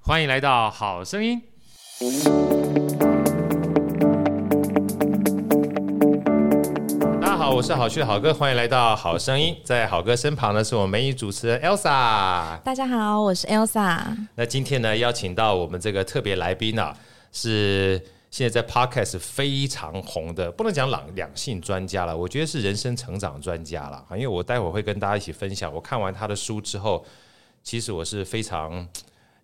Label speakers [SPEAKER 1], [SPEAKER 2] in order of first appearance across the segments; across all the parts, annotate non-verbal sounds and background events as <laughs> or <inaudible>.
[SPEAKER 1] 欢迎来到《好声音》。大家好，我是好趣的好哥，欢迎来到《好声音》。在好哥身旁呢，是我们美女主持人 Elsa。
[SPEAKER 2] 大家好，我是 Elsa。
[SPEAKER 1] 嗯那今天呢，邀请到我们这个特别来宾啊，是现在在 Podcast 非常红的，不能讲两两性专家了，我觉得是人生成长专家了。因为我待会儿会跟大家一起分享，我看完他的书之后，其实我是非常。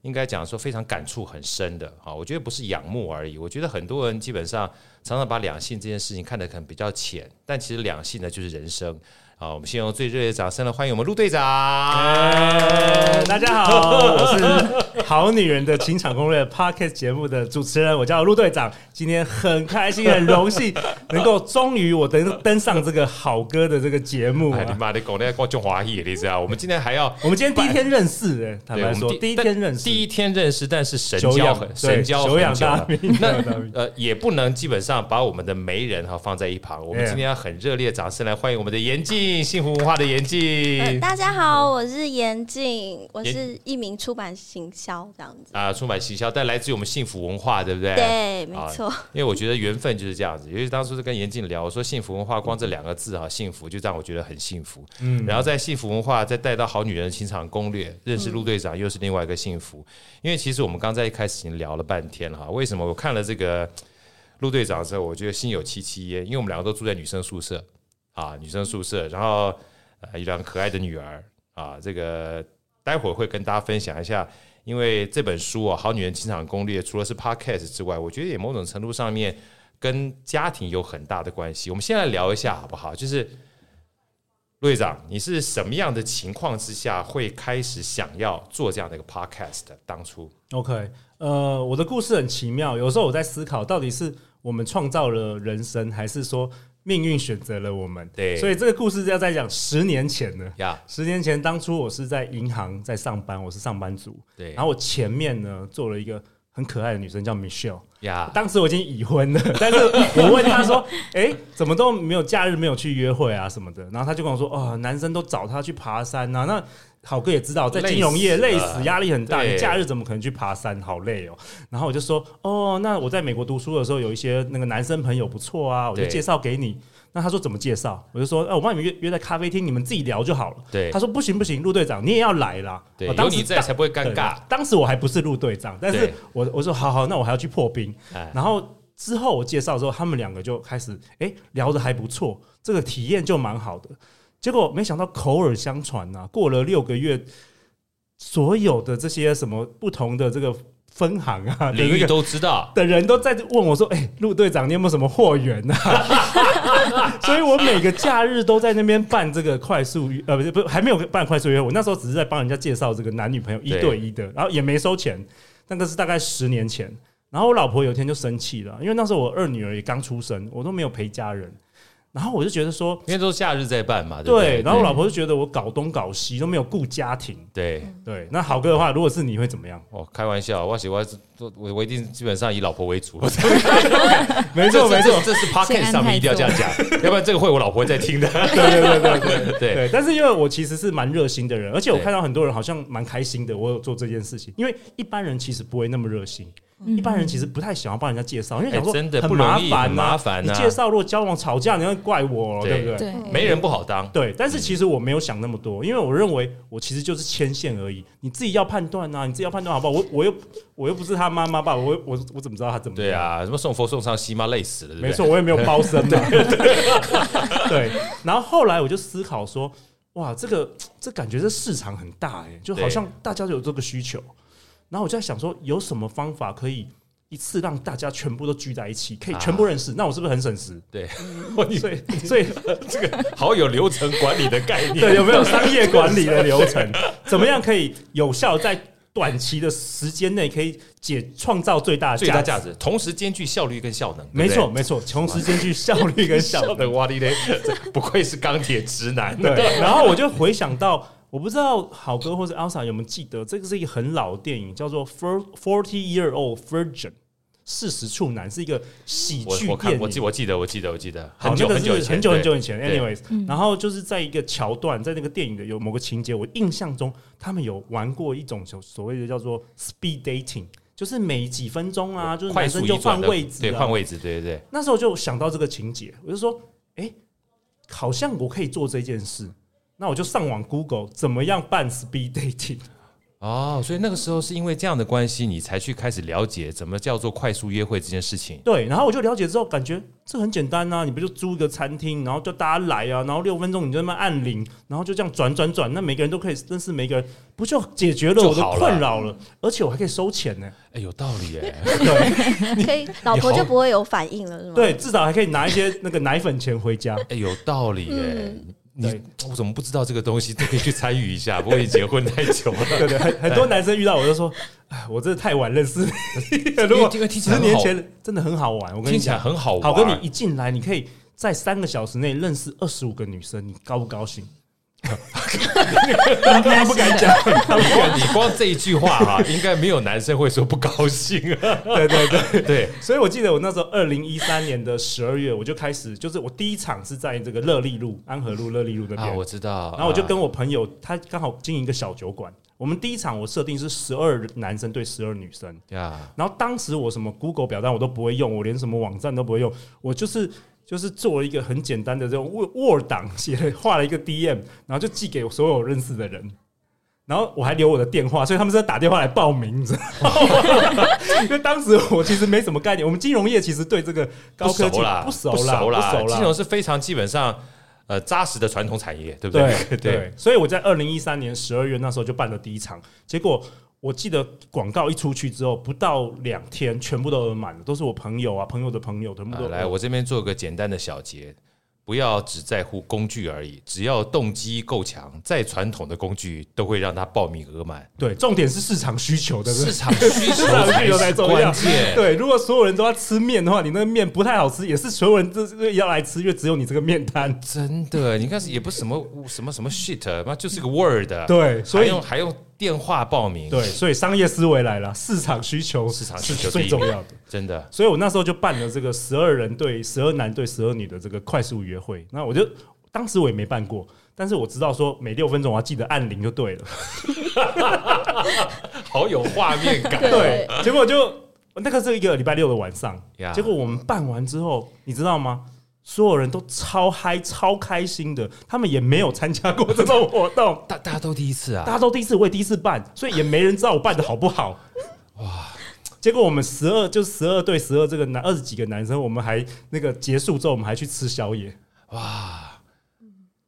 [SPEAKER 1] 应该讲说非常感触很深的啊，我觉得不是仰慕而已。我觉得很多人基本上常常把两性这件事情看得可能比较浅，但其实两性呢就是人生啊。我们先用最热烈的掌声来欢迎我们陆队长。
[SPEAKER 3] 哎大家好，我是《好女人的情场攻略》Podcast 节目的主持人，我叫陆队长。今天很开心，很荣幸能够终于我登登上这个好歌的这个节目、
[SPEAKER 1] 哎，你
[SPEAKER 3] 啊。
[SPEAKER 1] 妈的狗，那光就华裔，你知道？我们今天还要，
[SPEAKER 3] 我们今天第一天认识、哎，坦
[SPEAKER 1] 对，我
[SPEAKER 3] 白
[SPEAKER 1] 们
[SPEAKER 3] 说，第一天认识，
[SPEAKER 1] 第一天认识，但是神
[SPEAKER 3] 久
[SPEAKER 1] 交
[SPEAKER 3] 仰
[SPEAKER 1] 很
[SPEAKER 3] 对
[SPEAKER 1] 神交
[SPEAKER 3] 久
[SPEAKER 1] 很
[SPEAKER 3] 仰
[SPEAKER 1] 久
[SPEAKER 3] 大
[SPEAKER 1] 了
[SPEAKER 3] 名，久仰大名。
[SPEAKER 1] 呃，也不能基本上把我们的媒人哈放在一旁。我们
[SPEAKER 3] Yeah
[SPEAKER 1] 今天要很热烈的掌声来欢迎我们的严静，幸福文化的严
[SPEAKER 4] 呃
[SPEAKER 1] 静
[SPEAKER 4] 大家好，我是严静，我是一名出版行销这样子。
[SPEAKER 1] 啊，出版行销，但来自于我们幸福文化，对不对？
[SPEAKER 4] 对，没
[SPEAKER 1] 啊
[SPEAKER 4] 错，
[SPEAKER 1] 因为我觉得缘分就是这样子。尤其当初是跟严静聊，我说幸福文化光这两个字哈，幸福就让我觉得很幸福。嗯，然后在幸福文化再带到好女人的情场攻略，认识陆队长又是另外一个幸福。因为其实我们刚在一开始已经聊了半天了哈，为什么我看了这个陆队长之后，我觉得心有戚戚焉，因为我们两个都住在女生宿舍啊，女生宿舍，然后呃有两个可爱的女儿啊，这个待会儿会跟大家分享一下。因为这本书啊，《好女人情场攻略》，除了是 podcast 之外，我觉得也某种程度上面跟家庭有很大的关系。我们先来聊一下好不好？就是陆队长，你是什么样的情况之下会开始想要做这样的一个 podcast？的当初
[SPEAKER 3] OK，呃，我的故事很奇妙，有时候我在思考，到底是我们创造了人生，还是说命运选择了我们？
[SPEAKER 1] 对
[SPEAKER 3] 所以这个故事要再讲十年前的。
[SPEAKER 1] 呀，
[SPEAKER 3] 十年前，当初我是在银行在上班，我是上班族。
[SPEAKER 1] 对
[SPEAKER 3] 然后我前面呢坐了一个很可爱的女生叫 Michelle，
[SPEAKER 1] 呀，
[SPEAKER 3] 当时我已经已婚了，但是我问她说：“哎、怎么都没有假日没有去约会啊什么的？”然后她就跟我说：“哦，男生都找她去爬山啊。”那好哥也知道，在金融业
[SPEAKER 1] 累
[SPEAKER 3] 累
[SPEAKER 1] 死了
[SPEAKER 3] 死，压力很大，
[SPEAKER 1] 对
[SPEAKER 3] 你假日怎么可能去爬山？好累哦。然后我就说：“哦，那我在美国读书的时候，有一些那个男生朋友不错啊，我就
[SPEAKER 1] 对
[SPEAKER 3] 介绍给你。”那他说怎么介绍？我就说，哎，我帮你们约约在咖啡厅，你们自己聊就好了。
[SPEAKER 1] 对
[SPEAKER 3] 他说不行不行，陆队长你也要来啦。
[SPEAKER 1] 对，
[SPEAKER 3] 我
[SPEAKER 1] 有
[SPEAKER 3] 当时
[SPEAKER 1] 你在才不会尴尬
[SPEAKER 3] 对。当时我还不是陆队长，但是
[SPEAKER 1] 对
[SPEAKER 3] 我我说好好，那我还要去破冰
[SPEAKER 1] 哎。
[SPEAKER 3] 然后之后我介绍之后，他们两个就开始哎、聊得还不错，这个体验就蛮好的。结果没想到口耳相传呐、过了六个月，所有的这些什么不同的这个分行啊，
[SPEAKER 1] 领
[SPEAKER 3] 的那
[SPEAKER 1] 域
[SPEAKER 3] 个
[SPEAKER 1] 都知道，
[SPEAKER 3] 的人都在问我说：“哎、陆队长，你有没有什么货源呐、啊？” <laughs> 所以我每个假日都在那边办这个快速约，呃，不是不是还没有办快速约会，我那时候只是在帮人家介绍这个男女朋友一对一的，然后也没收钱，那个是大概十年前。然后我老婆有一天就生气了，因为那时候我二女儿也刚出生，我都没有陪家人，然后我就觉得说，
[SPEAKER 1] 因为都是假日在办嘛，对不
[SPEAKER 3] 对，
[SPEAKER 1] 对？
[SPEAKER 3] 然后我老婆就觉得我搞东搞西都没有顾家庭，
[SPEAKER 1] 对，
[SPEAKER 3] 对。那好哥的话，如果是你会怎么样？
[SPEAKER 1] 哦，开玩笑，我喜欢我我一定基本上以老婆为主，
[SPEAKER 3] <laughs> 没
[SPEAKER 1] 这
[SPEAKER 3] 错
[SPEAKER 1] 这
[SPEAKER 3] 没错，
[SPEAKER 1] 这是 podcast
[SPEAKER 2] 先安排
[SPEAKER 1] 上面一定要这样讲， <laughs> 要不然这个会我老婆会在听的。
[SPEAKER 3] 对 <laughs> 对对对
[SPEAKER 1] <laughs>
[SPEAKER 3] 对。
[SPEAKER 1] 对，
[SPEAKER 3] 对，但是因为我其实是蛮热心的人，而且我
[SPEAKER 1] 对
[SPEAKER 3] 看到很多人好像蛮开心的，我有做这件事情，因为一般人其实不会那么热心。
[SPEAKER 2] 嗯
[SPEAKER 3] 一般人其实不太想要帮人家介绍，因为
[SPEAKER 1] 哎
[SPEAKER 3] 想说
[SPEAKER 1] 真的
[SPEAKER 3] 很
[SPEAKER 1] 不容易
[SPEAKER 3] 麻
[SPEAKER 1] 很
[SPEAKER 3] 烦
[SPEAKER 1] 麻
[SPEAKER 3] 啊
[SPEAKER 1] 烦
[SPEAKER 3] 你
[SPEAKER 1] 啊
[SPEAKER 3] 介绍如果交往吵架，你会怪我，
[SPEAKER 1] 对嗯
[SPEAKER 3] 对不对？
[SPEAKER 2] 嗯对，
[SPEAKER 1] 没人不好当。
[SPEAKER 3] 对，但是其实我没有想那么多，因为我认为我其实就是牵线而已，你自己要判断啊，你自己要判断好不好？我我又我又不是他妈妈爸爸，我我我怎么知道他怎么？
[SPEAKER 1] 对，啊，什么送佛送上西妈累死了，对不对？
[SPEAKER 3] 没错，，我也没有包身嘛。 <laughs> 对，然后后来我就思考说，哇，这个这感觉这市场很大哎、就好像大家都有这个需求。然后我就在想说，有什么方法可以一次让大家全部都聚在一起，可以全部认识？那我是不是很省时？
[SPEAKER 1] <laughs> 啊你
[SPEAKER 3] 所以，所以
[SPEAKER 1] 好有流程管理的概念。
[SPEAKER 3] <laughs> 对，有没有商业管理的流程？怎么样可以有效在短期的时间内可以解创造最大的
[SPEAKER 1] 最大
[SPEAKER 3] 价
[SPEAKER 1] 价值，同时兼具效率跟效能。
[SPEAKER 3] 没
[SPEAKER 1] 对不对
[SPEAKER 3] 错，，没错，同时兼具效率
[SPEAKER 1] <laughs>
[SPEAKER 3] 跟效
[SPEAKER 1] 效
[SPEAKER 3] 能
[SPEAKER 1] 能。哇哩嘞，这不愧是钢铁直 <laughs> 男。
[SPEAKER 3] 对，然后我就回想到，我不知道好哥或者 Elsa 有没有记得，这个是一个很老的电影，叫做《Forty Year Old Virgin》。事实处男》，是一个喜
[SPEAKER 1] 我
[SPEAKER 3] 剧
[SPEAKER 1] 我
[SPEAKER 3] 电
[SPEAKER 1] 看
[SPEAKER 3] 影。
[SPEAKER 1] 我记我记得我记得我记得
[SPEAKER 3] 好
[SPEAKER 1] 很久
[SPEAKER 3] 那个
[SPEAKER 1] 很
[SPEAKER 3] 是
[SPEAKER 1] 久以前
[SPEAKER 3] 很久很久
[SPEAKER 1] 对
[SPEAKER 3] 以前
[SPEAKER 1] 对
[SPEAKER 3] ，anyways，然后就是在一个桥段，在那个电影的有某个情节，我印象中他们有玩过一种所所谓的叫做 speed dating，就是每几分钟啊，就是
[SPEAKER 1] 快
[SPEAKER 3] 男
[SPEAKER 1] 速
[SPEAKER 3] 生
[SPEAKER 1] 移
[SPEAKER 3] 就
[SPEAKER 1] 转
[SPEAKER 3] 换
[SPEAKER 1] 的
[SPEAKER 3] 位置、啊，
[SPEAKER 1] 对换位置对对对
[SPEAKER 3] 那时候就想到这个情节，我就说，哎、好像我可以做这件事。那我就上网 Google 怎么样办 speed dating， <laughs>
[SPEAKER 1] 哦，所以那个时候是因为这样的关系，你才去开始了解怎么叫做快速约会这件事情。
[SPEAKER 3] 对，然后我就了解之后，感觉这很简单啊，你不就租一个餐厅，然后叫大家来啊，然后六分钟你就在那边按铃，然后就这样转转转，那每个人都可以认识每个人，不就解决了我
[SPEAKER 1] 就
[SPEAKER 3] 的
[SPEAKER 1] 好了
[SPEAKER 3] 困扰了？而且我还可以收
[SPEAKER 1] <laughs>
[SPEAKER 3] 钱呢、
[SPEAKER 1] 哎，有道理耶！
[SPEAKER 3] 对
[SPEAKER 4] 可以，老婆就不会有反应了，是吗？
[SPEAKER 3] 对，至少还可以拿一些那个奶粉钱回家。
[SPEAKER 1] <laughs> 哎，有道理耶！你
[SPEAKER 3] 对
[SPEAKER 1] 我怎么不知道这个东西？都可以去参与一下。不过你结婚太久了，
[SPEAKER 3] <laughs> 对对，很很多男生遇到我就说，哎，我真的太晚
[SPEAKER 1] <laughs>
[SPEAKER 3] 认识你了。如果
[SPEAKER 1] 因为听起来
[SPEAKER 3] 十
[SPEAKER 1] 很
[SPEAKER 3] 年
[SPEAKER 1] 好
[SPEAKER 3] 前真的很好玩，我跟你
[SPEAKER 1] 听起来
[SPEAKER 3] 讲，
[SPEAKER 1] 很好玩。啊
[SPEAKER 3] 好哥，你一进来，你可以在三个小时内认识二十五个女生，你高不高兴？ <laughs>
[SPEAKER 2] 他不敢讲，
[SPEAKER 1] 你光你光这一句话哈、应该没有男生会说不高兴啊。
[SPEAKER 3] <laughs> 对对对，
[SPEAKER 1] 对，
[SPEAKER 3] 所以我记得我那时候二零一三年的十二月，我就开始，就是我第一场是在这个乐利路、安和路、乐利路那边，
[SPEAKER 1] 啊，我知道。
[SPEAKER 3] 然后我就跟
[SPEAKER 1] 啊
[SPEAKER 3] 我朋友，他刚好经营一个小酒馆，我们第一场我设定是十二男生对十二女生，
[SPEAKER 1] 呀，
[SPEAKER 3] 然后当时我什么 Google 表单我都不会用，我连什么网站都不会用，我就是就是做了一个很简单的这种 Word Word 档， <laughs> 写了画了一个 DM，然后就寄给我所有认识的人。然后我还留我的电话，所以他们是在打电话来报名，你知道
[SPEAKER 1] <laughs>
[SPEAKER 3] 吗？因为当时我其实没什么概念，我们金融业其实对这个高科
[SPEAKER 1] 不
[SPEAKER 3] 技
[SPEAKER 1] 熟啦，
[SPEAKER 3] 不熟
[SPEAKER 1] 不
[SPEAKER 3] 啦，
[SPEAKER 1] 熟啦，
[SPEAKER 3] 不熟啦
[SPEAKER 1] 金融是非常基本上呃扎实的传统产业，对不
[SPEAKER 3] 对
[SPEAKER 1] <laughs> 对？
[SPEAKER 3] 对，所以我在二零一三年十二月那时候就办了第一场，结果我记得广告一出去之后，不到两天全部都额满了，都是我朋友啊、朋友的朋友，全部
[SPEAKER 1] 啊
[SPEAKER 3] 都、
[SPEAKER 1] 来，我这边做个简单的小结。不要只在乎工具而已，只要动机够强，再传统的工具都会让它报名额满。
[SPEAKER 3] 对，重点是市场需求的
[SPEAKER 1] 市场需求
[SPEAKER 3] 市场需求
[SPEAKER 1] 才 <laughs>
[SPEAKER 3] 才
[SPEAKER 1] 是
[SPEAKER 3] 重
[SPEAKER 1] 关
[SPEAKER 3] 要
[SPEAKER 1] 键。
[SPEAKER 3] 对，如果所有人都要吃面的话，你那个面不太好吃，也是所有人都是要来吃，因为只有你这个面摊。
[SPEAKER 1] 真的，你看也不是什么什么什么 shit，妈就是个 word，
[SPEAKER 3] 对，所
[SPEAKER 1] 还
[SPEAKER 3] 以
[SPEAKER 1] 用还用电话报名，
[SPEAKER 3] 对，所以商业思维来了，市场需求
[SPEAKER 1] 市场需求
[SPEAKER 3] 是
[SPEAKER 1] 第
[SPEAKER 3] 最
[SPEAKER 1] 一
[SPEAKER 3] 重
[SPEAKER 1] 名
[SPEAKER 3] 要的。
[SPEAKER 1] 真的
[SPEAKER 3] 所以我那时候就办了这个十二人对十二男对十二女的这个快速约会。那我就当时我也没办过，但是我知道说每六分钟我要记得按铃就对了。
[SPEAKER 1] 好有画面感。
[SPEAKER 3] <laughs>
[SPEAKER 4] 对，
[SPEAKER 3] 结果就那个是一个礼拜六的晚上
[SPEAKER 1] 呀
[SPEAKER 3] 结果我们办完之后，你知道吗？所有人都超嗨、超开心的，他们也没有参加过这种活动
[SPEAKER 1] <laughs> ，大大家都第一次
[SPEAKER 3] 大
[SPEAKER 1] 啊，
[SPEAKER 3] 家都第一次，我也第一次办，所以也没人知道我办的好不好。哇！结果我们十二就十二对十二这个男二十几个男生，我们还那个结束之后，我们还去吃宵夜。
[SPEAKER 1] 哇，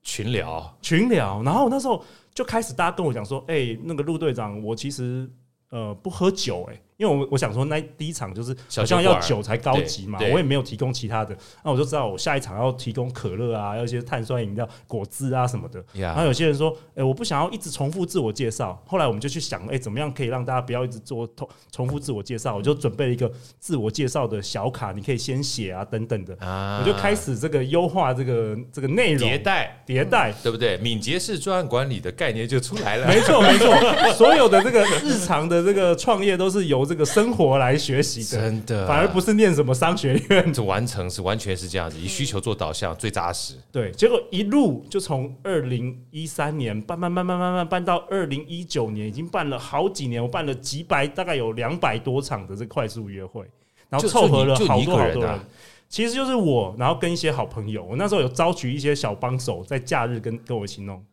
[SPEAKER 1] 群聊
[SPEAKER 3] 群聊，然后那时候就开始大家跟我讲说，哎、那个陆队长，我其实呃不喝酒、哎，因为我我想说那第一场就是
[SPEAKER 1] 小酒
[SPEAKER 3] 好像
[SPEAKER 1] 馆
[SPEAKER 3] 要酒才高级嘛，
[SPEAKER 1] 对对
[SPEAKER 3] 我也没有提供其他的，那我就知道我下一场要提供可乐啊，要一些碳酸饮料、果汁啊什么的。然后
[SPEAKER 1] 呀，
[SPEAKER 3] 有些人说，哎、我不想要一直重复自我介绍。后来我们就去想，哎、怎么样可以让大家不要一直做重重复自我介绍？我就准备了一个自我介绍的小卡，你可以先写啊，等等的。
[SPEAKER 1] 啊
[SPEAKER 3] 我就开始这个优化这个这个内容
[SPEAKER 1] 迭代，
[SPEAKER 3] 迭代，
[SPEAKER 1] 对不对？敏捷式专案管理的概念就出来了。
[SPEAKER 3] 没
[SPEAKER 1] <laughs>
[SPEAKER 3] 错，没错，所有的这个日常的这个创业都是由这个生活来学习的，
[SPEAKER 1] 真的，
[SPEAKER 3] 反而不是念什么商学院。
[SPEAKER 1] 是完成，是完全是这样子，以需求做导向最扎实。
[SPEAKER 3] 对，结果一路就从二零一三年办办办办办办办到二零一九年，已经办了好几年，我办了几百，大概有两百多场的这个快速约会，然后
[SPEAKER 1] 就
[SPEAKER 3] 凑合了
[SPEAKER 1] 就你
[SPEAKER 3] 好
[SPEAKER 1] 就你
[SPEAKER 3] 多
[SPEAKER 1] 一个
[SPEAKER 3] 好
[SPEAKER 1] 人
[SPEAKER 3] 多
[SPEAKER 1] 啊
[SPEAKER 3] 人。其实就是我，然后跟一些好朋友，我那时候有招取一些小帮手，在假日跟跟我一起弄。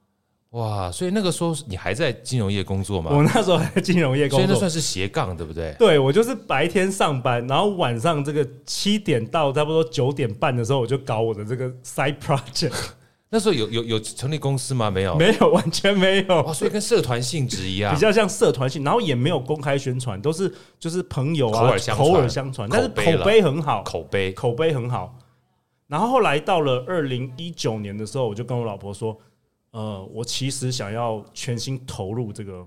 [SPEAKER 1] 哇，所以那个时候你还在金融业工作吗？
[SPEAKER 3] 我那时候还在金融业工
[SPEAKER 1] 所以
[SPEAKER 3] 作，
[SPEAKER 1] 那算是斜杠，对不对？
[SPEAKER 3] 对我就是白天上班，然后晚上这个七点到差不多九点半的时候，我就搞我的这个 side project，
[SPEAKER 1] 那时候有有有成立公司吗？没有，
[SPEAKER 3] 没有，完全没有，
[SPEAKER 1] 哦，所以跟社团性质一样
[SPEAKER 3] 比，较像社团性，然后也没有公开宣传，都是就是朋友啊，
[SPEAKER 1] 口耳相传
[SPEAKER 3] 口耳相传，但是
[SPEAKER 1] 口碑啦
[SPEAKER 3] 口碑很好，
[SPEAKER 1] 口碑
[SPEAKER 3] 口碑很好。然后后来到了二零一九年的时候，我就跟我老婆说，呃，我其实想要全心投入这个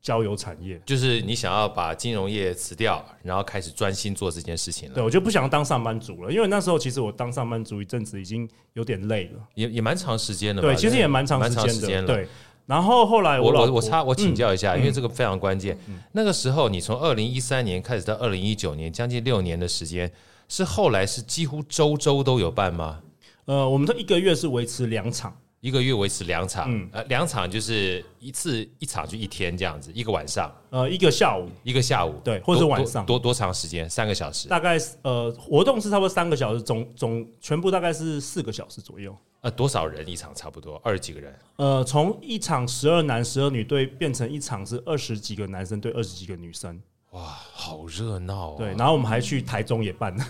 [SPEAKER 3] 交友产业，
[SPEAKER 1] 就是你想要把金融业辞掉，然后开始专心做这件事情
[SPEAKER 3] 对
[SPEAKER 1] 了，
[SPEAKER 3] 我就不想当上班族了，因为那时候其实我当上班族一阵子已经有点累了。
[SPEAKER 1] 也也蛮长时间的吧。
[SPEAKER 3] 对，其实也蛮长
[SPEAKER 1] 蛮
[SPEAKER 3] 时
[SPEAKER 1] 长
[SPEAKER 3] 间的。
[SPEAKER 1] 时间了。
[SPEAKER 3] 对，然后后来
[SPEAKER 1] 我
[SPEAKER 3] 哎老
[SPEAKER 1] 我
[SPEAKER 3] 婆
[SPEAKER 1] 我插我请
[SPEAKER 3] 嗯
[SPEAKER 1] 教一下，因为这个非常关键。那个时候，你从二零一三年开始到二零一九年，将近六年的时间，是后来是几乎周周都有办吗？
[SPEAKER 3] 呃，我们都一个月是维持两场，
[SPEAKER 1] 一个月维持两场，
[SPEAKER 3] 嗯
[SPEAKER 1] 呃，两场就是一次一场就一天这样子，一个晚上，
[SPEAKER 3] 呃，一个下午，
[SPEAKER 1] 一个下午，
[SPEAKER 3] 对或者
[SPEAKER 1] 多
[SPEAKER 3] 晚上
[SPEAKER 1] 多多多长时间？三个小时，
[SPEAKER 3] 大概是呃活动是差不多三个小时，总总全部大概是四个小时左右。
[SPEAKER 1] 呃，多少人一场？差不多二十几个人，
[SPEAKER 3] 呃，从一场十二男十二女队变成一场是二十几个男生对二十几个女生，
[SPEAKER 1] 哇，好热闹、哦。
[SPEAKER 3] 对，然后我们还去台中也办 <laughs> 了，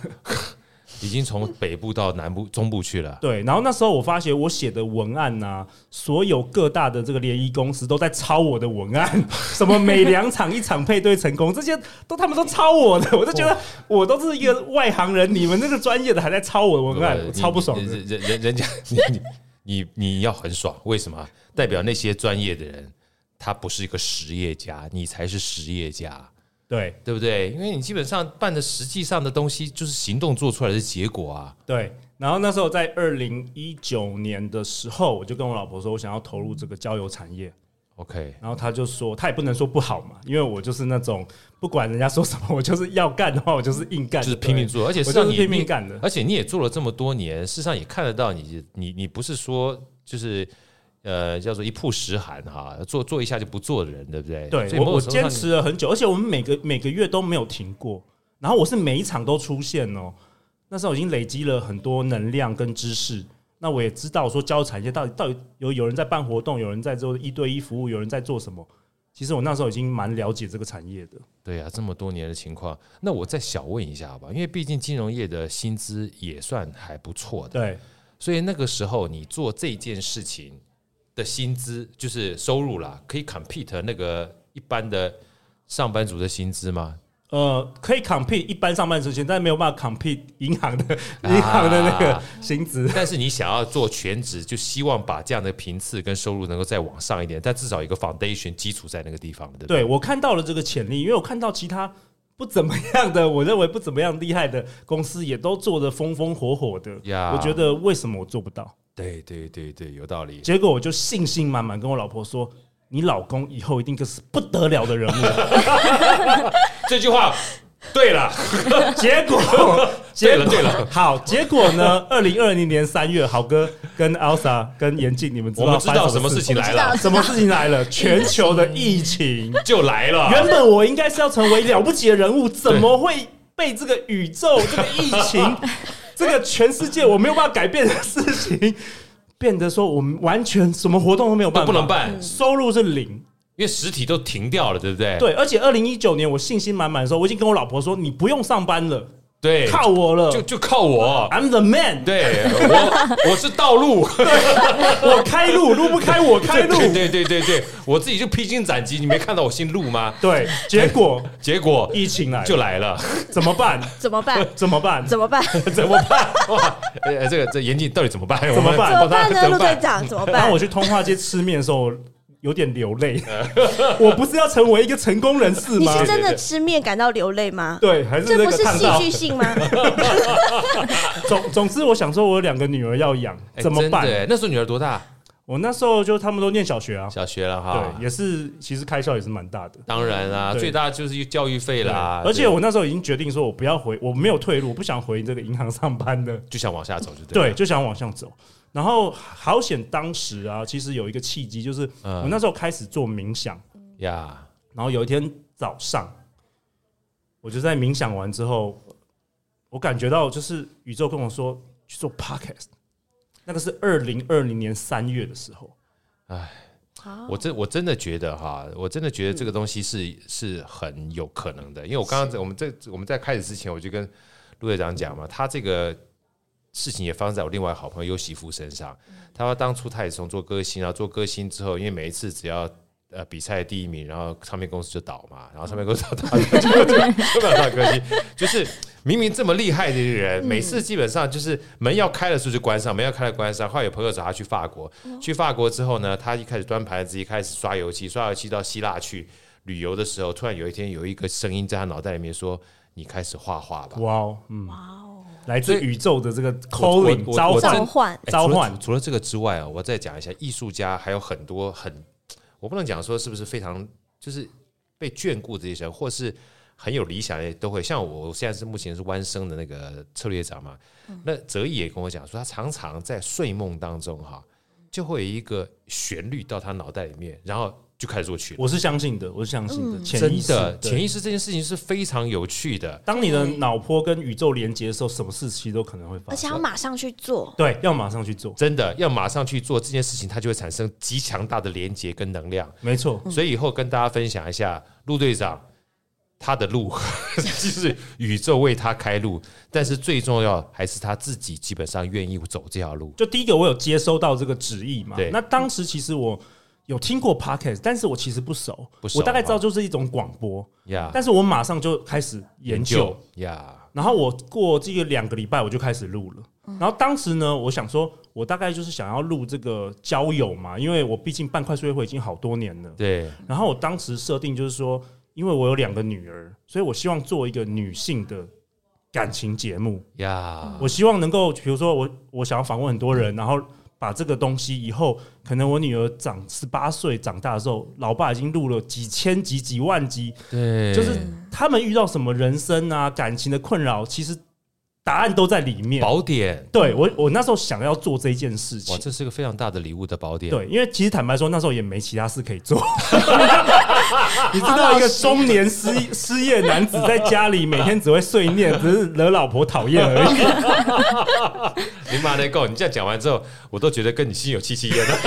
[SPEAKER 1] 已经从北部到南部、中部去了。
[SPEAKER 3] 对，然后那时候我发现我写的文案呐、所有各大的这个联谊公司都在抄我的文案， <laughs> 什么每两场一场配对成功，这些都他们都抄我的， <laughs> 我就觉得我都是一个外行人，你们这个专业的还在抄我的文案，我
[SPEAKER 1] 呃你
[SPEAKER 3] 超不爽的。
[SPEAKER 1] 人人人人家你你你你要很爽，为什么？代表那些专业的人，他不是一个实业家，你才是实业家，
[SPEAKER 3] 对
[SPEAKER 1] 对不对？因为你基本上办的实际上的东西，就是行动做出来的结果啊。
[SPEAKER 3] 对，然后那时候在二零一九年的时候，我就跟我老婆说，我想要投入这个交友产业。
[SPEAKER 1] OK，
[SPEAKER 3] 然后他就说，他也不能说不好嘛，因为我就是那种不管人家说什么，我就是要干的话，我就是硬干，
[SPEAKER 1] 就是拼命
[SPEAKER 3] 对，
[SPEAKER 1] 做，而且
[SPEAKER 3] 我
[SPEAKER 1] 事实上
[SPEAKER 3] 就是
[SPEAKER 1] 你
[SPEAKER 3] 拼命干的
[SPEAKER 1] 你。而且你也做了这么多年，事实上也看得到你，你你不是说就是呃叫做一曝十寒哈，做做一下就不做的人，对不对？欸所
[SPEAKER 3] 对
[SPEAKER 1] 以
[SPEAKER 3] 我
[SPEAKER 1] 某
[SPEAKER 3] 我
[SPEAKER 1] 种程度上
[SPEAKER 3] 坚持了很久，而且我们每个每个月都没有停过，然后我是每一场都出现哦。那时候已经累积了很多能量跟知识，那我也知道说教产业到底到底有有人在办活动，有人在做一对一服务，有人在做什么。其实我那时候已经蛮了解这个产业的。
[SPEAKER 1] 对呀、这么多年的情况，那我再小问一下吧，因为毕竟金融业的薪资也算还不错的，
[SPEAKER 3] 对，
[SPEAKER 1] 所以那个时候你做这件事情的薪资就是收入啦，可以 compete 那个一般的上班族的薪资吗？
[SPEAKER 3] 呃，可以 compete 一般上班族钱，但是没有办法 compete 银行的银行的那个
[SPEAKER 1] 啊
[SPEAKER 3] 薪资。
[SPEAKER 1] 但是你想要做全职，就希望把这样的频次跟收入能够再往上一点，但至少有一个 foundation 基础在那个地方，对不对？
[SPEAKER 3] 对我看到了这个潜力，因为我看到其他不怎么样的，我认为不怎么样厉害的公司也都做得风风火火的。
[SPEAKER 1] 呀
[SPEAKER 3] 我觉得为什么我做不到？
[SPEAKER 1] 对对对对，有道理。
[SPEAKER 3] 结果我就信心满满跟我老婆说：“你老公以后一定就是不得了的人物。
[SPEAKER 1] 这句话对了，”
[SPEAKER 3] 结
[SPEAKER 1] <laughs>
[SPEAKER 3] 果，
[SPEAKER 1] 对
[SPEAKER 3] 结
[SPEAKER 1] 了
[SPEAKER 3] 果
[SPEAKER 1] 对了，
[SPEAKER 3] <laughs> 好，结果呢？二零二零年三月，好哥跟 Elsa 跟严静，你们知
[SPEAKER 1] 我
[SPEAKER 3] 道
[SPEAKER 1] 们知道
[SPEAKER 3] 发
[SPEAKER 1] 什
[SPEAKER 3] 生
[SPEAKER 1] 么
[SPEAKER 3] 么
[SPEAKER 1] 事情来
[SPEAKER 2] 我
[SPEAKER 1] 了
[SPEAKER 2] 知
[SPEAKER 3] 什么事情来了？全球的疫情。
[SPEAKER 1] 就来了。
[SPEAKER 3] <laughs> 原本我应该是要成为了不起的人物，怎么会被这个宇宙、这个疫 <laughs> 情、这个全世界我没有办法改变的事情，变得说我们完全什么活动都没有办
[SPEAKER 1] 都
[SPEAKER 3] 法，
[SPEAKER 1] 不能，办，哎
[SPEAKER 3] 收入是零。
[SPEAKER 1] 因为实体都停掉了，对不对？
[SPEAKER 3] 对，而且二零一九年我信心满满的时候，我已经跟我老婆说，你不用上班了，
[SPEAKER 1] 对，
[SPEAKER 3] 靠我了
[SPEAKER 1] 哎就就靠我。
[SPEAKER 3] ，I'm the man，
[SPEAKER 1] 嗯 <laughs> 对我，我是道路，
[SPEAKER 3] 我开路，路不开我 <laughs> 开
[SPEAKER 1] <laughs>
[SPEAKER 3] 路。
[SPEAKER 1] 对对对对对，我自己就披荆斩棘，你没看到我姓陆吗？
[SPEAKER 3] 对，结果
[SPEAKER 1] 结果
[SPEAKER 3] 疫情来
[SPEAKER 1] 就
[SPEAKER 3] 了，
[SPEAKER 1] 来了， <laughs>
[SPEAKER 3] 怎么办？
[SPEAKER 4] 怎么办？
[SPEAKER 3] 怎么办？
[SPEAKER 4] 怎么办？
[SPEAKER 1] 怎么办？ <laughs> 哇，呃，这个这严禁到底怎么办？
[SPEAKER 3] 么
[SPEAKER 1] 我们
[SPEAKER 3] 办
[SPEAKER 4] 怎么办呢？
[SPEAKER 1] 怎么
[SPEAKER 4] 陆队
[SPEAKER 1] 办
[SPEAKER 4] 长怎么
[SPEAKER 3] 当
[SPEAKER 4] 办
[SPEAKER 3] 我？去通化街吃面的时候，我有点流泪。
[SPEAKER 1] 嗯
[SPEAKER 3] <laughs> 我不是要成为一个成功人士
[SPEAKER 4] 你
[SPEAKER 3] 吗？
[SPEAKER 4] 是真的吃面感到流泪吗？
[SPEAKER 3] 对，还是
[SPEAKER 4] 这
[SPEAKER 3] 那
[SPEAKER 4] 不
[SPEAKER 3] 个
[SPEAKER 4] 是
[SPEAKER 3] 烫
[SPEAKER 4] 戏
[SPEAKER 3] 到
[SPEAKER 4] 剧。性吗？
[SPEAKER 3] 总总之，我想说，我有两个女儿要养，
[SPEAKER 1] 哎
[SPEAKER 3] 怎么办
[SPEAKER 1] 真？的哎那时候女儿多大？
[SPEAKER 3] 我那时候就他们都念小学啊，
[SPEAKER 1] 小学了哈
[SPEAKER 3] 对，。也是其实开销也是蛮大的。
[SPEAKER 1] 当然啦，
[SPEAKER 3] 对
[SPEAKER 1] 最大就是教育费啦。
[SPEAKER 3] 而且
[SPEAKER 1] 对
[SPEAKER 3] 我那时候已经决定说，我不要回，我没有退路，我不想回这个银行上班的。
[SPEAKER 1] 就想往下走，就对
[SPEAKER 3] 对，
[SPEAKER 1] 了。
[SPEAKER 3] 就想往上走。然后好险，当时啊，其实有一个契机，就是
[SPEAKER 1] 嗯
[SPEAKER 3] 我那时候开始做冥想。
[SPEAKER 1] 呀，
[SPEAKER 3] 然后有一天早上，我就在冥想完之后，我感觉到就是宇宙跟我说去做 podcast，那个是二零二零年三月的时候，
[SPEAKER 1] 我真我真的觉得哈，我真的觉得这个东西是是很有可能的，因为我刚刚在我们在我们在开始之前，我就跟陆队长讲嘛，他这个事情也发生在我另外好朋友尤媳妇身上。他说当初他也从做歌星，然后做歌星之后，因为每一次只要呃比赛第一名，然后唱片公司就倒嘛，然后唱片公司倒，他就就就没有当歌星， <laughs> 就是。明明这么厉害的一个人，每次基本上就是门要开的时候就关上，门要开了关上。后来有朋友找他去法国，去法国之后呢，他一开始端盘子，一开始刷油漆，刷油漆到希腊去旅游的时候，突然有一天有一个声音在他脑袋里面说：“你开始画画吧。”
[SPEAKER 3] 哇哦，嗯，
[SPEAKER 4] 哇哦，
[SPEAKER 3] 来
[SPEAKER 1] 所
[SPEAKER 3] 自
[SPEAKER 1] 以
[SPEAKER 3] 宇宙的这个
[SPEAKER 1] 我我
[SPEAKER 3] calling
[SPEAKER 1] 我
[SPEAKER 3] 召
[SPEAKER 1] 我真
[SPEAKER 3] 唤
[SPEAKER 4] 召唤
[SPEAKER 1] 哎
[SPEAKER 3] 召唤
[SPEAKER 1] 除了除了这个之外啊，我再讲一下，艺术家还有很多很我不能讲说是不是非常就是被眷顾的一些人，或是很有理想的都会。像我现在是目前是湾生的那个策略长嘛，那哲毅也跟我讲说，他常常在睡梦当中哈，就会有一个旋律到他脑袋里面，然后就开始作曲了。
[SPEAKER 3] 我是相信的，我是相信的，
[SPEAKER 4] 嗯
[SPEAKER 3] 潜意
[SPEAKER 1] 真
[SPEAKER 3] 识
[SPEAKER 1] 的，
[SPEAKER 3] 对
[SPEAKER 1] 潜意识这件事情是非常有趣的。
[SPEAKER 3] 当你的脑波跟宇宙连接的时候，什么事情都可能会发
[SPEAKER 4] 而且
[SPEAKER 3] 生。
[SPEAKER 4] 要马上去做。
[SPEAKER 3] 对，要马上去做，
[SPEAKER 1] 真的要马上去做这件事情，它就会产生极强大的连接跟能量。
[SPEAKER 3] 没错。
[SPEAKER 1] 所以以后跟大家分享一下陆队长他的路， <laughs> 就是宇宙为他开路，但是最重要还是他自己基本上愿意走这条路。
[SPEAKER 3] 就第一个，我有接收到这个旨意嘛
[SPEAKER 1] 对？
[SPEAKER 3] 那当时其实我有听过 podcast，但是我其实不熟，
[SPEAKER 1] 不熟
[SPEAKER 3] 我大概知道
[SPEAKER 1] 啊
[SPEAKER 3] 就是一种广播，
[SPEAKER 1] 呀
[SPEAKER 3] 但是我马上就开始研究，
[SPEAKER 1] 呀，
[SPEAKER 3] 然后我过这个两个礼拜我就开始录了。然后当时呢，我想说，我大概就是想要录这个交友嘛，因为我毕竟办快速约会已经好多年了。
[SPEAKER 1] 对
[SPEAKER 3] 然后我当时设定就是说，因为我有两个女儿，所以我希望做一个女性的感情节目。
[SPEAKER 1] 呀，
[SPEAKER 3] 我希望能够，比如说我我想要访问很多人，然后把这个东西以后，可能我女儿长十八岁长大的时候，老爸已经录了几千集、几万集，
[SPEAKER 1] 对，
[SPEAKER 3] 就是他们遇到什么人生啊、感情的困扰，其实答案都在里面。
[SPEAKER 1] 宝典。
[SPEAKER 3] 对我，我那时候想要做这件事
[SPEAKER 1] 哇，
[SPEAKER 3] 情。
[SPEAKER 1] 这是个非常大的礼物的宝典。
[SPEAKER 3] 对，因为其实坦白说，那时候也没其他事可以做。你知道一个中年失失业男子在家里每天只会碎念，只是惹老婆讨厌而已。
[SPEAKER 1] 你妈的够！你这样讲完之后，我都觉得跟你心有戚戚
[SPEAKER 3] <laughs>
[SPEAKER 1] 焉了。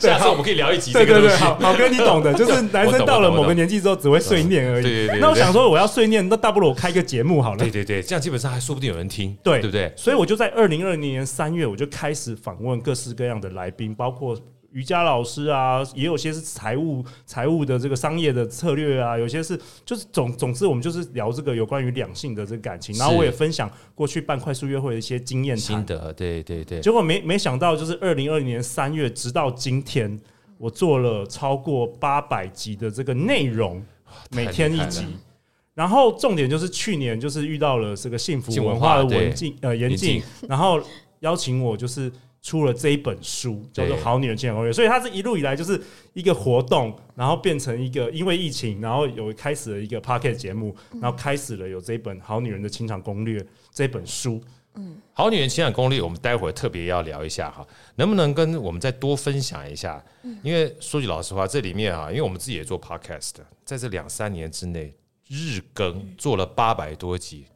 [SPEAKER 1] 下次我们可以聊一集
[SPEAKER 3] 对
[SPEAKER 1] 这个东
[SPEAKER 3] 对对，
[SPEAKER 1] 西。
[SPEAKER 3] 好好哥，你
[SPEAKER 1] <laughs>
[SPEAKER 3] 懂的，就是男生到了某个年纪之后只会碎念而已。
[SPEAKER 1] 对对对对
[SPEAKER 3] 那我想说，我要碎念，那大不如我开个节目好了
[SPEAKER 1] 对。对对，这样基本上还说不定有人听，
[SPEAKER 3] 对
[SPEAKER 1] 对不对？
[SPEAKER 3] 所以我就在二零二零年三月，我就开始访问各式各样的来宾，包括瑜伽老师啊，也有些是财务、财务的这个商业的策略啊，有些是就是总总之，我们就是聊这个有关于两性的这个感情。
[SPEAKER 1] 是
[SPEAKER 3] 然后我也分享过去办快速约会的一些经验
[SPEAKER 1] 心
[SPEAKER 3] 谈。
[SPEAKER 1] 得，对对对，
[SPEAKER 3] 结果没没想到，就是二零二零年三月，直到今天，我做了超过八百集的这个内容，
[SPEAKER 1] 太
[SPEAKER 3] 每天
[SPEAKER 1] 厉
[SPEAKER 3] 一
[SPEAKER 1] 害了
[SPEAKER 3] 集。然后重点就是去年就是遇到了这个幸福
[SPEAKER 1] 幸福
[SPEAKER 3] 文化的
[SPEAKER 1] 文化
[SPEAKER 3] 文
[SPEAKER 1] 对
[SPEAKER 3] 静呃严
[SPEAKER 1] 严
[SPEAKER 3] 静
[SPEAKER 1] 禁，
[SPEAKER 3] 然后邀请我就是出了这一本书，叫做
[SPEAKER 1] 对
[SPEAKER 3] 《好女人情感攻略》，所以它是一路以来就是一个活动，然后变成一个因为疫情，然后有开始了一个 p o c k e t 节目，然后开始了有这一本《好女人的情场攻略》这本书。
[SPEAKER 1] 好女人情感攻略，我们待会儿特别要聊一下哈，能不能跟我们再多分享一下？因为说句老实话，这里面啊，因为我们自己也做 podcast，在这两三年之内日更做了八百多集。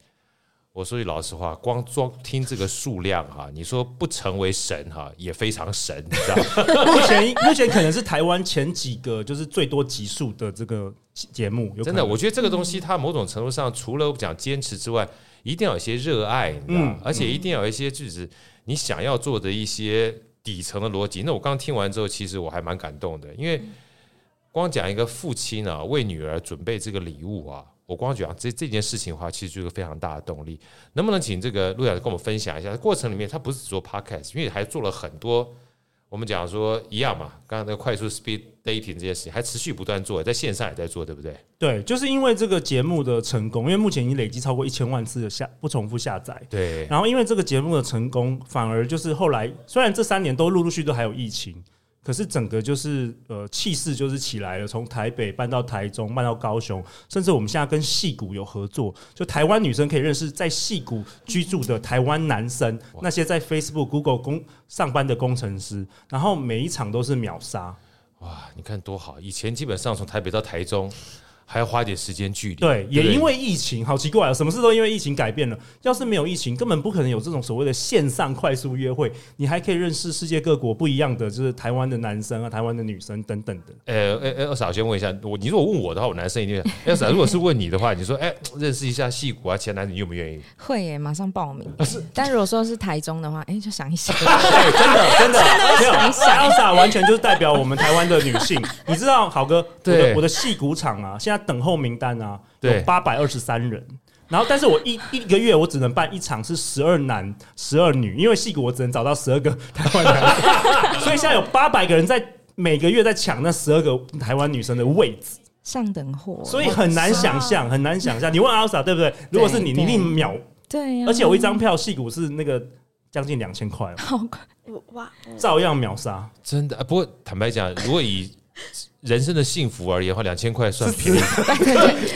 [SPEAKER 1] 我说句老实话，光光听这个数量哈、你说不成为神哈、也非常神，你知道吗？
[SPEAKER 3] 目前目前可能是台湾前几个就是最多集数的这个节目，有可
[SPEAKER 1] 真
[SPEAKER 3] 能
[SPEAKER 1] 的，我觉得这个东西它某种程度上，除了讲坚持之外，一定要有一些热爱，你知道吗，
[SPEAKER 3] 嗯
[SPEAKER 1] 而且一定要有一些就是你想要做的一些底层的逻辑。那我刚听完之后，其实我还蛮感动的，因为光讲一个父亲啊，为女儿准备这个礼物啊，我光讲这这件事情的话，其实就是一个非常大的动力。能不能请这个陆老师跟我们分享一下过程里面，他不是只做 podcast，因为还做了很多。我们讲说一样嘛，刚刚那个快速 speed dating 这件事情还持续不断做，在线上也在做，对不对？
[SPEAKER 3] 对，就是因为这个节目的成功，因为目前已经累积超过一千万次的下不重复下载，
[SPEAKER 1] 对，
[SPEAKER 3] 然后因为这个节目的成功，反而就是后来虽然这三年都陆陆续续都还有疫情，可是整个就是呃气势就是起来了，从台北搬到台中，搬到高雄，甚至我们现在跟戏谷有合作，就台湾女生可以认识在戏谷居住的台湾男生，那些在 Facebook、Google 工上班的工程师，然后每一场都是秒杀。
[SPEAKER 1] 哇，你看多好！以前基本上从台北到台中还要花一点时间距离，
[SPEAKER 3] 对，也
[SPEAKER 1] 不
[SPEAKER 3] 因为疫情，好奇怪啊、什么事都因为疫情改变了。要是没有疫情，根本不可能有这种所谓的线上快速约会。你还可以认识世界各国不一样的，就是台湾的男生啊、台湾的女生等等的。
[SPEAKER 1] 呃，哎哎，二嫂先问一下，我你如果问我的话，我男生一定会想，哎二嫂，如果是问你的话，你说哎，认识一下戏骨啊，前男友，你愿不愿意？
[SPEAKER 2] 会耶，马上报名。但如果说是台中的话，哎，就想一想。
[SPEAKER 3] 对，真的真的没有 Elsa 完全就是代表我们台湾的女性。你知道，好哥，我的
[SPEAKER 1] 对
[SPEAKER 3] 我的戏骨场啊，现在等候名单啊有
[SPEAKER 1] 对
[SPEAKER 3] 八百二十三人。然后，但是我一一个月我只能办一场是十二男十二女，因为戏骨我只能找到十二个台湾男，所以现在有八百个人在每个月在抢那十二个台湾女生的位置，
[SPEAKER 2] 上等货，
[SPEAKER 3] 所以很难想象，很难想象。你问 Elsa 对不对？如果是你，你
[SPEAKER 2] 对
[SPEAKER 3] 一定秒，
[SPEAKER 2] 对呀、
[SPEAKER 3] 而且我一张票戏骨是那个将近两千块哦，
[SPEAKER 2] 好快，
[SPEAKER 4] 哇，
[SPEAKER 3] 照样秒杀。
[SPEAKER 1] 真的、啊，不过坦白讲，如果以人生的幸福而言的话，两千块算便宜。
[SPEAKER 4] <laughs>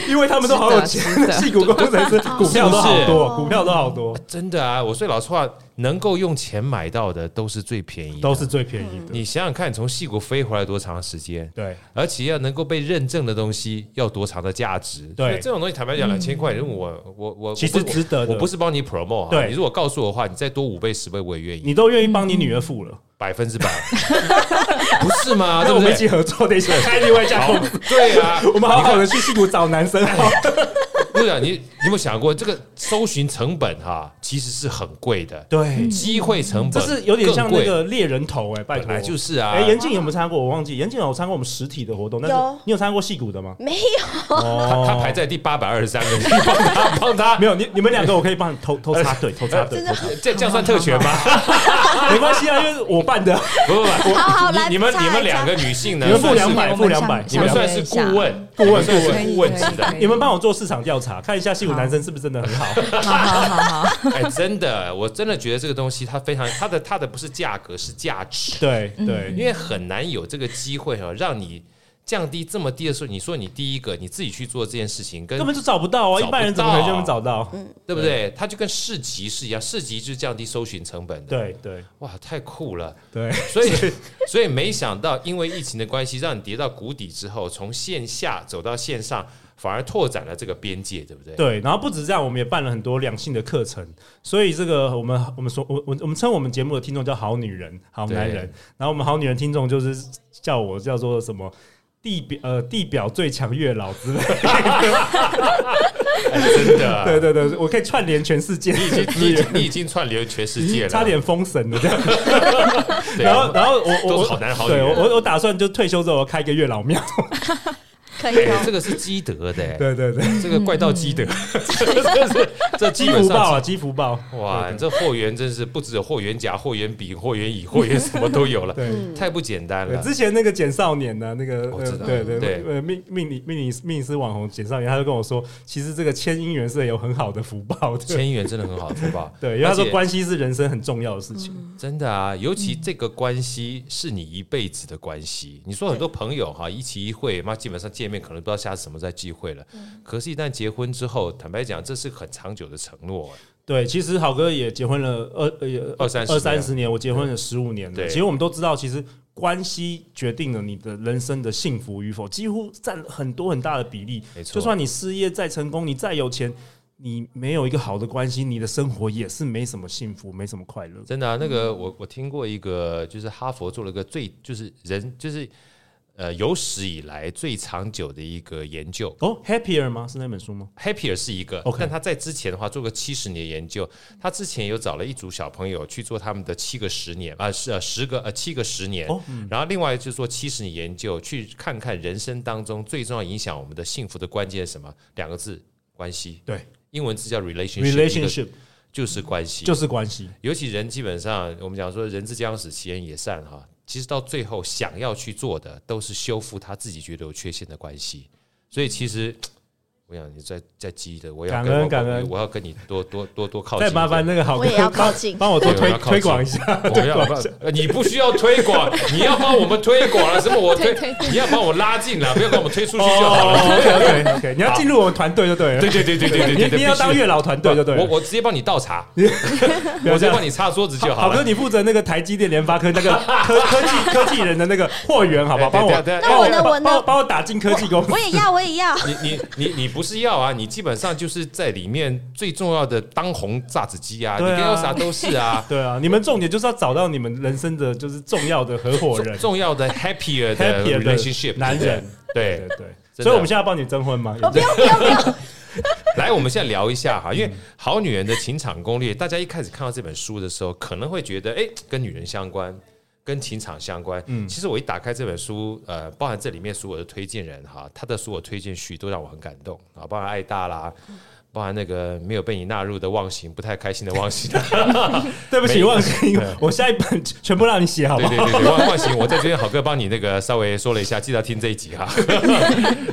[SPEAKER 3] 因为他们都好有钱，
[SPEAKER 2] 值得
[SPEAKER 3] 戏骨工程师股票都好
[SPEAKER 4] 是
[SPEAKER 3] 多，
[SPEAKER 4] 不是
[SPEAKER 3] 股票都好多，
[SPEAKER 1] 真的啊，我说老实话，能够用钱买到的都是最便宜的，
[SPEAKER 3] 都是最便宜的。
[SPEAKER 1] 你想想看，从戏谷飞回来多长时间？
[SPEAKER 3] 对，
[SPEAKER 1] 而且要能够被认证的东西，要多长的价值？
[SPEAKER 3] 对嗯
[SPEAKER 1] 所以这种东西坦白讲，两千块，你问我，我我
[SPEAKER 3] 其实值得的
[SPEAKER 1] 我不是帮你 promo 哈，
[SPEAKER 3] 对
[SPEAKER 1] 你如果告诉我的话，你再多五倍十倍我也愿意，
[SPEAKER 3] 你都愿意帮你女儿付了，
[SPEAKER 1] 百分
[SPEAKER 3] <laughs>
[SPEAKER 1] 之百，不是吗？对
[SPEAKER 3] 那
[SPEAKER 1] 不
[SPEAKER 3] 我们
[SPEAKER 1] 对
[SPEAKER 3] 一？起合作，等一下开另外一家公司，
[SPEAKER 1] 对啊，
[SPEAKER 3] 我们好好的去戏骨找男生，哦 <laughs> 好
[SPEAKER 1] 部长，你你有没有想过，这个搜寻成本哈、其实是很贵的，
[SPEAKER 3] 对，
[SPEAKER 1] 机会成
[SPEAKER 3] 这
[SPEAKER 1] 本
[SPEAKER 3] 是有点像那
[SPEAKER 1] 更贵
[SPEAKER 3] 个猎人头哎，拜
[SPEAKER 1] 本
[SPEAKER 3] 托
[SPEAKER 1] 来，就是啊。
[SPEAKER 3] 哎，严静有没有参加过？我忘记，严静有参加过我们实体的活动，但
[SPEAKER 4] 有
[SPEAKER 3] 是你有参加过戏骨的吗？
[SPEAKER 4] 没
[SPEAKER 1] 他
[SPEAKER 3] 哦
[SPEAKER 1] 他排在第八百二十三个，你帮他帮他
[SPEAKER 3] 没有，你你们两个我可以帮你偷偷插 <laughs> 队，偷插队，
[SPEAKER 4] 真的
[SPEAKER 3] 偷插
[SPEAKER 1] 这这样算特权吗？
[SPEAKER 3] 队没关系啊，因为我办的，
[SPEAKER 1] 不不不，
[SPEAKER 4] 好好
[SPEAKER 1] 你
[SPEAKER 4] 来
[SPEAKER 1] 你们
[SPEAKER 4] 插
[SPEAKER 1] 你们
[SPEAKER 4] 一
[SPEAKER 1] 两
[SPEAKER 4] 下
[SPEAKER 1] 个女性呢，
[SPEAKER 3] 你们付
[SPEAKER 1] 算是
[SPEAKER 3] 两百，
[SPEAKER 2] 我们
[SPEAKER 3] 付两
[SPEAKER 2] 上
[SPEAKER 3] 百，
[SPEAKER 1] 你们
[SPEAKER 2] 上
[SPEAKER 1] 算是顾问，
[SPEAKER 3] 顾
[SPEAKER 1] 你
[SPEAKER 3] 问
[SPEAKER 1] 们算
[SPEAKER 2] 可
[SPEAKER 1] 是
[SPEAKER 2] 以
[SPEAKER 1] 顾问级
[SPEAKER 2] 可以可
[SPEAKER 1] 的。
[SPEAKER 2] 以
[SPEAKER 3] 你们帮我做市场调查，看一下戏骨男生是不是真的很好。
[SPEAKER 2] 好好好好，
[SPEAKER 1] 哎，真的，我真的觉得这个东西它非常，它的它的不是价格，是价值，
[SPEAKER 3] <laughs> 对
[SPEAKER 2] 嗯
[SPEAKER 3] 对，
[SPEAKER 1] 因为很难有这个机会哦，让你降低这么低的时候，你说你第一个你自己去做这件事情，跟
[SPEAKER 3] 根本就找不到啊，
[SPEAKER 1] 找不到嗯
[SPEAKER 3] 一般人怎么可能就能找到？
[SPEAKER 1] 对不对？它就跟市集是一样，市集就是降低搜寻成本的。
[SPEAKER 3] 对对
[SPEAKER 1] 哇，太酷了！
[SPEAKER 3] 对， <laughs>
[SPEAKER 1] 所以，所以没想到，因为疫情的关系，让你跌到谷底之后，从线下走到线上，反而拓展了这个边界，对不对？
[SPEAKER 3] 对，然后不止这样，我们也办了很多两性的课程，所以这个我们我们说我我我们称我们节目的听众叫好女人、好男人，然后我们好女人听众就是叫我叫做什么地表呃地表最强月老之类的，
[SPEAKER 1] 真的啊，
[SPEAKER 3] <laughs> 对对对，我可以串联全世界
[SPEAKER 1] 你已经
[SPEAKER 3] 的
[SPEAKER 1] 你
[SPEAKER 3] 资
[SPEAKER 1] 已
[SPEAKER 3] 源
[SPEAKER 1] 经，你已经串流全世界了，
[SPEAKER 3] 差点封神了这样。
[SPEAKER 1] 对。啊
[SPEAKER 3] 然后然后我我
[SPEAKER 1] 都
[SPEAKER 3] 我
[SPEAKER 1] 是好男好女
[SPEAKER 3] 对
[SPEAKER 1] 人，
[SPEAKER 3] 我我我打算就退休之后开一个月老庙，
[SPEAKER 4] 可以
[SPEAKER 1] 哎
[SPEAKER 4] 哦，
[SPEAKER 1] 这个是积德的，哎
[SPEAKER 3] 对对嗯对，
[SPEAKER 1] 这个怪盗积德， <laughs> 这是这基
[SPEAKER 3] 积
[SPEAKER 1] 本
[SPEAKER 3] <laughs> 福报
[SPEAKER 1] 上
[SPEAKER 3] 啊，积福报，
[SPEAKER 1] 是哇，你这货源真是不只有货源甲、货源丙、货源乙、货源什么都有了，
[SPEAKER 3] 对。
[SPEAKER 1] 太不简单
[SPEAKER 3] 对，
[SPEAKER 1] 了。
[SPEAKER 3] 之前那个简少年呢、那个、
[SPEAKER 1] 我哦
[SPEAKER 3] 呃
[SPEAKER 1] 知道
[SPEAKER 3] 对对
[SPEAKER 1] 对
[SPEAKER 3] 呃命命理命理命理师网红简少年，他就跟我说，其实这个签姻缘是有很好的福报的。
[SPEAKER 1] 千亿元真的很好的福报，
[SPEAKER 3] 对，因为他说
[SPEAKER 1] 而且
[SPEAKER 3] 关系是人生很重要的事情。
[SPEAKER 1] 真的啊，尤
[SPEAKER 3] 嗯
[SPEAKER 1] 其这个关系是你一辈子的关系。你说很多朋友哈，一期一会，妈基本上见面可能不知道下次什么再聚会了。
[SPEAKER 3] 嗯
[SPEAKER 1] 可是，一旦结婚之后，坦白讲，这是很长久的承诺。
[SPEAKER 3] 对，其实好哥也结婚了二呃也
[SPEAKER 1] 二三十
[SPEAKER 3] 二三十年，我结婚了十五年了。
[SPEAKER 1] 对
[SPEAKER 3] 其实我们都知道，其实关系决定了你的人生的幸福与否，几乎占很多很大的比例。
[SPEAKER 1] 没错
[SPEAKER 3] 就算你事业再成功，你再有钱，你没有一个好的关系，你的生活也是没什么幸福，没什么快乐。
[SPEAKER 1] 真的啊，那
[SPEAKER 3] 嗯
[SPEAKER 1] 个我我听过一个，就是哈佛做了个最就是人就是呃有史以来最长久的一个研究。
[SPEAKER 3] 哦，Happier 吗？是那本书吗？
[SPEAKER 1] Happier 是一个
[SPEAKER 3] OK
[SPEAKER 1] 但他在之前的话做个七十年研究，他之前有找了一组小朋友去做他们的七个十年啊、是呃十个呃七个十年，
[SPEAKER 3] 哦
[SPEAKER 1] 然后另外就是做七十年研究，去看看人生当中最重要影响我们的幸福的关键是什么？两个字，关系。
[SPEAKER 3] 对
[SPEAKER 1] 英文字叫 relationship，一个
[SPEAKER 3] ，relationship
[SPEAKER 1] 就是关系，
[SPEAKER 3] 就是关系，
[SPEAKER 1] 尤其人基本上，我们讲说人之将死，其言也善哈。其实到最后，想要去做的都是修复他自己觉得有缺陷的关系。所以其实，我想你在在积的，我要
[SPEAKER 3] 感
[SPEAKER 1] 跟
[SPEAKER 3] 恩
[SPEAKER 1] 我
[SPEAKER 3] 感恩
[SPEAKER 1] 我要跟你多多多多靠近
[SPEAKER 3] 再
[SPEAKER 1] 一点。
[SPEAKER 3] 麻烦那个好
[SPEAKER 4] 我也要
[SPEAKER 3] 哥
[SPEAKER 4] 靠
[SPEAKER 3] 帮
[SPEAKER 4] 近
[SPEAKER 3] 帮我多
[SPEAKER 1] 对我
[SPEAKER 3] 推
[SPEAKER 1] 要靠近
[SPEAKER 3] 推广
[SPEAKER 1] <laughs>
[SPEAKER 3] 一下，
[SPEAKER 1] 我们要
[SPEAKER 3] 推广一下
[SPEAKER 1] 呃你不需要推广，你要帮我们推广了。什么我推
[SPEAKER 2] 对对，
[SPEAKER 1] 你要把我拉进来，不要把我们推出去就好了。
[SPEAKER 3] OK OK 哦 OK，你要进入我们团队就对了，
[SPEAKER 1] 对对对对对对对
[SPEAKER 3] 你
[SPEAKER 1] 对，
[SPEAKER 3] 你要当月
[SPEAKER 1] 老
[SPEAKER 3] 老团队就对了。
[SPEAKER 1] 我我直接帮你倒茶，
[SPEAKER 3] 不
[SPEAKER 1] 我直
[SPEAKER 3] 要这
[SPEAKER 1] 接
[SPEAKER 3] 样
[SPEAKER 1] 帮你擦桌子就
[SPEAKER 3] 好
[SPEAKER 1] 好了
[SPEAKER 3] 哥，。你负责那个台积电、联发科那个科科技科技人的那个货源，好不好？
[SPEAKER 1] 对
[SPEAKER 3] 帮
[SPEAKER 1] 对
[SPEAKER 3] 我
[SPEAKER 1] 对对
[SPEAKER 3] 帮
[SPEAKER 4] 那我呢我
[SPEAKER 3] 我
[SPEAKER 4] 呢
[SPEAKER 3] 帮我帮我打进科技公司
[SPEAKER 4] 我。也要，我也要，
[SPEAKER 1] 你你你你不是要啊，你基本上就是在里面最重要的当红炸子鸡啊，你
[SPEAKER 3] 对啊，
[SPEAKER 1] 跟要啥都是啊
[SPEAKER 3] <laughs> 对啊，你们重点就是要找到你们人生的就是 <laughs> 重要的合伙人
[SPEAKER 1] 重、重要的
[SPEAKER 3] <laughs>
[SPEAKER 1] happier 的
[SPEAKER 3] happy 的
[SPEAKER 1] relationship
[SPEAKER 3] 男人。
[SPEAKER 1] 对
[SPEAKER 3] 对
[SPEAKER 1] 不对。
[SPEAKER 3] 对，
[SPEAKER 1] 的
[SPEAKER 3] 所以我们现在要帮你征婚吗？
[SPEAKER 4] 我不用，不用，不用，
[SPEAKER 1] 对，来，我们现在聊一下哈，因
[SPEAKER 3] 嗯
[SPEAKER 1] 为《好女人的情场攻略》，大家一开始看到这本书的时候，可能会觉得，哎，跟女人相关，跟情场相关。嗯，其实我一打开这本书，呃，包含这里面所有的推荐人哈，他的所有推荐序都让我很感动啊，包含爱大啦，包含那个没有被你纳入的忘形，不太开心的忘形，
[SPEAKER 3] <laughs> 对不起，
[SPEAKER 1] 没
[SPEAKER 3] 忘记
[SPEAKER 1] 对
[SPEAKER 3] 我下一本全部让你写，好不
[SPEAKER 1] 对
[SPEAKER 3] 好？
[SPEAKER 1] 对对对，忘忘形，我在这边好哥帮你那个稍微说了一下，记得要听这一集
[SPEAKER 3] <laughs>
[SPEAKER 1] 哈。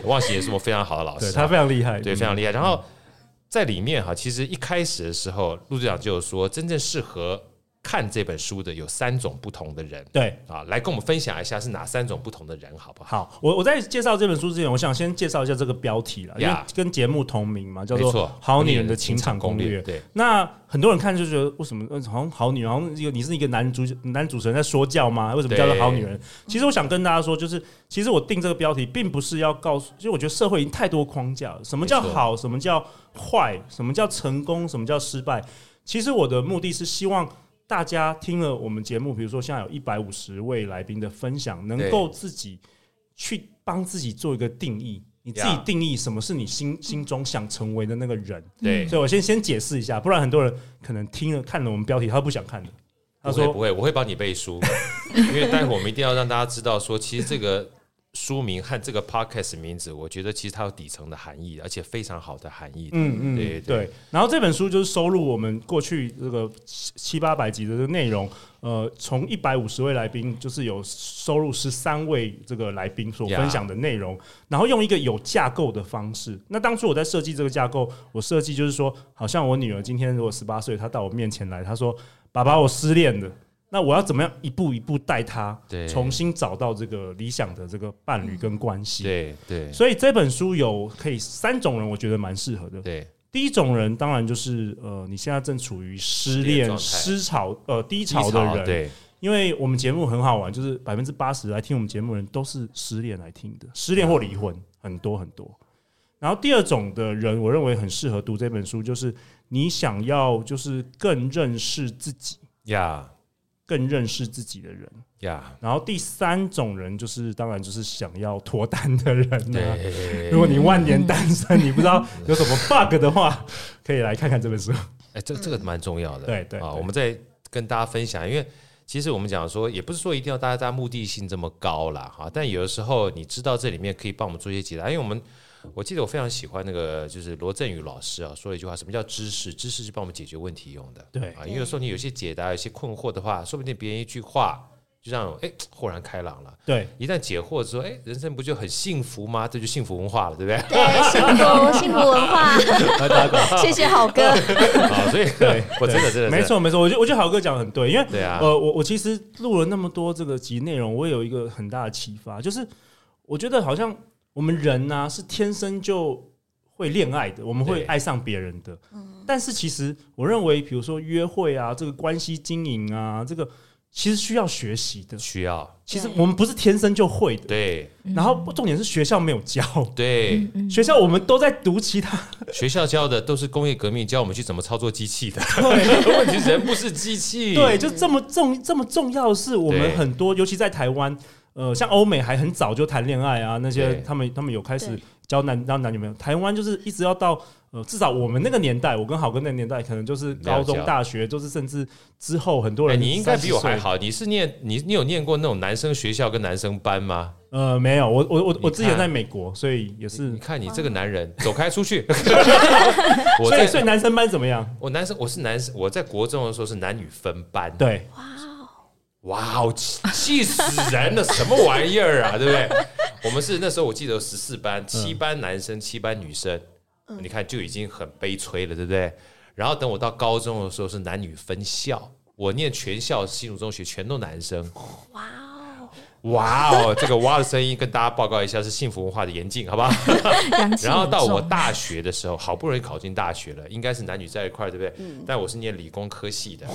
[SPEAKER 1] 忘形也是我非常好的老
[SPEAKER 3] 对
[SPEAKER 1] 师，啊
[SPEAKER 3] 他非嗯常厉害，
[SPEAKER 1] 对非常厉害。然后在里面哈，其实一开始的时候，陆队长就有说，真正适合看这本书的有三种不同的人
[SPEAKER 3] 对，
[SPEAKER 1] 啊，来跟我们分享一下是哪三种不同的人，好不好？
[SPEAKER 3] 好，我我在介绍这本书之前，我想先介绍一下这个标题啦，因为
[SPEAKER 1] Yeah
[SPEAKER 3] 跟节目同名嘛，叫
[SPEAKER 1] 没
[SPEAKER 3] 做
[SPEAKER 1] 错
[SPEAKER 3] 《好女人的情场攻略》。
[SPEAKER 1] 对，
[SPEAKER 3] 那很多人看就觉得，为什么呃好像好女人，好像一个你是一个男主男主持人在说教吗？为什么叫做好女人？其实我想跟大家说，就是其实我定这个标题，并不是要告诉，就我觉得社会已经太多框架了，什么叫
[SPEAKER 1] 没错
[SPEAKER 3] 好，什么叫坏，什么叫成功，什么叫失败。其实我的目的是希望大家听了我们节目，比如说现在有一百五十位来宾的分享，能够自己去帮自己做一个定义，你自己
[SPEAKER 1] Yeah
[SPEAKER 3] 定义什么是你心心中想成为的那个人。
[SPEAKER 1] 对，
[SPEAKER 3] 所以我先先解释一下，不然很多人可能听了看了我们标题，他不想看的。他
[SPEAKER 1] 不会不
[SPEAKER 3] 说
[SPEAKER 1] 会，我会帮你背书，
[SPEAKER 3] <laughs>
[SPEAKER 1] 因为待会我们一定要让大家知道说，其实这个书名和这个 podcast 名字，我觉得其实它有底层的含义，而且非常好的含义。
[SPEAKER 3] 嗯嗯
[SPEAKER 1] 对对
[SPEAKER 3] 对。然后这本书就是收录我们过去这个七七八百集的这个内容，呃，从一百五十位来宾，就是有收录十三位这个来宾所
[SPEAKER 1] Yeah
[SPEAKER 3] 分享的内容然后用一个有架构的方式。那当初我在设计这个架构，我设计就是说，好像我女儿今天如果十八岁，她到我面前来，她说：“爸爸，我失恋了。”那我要怎么样一步一步带她
[SPEAKER 1] 对
[SPEAKER 3] 重新找到这个理想的这个伴侣跟关系？
[SPEAKER 1] 对对
[SPEAKER 3] 所以这本书有可以三种人，我觉得蛮适合的。
[SPEAKER 1] 对，
[SPEAKER 3] 第一种人当然就是呃，你现在正处于失
[SPEAKER 1] 恋
[SPEAKER 3] 恋、
[SPEAKER 1] 状态
[SPEAKER 3] 失潮呃低潮的人，
[SPEAKER 1] 对
[SPEAKER 3] 因为我们节目很好玩，就是百分之八十来听我们节目的人都是失恋来听的，失恋或离婚很多很多。然后第二种的人，我认为很适合读这本书，就是你想要就是更认识自己、
[SPEAKER 1] 呀
[SPEAKER 3] 更认识自己的人。
[SPEAKER 1] 呀，
[SPEAKER 3] 然后第三种人就是当然就是想要脱单的人、啊，
[SPEAKER 1] 对
[SPEAKER 3] 如。果你万年单身，你不知道有什么 bug 的话，可以来看看这本书。
[SPEAKER 1] 哎，这这个蛮重要的。
[SPEAKER 3] 对对
[SPEAKER 1] 啊，
[SPEAKER 3] 对
[SPEAKER 1] 我们再跟大家分享，因为其实我们讲说，也不是说一定要大家大家目的性这么高啦，哈，但有的时候你知道这里面可以帮我们做一些解答，因为我们。我记得我非常喜欢那个，就是罗振宇老师啊，说了一句话：什么叫知识？知识是帮我们解决问题用的。
[SPEAKER 3] 对
[SPEAKER 1] 啊，因为有时候你有些解答、有些困惑的话，说不定别人一句话就让我哎豁然开朗了。
[SPEAKER 3] 对，
[SPEAKER 1] 一旦解惑之后，哎，人生不就很幸福吗？这就幸福文化了，对
[SPEAKER 3] <laughs>
[SPEAKER 1] 不对？
[SPEAKER 4] 对，哎幸福幸福文化，谢谢好哥。
[SPEAKER 1] 啊，所以 <laughs> 我真的真的
[SPEAKER 3] 没，
[SPEAKER 1] 真的
[SPEAKER 3] 错没错，我觉得我觉得好哥讲得很对，因为
[SPEAKER 1] 对啊，
[SPEAKER 3] 呃，我我其实录了那么多这个集内容，我也有一个很大的启发，就是我觉得好像我们人呢、是天生就会恋爱的，我们会
[SPEAKER 1] 对
[SPEAKER 3] 爱上别人的。但是其实我认为，比如说约会啊，这个关系经营啊，这个其实需要学习的。
[SPEAKER 1] 需要
[SPEAKER 3] 其实
[SPEAKER 4] 对
[SPEAKER 3] 我们不是天生就会的，
[SPEAKER 1] 对
[SPEAKER 2] 嗯
[SPEAKER 3] 然后重点是学校没有教，
[SPEAKER 1] 对。
[SPEAKER 3] 学校我们都在读其他
[SPEAKER 1] 学校教的都是工业革命教我们去怎么操作机器
[SPEAKER 3] <laughs>
[SPEAKER 1] 的， <laughs> 问题是人不是机器。
[SPEAKER 3] 对，就这么重这么重要的是，我们
[SPEAKER 1] 对
[SPEAKER 3] 很多，尤其在台湾，呃，像欧美还很早就谈恋爱啊，那些
[SPEAKER 1] 对
[SPEAKER 3] 他们他们有开始
[SPEAKER 4] 对
[SPEAKER 3] 交男当男女朋友。台湾就是一直要到呃，至少我们那个年代，我跟好哥那个年代，可能就是高
[SPEAKER 1] 了
[SPEAKER 3] 中、
[SPEAKER 1] 解
[SPEAKER 3] 大学，就是甚至之后很多
[SPEAKER 1] 哎，
[SPEAKER 3] 人、
[SPEAKER 1] 你应该比我还。好。你是念你你有念过那种男生学校跟男生班吗？
[SPEAKER 3] 呃，没有，我我我
[SPEAKER 1] 你
[SPEAKER 3] 我之前
[SPEAKER 1] 看
[SPEAKER 3] 在美国，所以也是
[SPEAKER 1] 你，看你这个男人，走开出去！我
[SPEAKER 3] 所以所以
[SPEAKER 1] 在
[SPEAKER 3] 男生班怎么样？
[SPEAKER 1] 我男生我是男生，我在国中的时候是男女分班。
[SPEAKER 3] 对，
[SPEAKER 4] 哇哦，
[SPEAKER 1] 哇哦，气气死人了，什么玩意儿
[SPEAKER 4] <laughs>
[SPEAKER 1] 啊，对不对？我们是那时候我记得有十四班，
[SPEAKER 4] 嗯
[SPEAKER 1] 七班男生，七班女生，你看就已经很悲催了，对不对？然后等我到高中的时候是男女分校，我念全校新竹中学全都男生，
[SPEAKER 4] 哇哦，
[SPEAKER 1] 哇哦，这个哇的声音跟大家报告一下是幸福文化的严禁，好不好？
[SPEAKER 2] 阳
[SPEAKER 1] <laughs>
[SPEAKER 2] 气
[SPEAKER 1] 然后到
[SPEAKER 2] 很重
[SPEAKER 1] 我大学的时候，好不容易考进大学了，应该是男女在一块儿，对不对？但我是念理工科系的，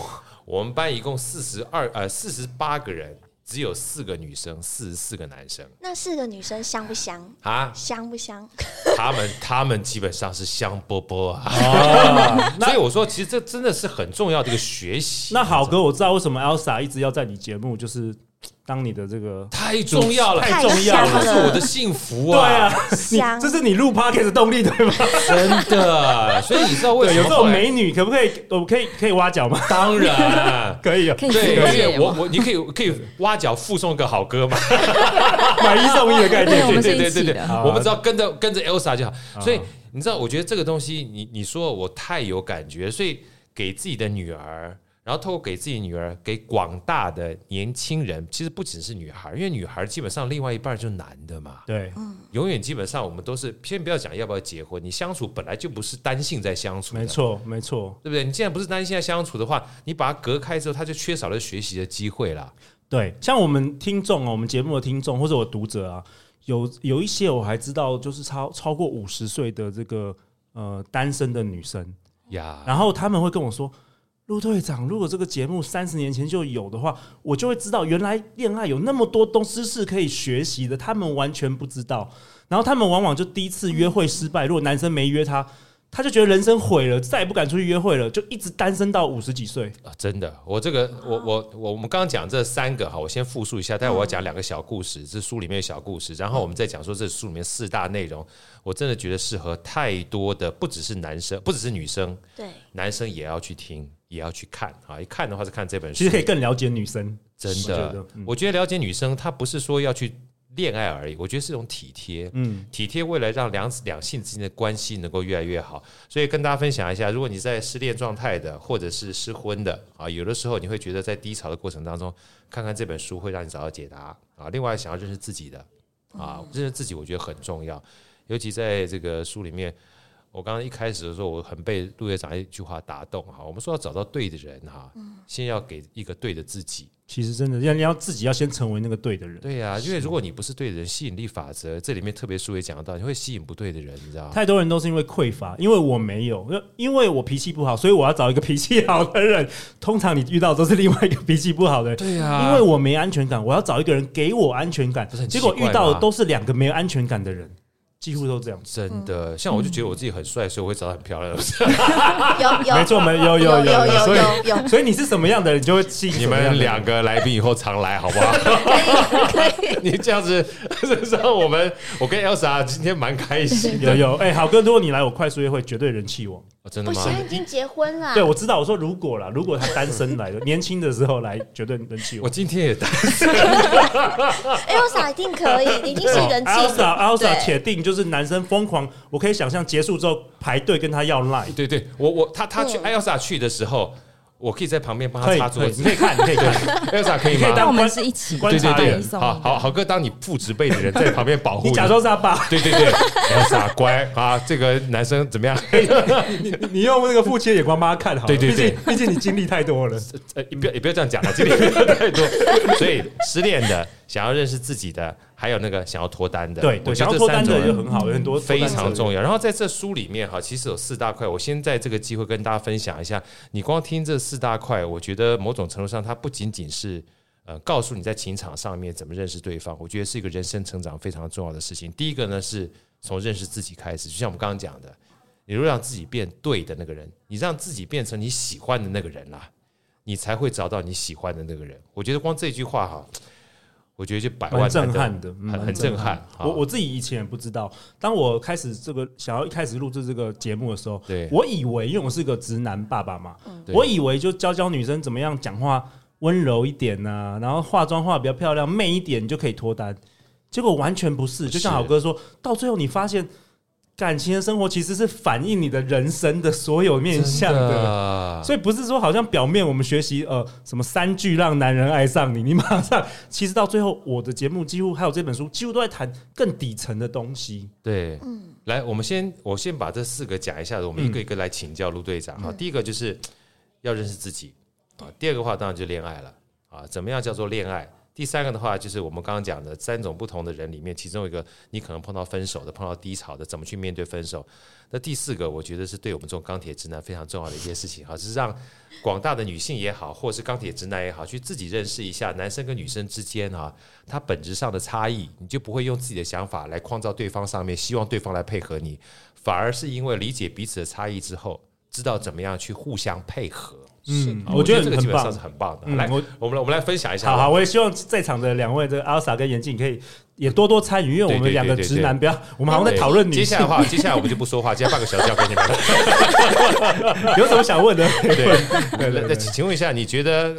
[SPEAKER 1] 我们班一共四十二呃四十八个人，只有四个女生，四十四个男生
[SPEAKER 4] 那四个女生香不香？。
[SPEAKER 1] 啊
[SPEAKER 4] 香不香？
[SPEAKER 1] 他们 <laughs> 他们基本上是香饽饽啊， <laughs> 所以我说，其实这真的是很重要的一个学习。
[SPEAKER 3] 那好哥，我知道为什么 Elsa 一直要在你节目，就是当你的这个
[SPEAKER 1] 太重要了，
[SPEAKER 3] 太重要
[SPEAKER 4] 太
[SPEAKER 1] 它
[SPEAKER 4] 香
[SPEAKER 1] 是
[SPEAKER 3] 了，
[SPEAKER 1] 我的幸福
[SPEAKER 3] 对啊
[SPEAKER 1] 啊，，
[SPEAKER 3] 你
[SPEAKER 4] 香
[SPEAKER 3] 这是你录 podcast 的动力对吗？
[SPEAKER 1] 真的。所以你知道 <laughs> 为什么
[SPEAKER 3] 对，有这种
[SPEAKER 1] 后来
[SPEAKER 3] 美女，可不可以？我可以可以挖角吗？。
[SPEAKER 1] <laughs> 当然
[SPEAKER 3] <laughs> 可以啊，
[SPEAKER 2] 可以
[SPEAKER 1] 对，
[SPEAKER 2] 理
[SPEAKER 1] 因
[SPEAKER 2] 解
[SPEAKER 1] 为我我你可以可以挖角附送一个好歌嘛，
[SPEAKER 3] 买一送一的概
[SPEAKER 2] 对我
[SPEAKER 3] 念。
[SPEAKER 2] 们是
[SPEAKER 1] 对
[SPEAKER 2] 一
[SPEAKER 1] 对
[SPEAKER 2] 起
[SPEAKER 1] 对对
[SPEAKER 2] 的，
[SPEAKER 3] 好啊啊
[SPEAKER 1] 我们只要跟着跟着 Elsa 就好。
[SPEAKER 3] 好
[SPEAKER 1] 所以你知道，我觉得这个东西，你你说我太有感觉，所以给自己的女儿，然后透过给自己女儿，给广大的年轻人，其实不只是女孩，因为女孩基本上另外一半就是男的嘛，
[SPEAKER 3] 对，
[SPEAKER 1] 永远基本上我们都是，先不要讲要不要结婚，你相处本来就不是单性在相处，
[SPEAKER 3] 没，错，没错，
[SPEAKER 1] 对不对？你既然不是单性在相处的话，你把它隔开之后，他就缺少了学习的机会啦。
[SPEAKER 3] 对，像我们听众啊，我们节目的听众或者我读者啊，有有一些我还知道，就是超超过五十岁的这个呃单身的女生，
[SPEAKER 1] 呀，
[SPEAKER 3] 然后他们会跟我说。陆队长，如果这个节目三十年前就有的话，我就会知道原来恋爱有那么多东知识可以学习的，他们完全不知道。然后他们往往就第一次约会失败，如果男生没约她，她就觉得人生毁了，再也不敢出去约会了，就一直单身到五十几岁。
[SPEAKER 1] 啊真的，我这个，我我我，我们刚刚讲这三个哈，我先复述一下，但我要讲两个小故事，这书里面的小故事，然后我们再讲说这书里面四大内容，我真的觉得适合太多的，不只是男生，不只是女生，
[SPEAKER 4] 对，
[SPEAKER 1] 男生也要去听，也要去看啊，一看的话是看这本书，
[SPEAKER 3] 其实可以更了解女生，
[SPEAKER 1] 真
[SPEAKER 3] 我觉
[SPEAKER 1] 的
[SPEAKER 3] 得，嗯
[SPEAKER 1] 我觉得了解女生，她不是说要去恋爱而已，我觉得是一种体贴。
[SPEAKER 3] 嗯，
[SPEAKER 1] 体贴未来让两两性之间的关系能够越来越好。所以跟大家分享一下，如果你在失恋状态的，或者是失婚的啊，有的时候你会觉得在低潮的过程当中，看看这本书会让你找到解答啊。另外，想要认识自己的啊，认识自己我觉得很重要，尤其在这个书里面。我刚刚一开始的时候，我很被陆队长一句话打动哈。我们说要找到对的人哈，先要给一个对的自己，
[SPEAKER 3] 其实真的要你要自己要先成为那个对的人。
[SPEAKER 1] 对呀、因为如果你不是对的人，吸引力法则这里面特别书也讲到，你会吸引不对的人，你知道吗？
[SPEAKER 3] 太多人都是因为匮乏，因为我没有，因为我脾气不好，所以我要找一个脾气好的人。 <laughs> 通常你遇到都是另外一个脾气不好的人，
[SPEAKER 1] 对呀、
[SPEAKER 3] 因为我没安全感，我要找一个人给我安全感
[SPEAKER 1] 不是。很奇
[SPEAKER 3] 结
[SPEAKER 1] 怪啊
[SPEAKER 3] 果
[SPEAKER 1] 吗
[SPEAKER 3] 遇到的都是两个没有安全感的人，几乎都这样。
[SPEAKER 1] 真
[SPEAKER 3] 嗯
[SPEAKER 1] 的，像我就觉得我自己很帅，所以我会找到很漂亮的。
[SPEAKER 4] 有有
[SPEAKER 3] 没错，没有有
[SPEAKER 4] 有有
[SPEAKER 3] 有，所以
[SPEAKER 4] 有有，
[SPEAKER 3] 所以你是什么样的人，你就会吸引
[SPEAKER 1] 你
[SPEAKER 3] 什么样
[SPEAKER 1] 们
[SPEAKER 3] 的人
[SPEAKER 1] 两个来宾以后常来好不
[SPEAKER 3] <laughs>
[SPEAKER 1] 好？你这样子， <laughs> 让我们我跟 Elsa 今天蛮开
[SPEAKER 3] <laughs>
[SPEAKER 1] 心的
[SPEAKER 3] 有。有哎，好哥，如果你来我快速约会，绝对人气王。
[SPEAKER 1] 哦真的
[SPEAKER 4] <laughs> 不
[SPEAKER 1] 吗
[SPEAKER 4] 行，？他已经结婚了
[SPEAKER 1] 啊
[SPEAKER 3] 对，。我知道，我说如果啦，如果他单身来的， <laughs> 年轻的时候来，绝对人气王
[SPEAKER 1] 我。今天也带 <laughs>
[SPEAKER 4] 哎 Elsa 一定可以，你一定是人气。
[SPEAKER 3] 哦 Elsa Elsa
[SPEAKER 4] 对
[SPEAKER 3] 铁定就是男生疯狂，我可以想象结束之后排队跟他要 line，
[SPEAKER 1] 对对，我我他他去
[SPEAKER 4] 嗯
[SPEAKER 1] Elsa 去的时候，我可以在旁边帮
[SPEAKER 3] 可
[SPEAKER 1] 他
[SPEAKER 3] 以
[SPEAKER 1] 擦
[SPEAKER 3] 可
[SPEAKER 1] 桌
[SPEAKER 3] 以，你
[SPEAKER 1] 子。
[SPEAKER 3] 可以看，你可以看， <laughs>
[SPEAKER 1] Elsa 可以
[SPEAKER 3] 可以
[SPEAKER 2] 那
[SPEAKER 1] 吗
[SPEAKER 3] 当？
[SPEAKER 2] 我们是一起
[SPEAKER 3] 观
[SPEAKER 1] 对对
[SPEAKER 3] 察
[SPEAKER 1] 对
[SPEAKER 3] 人，
[SPEAKER 2] 送
[SPEAKER 1] 好好好哥，当你父职辈的人在旁边保护
[SPEAKER 3] 你假装是他爸，
[SPEAKER 1] 对对对，傻乖啊，这个男生怎么样？
[SPEAKER 3] 你你你用那个父亲的眼光帮他看好了，
[SPEAKER 1] 对对对
[SPEAKER 3] 毕竟毕竟你经历太多了，
[SPEAKER 1] <laughs> 呃，也不要也不要这样讲了，这里太多。所以失恋的，想要认识自己的，还有那个想要脱单的，
[SPEAKER 3] 对
[SPEAKER 1] 我觉
[SPEAKER 3] 对，想
[SPEAKER 1] 得这
[SPEAKER 3] 要脱
[SPEAKER 1] 三
[SPEAKER 3] 单
[SPEAKER 1] 种
[SPEAKER 3] 的
[SPEAKER 1] 人
[SPEAKER 3] 也很好，有很多
[SPEAKER 1] 非常
[SPEAKER 3] 要。
[SPEAKER 1] 重要。然后在这书里面哈，其实有四大块，我先在这个机会跟大家分享一下。你光听这四大块，我觉得某种程度上，它不仅仅是呃告诉你在情场上面怎么认识对方，我觉得是一个人生成长非常重要的事情。第一个呢是从认识自己开始，就像我们刚刚讲的，你如果让自己变对的那个人，你让自己变成你喜欢的那个人啦，你才会找到你喜欢的那个人。我觉得光这句话哈。我觉得就百万
[SPEAKER 3] 蛮震
[SPEAKER 1] 难得
[SPEAKER 3] 撼的，嗯
[SPEAKER 1] 很
[SPEAKER 3] 蛮
[SPEAKER 1] 很震撼。
[SPEAKER 3] 我
[SPEAKER 1] 好
[SPEAKER 3] 我自己以前也不知道，当我开始这个想要一开始录制这个节目的时候，
[SPEAKER 1] 对
[SPEAKER 3] 我以为，因为我是个直男爸爸嘛，
[SPEAKER 1] 对
[SPEAKER 3] 我以为就教教女生怎么样讲话温柔一点呐、然后化妆化得比较漂亮、媚一点，你就可以脱单。结果完全不是，
[SPEAKER 1] 不是
[SPEAKER 3] 就像好哥说，到最后你发现感情的生活其实是反映你的人生的所有面向
[SPEAKER 1] 真
[SPEAKER 3] 的。
[SPEAKER 1] 的
[SPEAKER 3] 所以不是说好像表面我们学习呃什么三句让男人爱上你，你马上其实到最后我的节目几乎还有这本书几乎都在谈更底层的东西。
[SPEAKER 1] 对，来，我们先我先把这四个讲一下子，我们一个一个来请教陆队长哈。第一个就是要认识自己啊，第二个话当然就恋爱了啊，怎么样叫做恋爱？第三个的话就是我们刚刚讲的三种不同的人里面，其中一个你可能碰到分手的，碰到低潮的，怎么去面对分手？那第四个，我觉得是对我们这种钢铁直男非常重要的一件事情哈，是让广大的女性也好，或是钢铁直男也好，去自己认识一下男生跟女生之间啊，它本质上的差异，你就不会用自己的想法来创造对方上面，希望对方来配合你，反而是因为理解彼此的差异之后，知道怎么样去互相配合。
[SPEAKER 3] 嗯，
[SPEAKER 1] 啊
[SPEAKER 3] 我觉得
[SPEAKER 1] 这个基
[SPEAKER 3] 很
[SPEAKER 1] 本上
[SPEAKER 3] 棒
[SPEAKER 1] 是。很棒的。
[SPEAKER 3] 嗯
[SPEAKER 1] 来，
[SPEAKER 3] 我
[SPEAKER 1] 我们来我们来分享一下。
[SPEAKER 3] 好好，我也希望在场的两位，这个阿 sa 跟严静可以也多多参与，因为我
[SPEAKER 1] 对对
[SPEAKER 3] 们两个
[SPEAKER 1] 对对
[SPEAKER 3] 直男不要，我们好像
[SPEAKER 1] 对
[SPEAKER 3] 在讨论女
[SPEAKER 1] 接
[SPEAKER 3] 性
[SPEAKER 1] 下来的话，接下来我们就不说话，接下来半个小时要给你们。
[SPEAKER 3] <laughs> 有什么想问的？
[SPEAKER 1] 对，那那请请问一下，你觉得？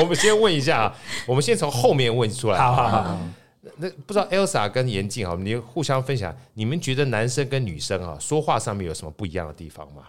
[SPEAKER 1] 我们先问一下啊，我们先从后面问出来。
[SPEAKER 3] 好好好，
[SPEAKER 1] 那不知道 Elsa 跟严静啊，你互相分享，你们觉得男生跟女生啊说话上面有什么不一样的地方吗？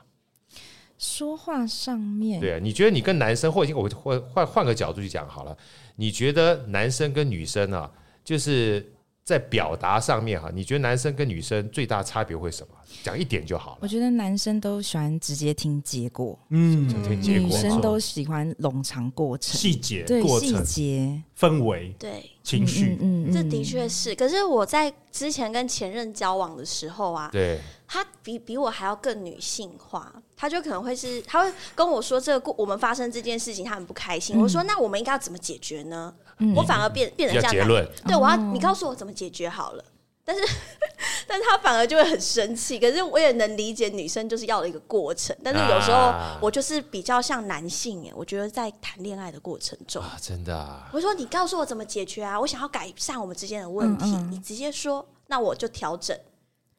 [SPEAKER 2] 说话上面，
[SPEAKER 1] 对啊，你觉得你跟男生，或我换换换个角度去讲好了，你觉得男生跟女生啊，就是在表达上面哈、你觉得男生跟女生最大差别会什么？讲一点就好
[SPEAKER 2] 我
[SPEAKER 1] 了。
[SPEAKER 2] 觉得男生都喜欢直接听结果，
[SPEAKER 3] 嗯
[SPEAKER 1] 就听结果
[SPEAKER 2] 女
[SPEAKER 1] 嘛
[SPEAKER 2] 生都喜欢冗长过程，
[SPEAKER 3] 细节、
[SPEAKER 2] 对
[SPEAKER 3] 过
[SPEAKER 2] 细
[SPEAKER 3] 程、
[SPEAKER 2] 节、
[SPEAKER 3] 氛围、
[SPEAKER 4] 对，
[SPEAKER 3] 情绪，
[SPEAKER 2] 嗯
[SPEAKER 4] 这的确是。可是我在之前跟前任交往的时候啊，
[SPEAKER 1] 对，
[SPEAKER 4] 他比比我还要更女性化，他就可能会是，他会跟我说这个故我们发生这件事情，他很不开心。
[SPEAKER 2] 嗯
[SPEAKER 4] 我说那我们应该要怎么解决呢？
[SPEAKER 2] 嗯
[SPEAKER 4] 我反而变变
[SPEAKER 1] 比
[SPEAKER 4] 成
[SPEAKER 1] 较
[SPEAKER 4] 这
[SPEAKER 1] 结
[SPEAKER 4] 样男，
[SPEAKER 1] 论。
[SPEAKER 4] 对我要
[SPEAKER 2] 哦
[SPEAKER 4] 你告诉我怎么解决好了。但是， <laughs> 但他反而就会很生气。可是我也能理解女生就是要的一个过程，但是有时候
[SPEAKER 1] 啊
[SPEAKER 4] 我就是比较像男性耶，我觉得在谈恋爱的过程中。
[SPEAKER 1] 啊，真的、啊，
[SPEAKER 4] 我说你告诉我怎么解决啊！我想要改善我们之间的问题，
[SPEAKER 2] 嗯嗯
[SPEAKER 4] 你直接说，那我就调整，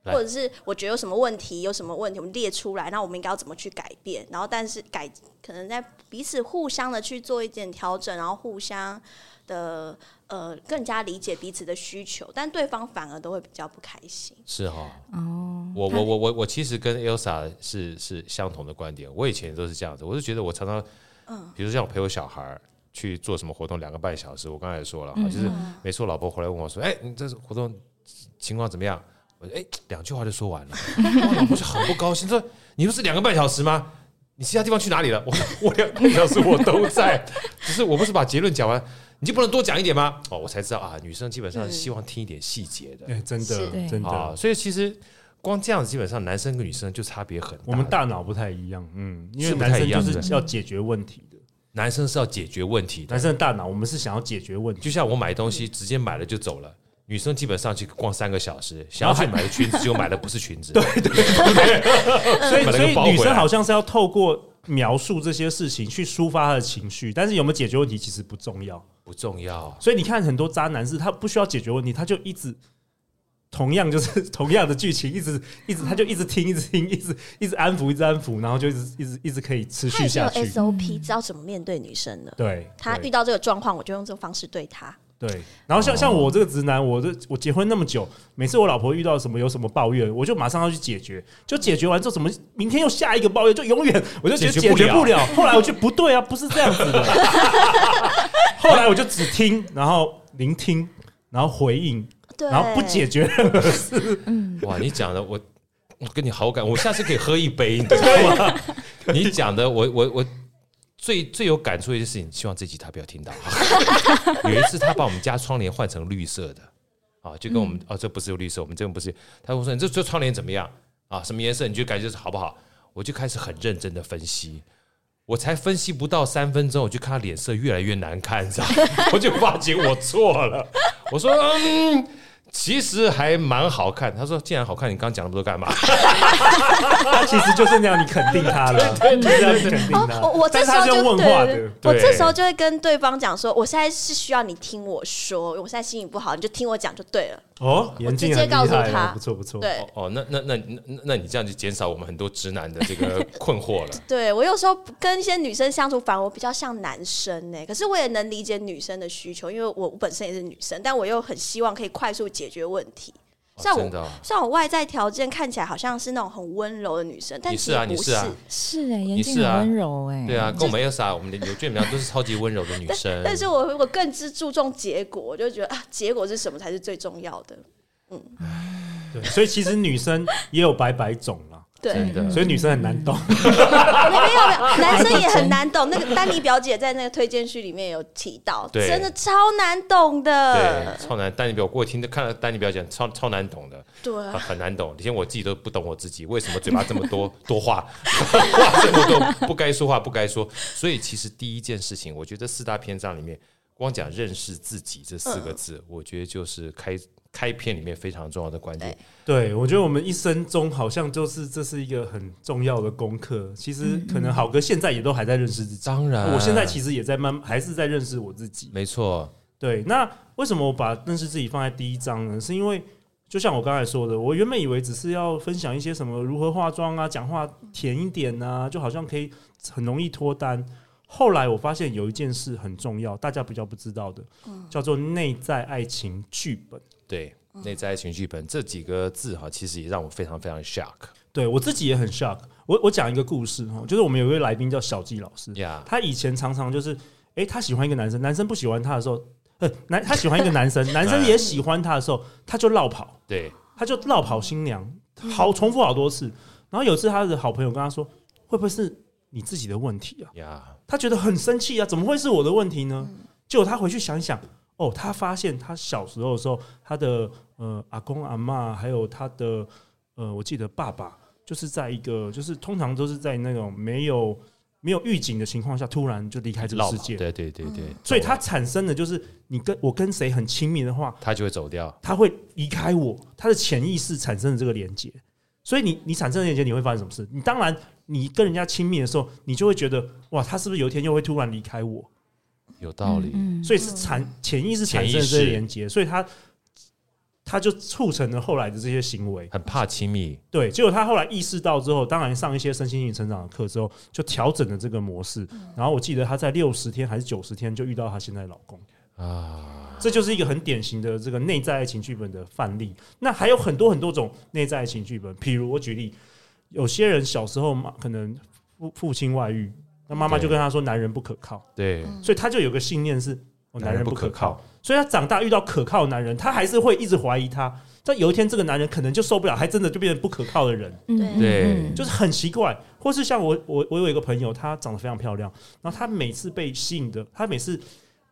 [SPEAKER 1] 来
[SPEAKER 4] 或者是我觉得有什么问题，有什么问题我们列出来，那我们应该要怎么去改变？然后但是改可能在彼此互相的去做一点调整，然后互相的呃更加理解彼此的需求，但对方反而都会比较不开心。
[SPEAKER 1] 是哈、
[SPEAKER 2] 哦，
[SPEAKER 1] 我
[SPEAKER 2] 他
[SPEAKER 1] 我我我我其实跟 Elsa 是是相同的观点，我以前也都是这样子，我就觉得我常常，比如像我陪我小孩儿去做什么活动两个半小时，我刚才也说了哈，
[SPEAKER 4] 嗯
[SPEAKER 1] 就是
[SPEAKER 2] 嗯
[SPEAKER 1] 每次我老婆回来问我说，哎，你这次活动情况怎么样？我说哎，两句话就说完了，我老婆就很不高兴，说你不是两个半小时吗？你其他地方去哪里了？我说我两个半小时我都在，只是我不是把结论讲完，你就不能多讲一点吗？哦，我才知道啊，女生基本上希望听一点细节的，
[SPEAKER 3] 哎，真
[SPEAKER 4] 是
[SPEAKER 3] 的，
[SPEAKER 2] 对
[SPEAKER 3] 真
[SPEAKER 1] 啊，
[SPEAKER 3] 的，
[SPEAKER 1] 所以其实光这样子，基本上男生跟女生就差别很大。
[SPEAKER 3] 我们大脑不太一样，嗯，因为
[SPEAKER 1] 是不
[SPEAKER 3] 男
[SPEAKER 1] 太
[SPEAKER 3] 生
[SPEAKER 1] 一样
[SPEAKER 3] 就是要解决问题的，
[SPEAKER 1] 男生是要解决问题的
[SPEAKER 3] 男，生的大脑我们是想要解决问题，
[SPEAKER 1] 就像我买东西直接买了就走了。女生基本上去逛三个小时，想要去买的裙子，结果买的不是裙
[SPEAKER 3] <laughs>
[SPEAKER 1] 子，对
[SPEAKER 3] 所以
[SPEAKER 1] 把那
[SPEAKER 3] 所
[SPEAKER 1] 个包
[SPEAKER 3] 以女
[SPEAKER 1] 回
[SPEAKER 3] 生
[SPEAKER 1] 来
[SPEAKER 3] 好像是要透过描述这些事情去抒发她的情绪，但是有没有解决问题其实不重要。
[SPEAKER 1] 不重要。
[SPEAKER 3] 所以你看很多渣男是他不需要解决问题，他就一直同样就是 <laughs> 同样的剧情，一直一直他就一直听，一直听，一直一直安抚，一直安抚，然后就一直一直一直可以持
[SPEAKER 4] 他
[SPEAKER 3] 续
[SPEAKER 4] 已经
[SPEAKER 3] 下
[SPEAKER 4] 有
[SPEAKER 3] 去。
[SPEAKER 4] SOP 知道怎么面对女生了。
[SPEAKER 3] 对，
[SPEAKER 4] 他
[SPEAKER 3] 对
[SPEAKER 4] 遇到这个状况，我就用这种方式对他。
[SPEAKER 3] 对，然后像像我这个直男，我这我结婚那么久，每次我老婆遇到什么有什么抱怨，我就马上要去解决，就解决完之后，怎么明天又下一个抱怨，就永远我就觉得
[SPEAKER 1] 解
[SPEAKER 3] 解
[SPEAKER 1] 决不
[SPEAKER 3] 决不
[SPEAKER 1] 了
[SPEAKER 3] 了。后来我就不对啊，不是这样子 <laughs> 的。后来我就只听，然后聆听，然后回应，
[SPEAKER 4] 对，
[SPEAKER 3] 然后不解决任何事。
[SPEAKER 1] 哇，你讲的我，我跟你好感，我下次可以喝一杯，你知道吗？ <laughs> 你讲的我我我最最有感触的一件事情，希望这集他不要听到。 <laughs> 有一次他把我们家窗帘换成绿色的，啊，就跟我们、哦，这不是绿色，我们这个不是。他跟我说你这这窗帘怎么样啊？什么颜色？你就感觉是好不好？我就开始很认真的分析。我才分析不到三分钟，我就看他脸色越来越难看，你知道吗？我就发觉我错了。我说，嗯，其实还蛮好看。他说：“既然好看，你刚刚讲那么多干嘛
[SPEAKER 3] 他其实就是那样，你肯定他了， <laughs> 对对对，肯定他。
[SPEAKER 4] 哦，我我这
[SPEAKER 3] 但
[SPEAKER 4] 时
[SPEAKER 3] 是
[SPEAKER 4] 候
[SPEAKER 3] 他是
[SPEAKER 4] 就
[SPEAKER 3] 用问
[SPEAKER 4] 对
[SPEAKER 3] 话
[SPEAKER 4] 对
[SPEAKER 3] 的，
[SPEAKER 4] 我这
[SPEAKER 1] 对
[SPEAKER 4] 时候就会跟对方讲说，我现在是需要你听我说，我现在心情不好，你就听我讲就对了。
[SPEAKER 3] 哦，
[SPEAKER 4] 我
[SPEAKER 3] 眼
[SPEAKER 4] 直
[SPEAKER 3] 镜
[SPEAKER 4] 接
[SPEAKER 3] 很厉
[SPEAKER 4] 告诉
[SPEAKER 3] 害哦
[SPEAKER 4] 他，
[SPEAKER 3] 不错不错。
[SPEAKER 4] 对？”
[SPEAKER 1] 哦，那那那那那那你这样就减少我们很多直男的这
[SPEAKER 4] <laughs>
[SPEAKER 1] 个困惑了。
[SPEAKER 4] 对，我有时候跟一些女生相处，反而我比较像男生呢、可是我也能理解女生的需求，因为我我本身也是女生，但我又很希望可以快速解决问题。
[SPEAKER 1] 哦
[SPEAKER 4] 像我
[SPEAKER 1] 真的哦、
[SPEAKER 4] 虽然我外在条件看起来好像是那种很温柔的女生，但
[SPEAKER 1] 你
[SPEAKER 4] 其
[SPEAKER 1] 是
[SPEAKER 4] 实
[SPEAKER 1] 啊
[SPEAKER 4] 不
[SPEAKER 1] 你是啊
[SPEAKER 2] 是哎，眼
[SPEAKER 1] 你
[SPEAKER 2] 睛
[SPEAKER 1] 是啊
[SPEAKER 2] 很温柔哎，
[SPEAKER 1] 对啊，跟我们 Elsa，我们的有俊苗都是超级温柔的女生。
[SPEAKER 4] 嗯但是我我更之注重结果，我就觉得啊，结果是什么才是最重要的。
[SPEAKER 3] 对，所以其实女生也有百百种啦，
[SPEAKER 4] 对，
[SPEAKER 1] 真的，
[SPEAKER 3] 所以女生很难懂。
[SPEAKER 1] <laughs>
[SPEAKER 4] 哎没有没有，男生也很难懂。那个丹尼表姐在那个推荐序里面有提到，
[SPEAKER 1] 对
[SPEAKER 4] 真的超难懂的
[SPEAKER 1] 对。超难。丹尼表，我听的看了丹尼表讲，超超难懂的，
[SPEAKER 4] 对啊
[SPEAKER 1] 很很难懂。连我自己都不懂我自己，为什么嘴巴这么
[SPEAKER 4] <laughs>
[SPEAKER 1] 多多话， <laughs> 话这么多，不该说话不该说。所以其实第一件事情，我觉得四大篇章里面，光讲认识自己这四
[SPEAKER 4] 嗯
[SPEAKER 1] 个字，我觉得就是开开篇里面非常重要的观点。
[SPEAKER 3] 对，我觉得我们一生中好像就是这是一个很重要的功课。其实可能好哥现在也都还在认识自己，
[SPEAKER 1] 当然，
[SPEAKER 3] 我现在其实也在慢，还是在认识我自己。
[SPEAKER 1] 没错，
[SPEAKER 3] 对，那为什么我把认识自己放在第一章呢？是因为就像我刚才说的，我原本以为只是要分享一些什么如何化妆啊，讲话甜一点啊，就好像可以很容易脱单。后来我发现有一件事很重要，大家比较不知道的，叫做内在爱情剧本。
[SPEAKER 1] 对，内在爱情剧本这几个字哈，其实也让我非常非常 shock。
[SPEAKER 3] 对我自己也很 shock。我我我讲一个故事哈，就是我们有一位来宾叫小纪老师，
[SPEAKER 1] 呀，
[SPEAKER 3] 他以前常常就是，诶，他喜欢一个男生，男生不喜欢他的时候，呃，男他喜欢一个男生，男生也喜欢他的时候，他就绕跑，
[SPEAKER 1] 对，
[SPEAKER 3] 他就绕跑新娘，好重复好多次。然后有一次他的好朋友跟他说，会不会是你自己的问题啊？
[SPEAKER 1] 呀，
[SPEAKER 3] 他觉得很生气啊，怎么会是我的问题呢？结果他回去想一想，哦，他发现他小时候的时候，他的呃阿公阿嬷，还有他的呃，我记得爸爸，就是在一个就是通常都是在那种没有没有预警的情况下，突然就离开这个
[SPEAKER 1] 绕
[SPEAKER 3] 世
[SPEAKER 1] 跑
[SPEAKER 3] 界，
[SPEAKER 1] 对对对
[SPEAKER 2] 嗯
[SPEAKER 1] 对，
[SPEAKER 3] 所以他产生的就是你跟我跟谁很亲密的话，
[SPEAKER 1] 他就会走掉。
[SPEAKER 3] 他会离开我，他的潜意识产生了这个连接。所以你你产生的连接，你会发生什么事？你当然你跟人家亲密的时候，你就会觉得哇，他是不是有一天又会突然离开我？
[SPEAKER 1] 有道理，
[SPEAKER 2] 嗯，
[SPEAKER 3] 所以是产潜意识产生的这些连接，所以他他就促成了后来的这些行为。
[SPEAKER 1] 很怕亲密，
[SPEAKER 3] 对，结果他后来意识到之后，当然上一些身心灵成长的课之后，就调整了这个模式。然后我记得他在六十天还是九十天就遇到她现在的老公啊，这就是一个很典型的这个内在爱情剧本的范例。那还有很多很多种内在爱情剧本，譬如我举例，有些人小时候嘛，可能父父亲外遇，那妈妈就
[SPEAKER 1] 对
[SPEAKER 3] 跟他说男人不可靠。
[SPEAKER 1] 对，
[SPEAKER 2] 嗯
[SPEAKER 3] 所以他就有个信念是，哦，
[SPEAKER 1] 男
[SPEAKER 3] 嗯男
[SPEAKER 1] 人
[SPEAKER 3] 人
[SPEAKER 1] 不
[SPEAKER 3] 不
[SPEAKER 1] 可
[SPEAKER 3] 可
[SPEAKER 1] 靠
[SPEAKER 3] 靠，所以他长大遇到可靠的男人，他还是会一直怀疑他。但有一天，这个男人可能就受不了，还真的就变成不可靠的人，
[SPEAKER 2] 嗯
[SPEAKER 4] 对
[SPEAKER 1] 对
[SPEAKER 3] 就是很奇怪。或是像我，我我有一个朋友，她长得非常漂亮，然后她每次被吸引的，她每次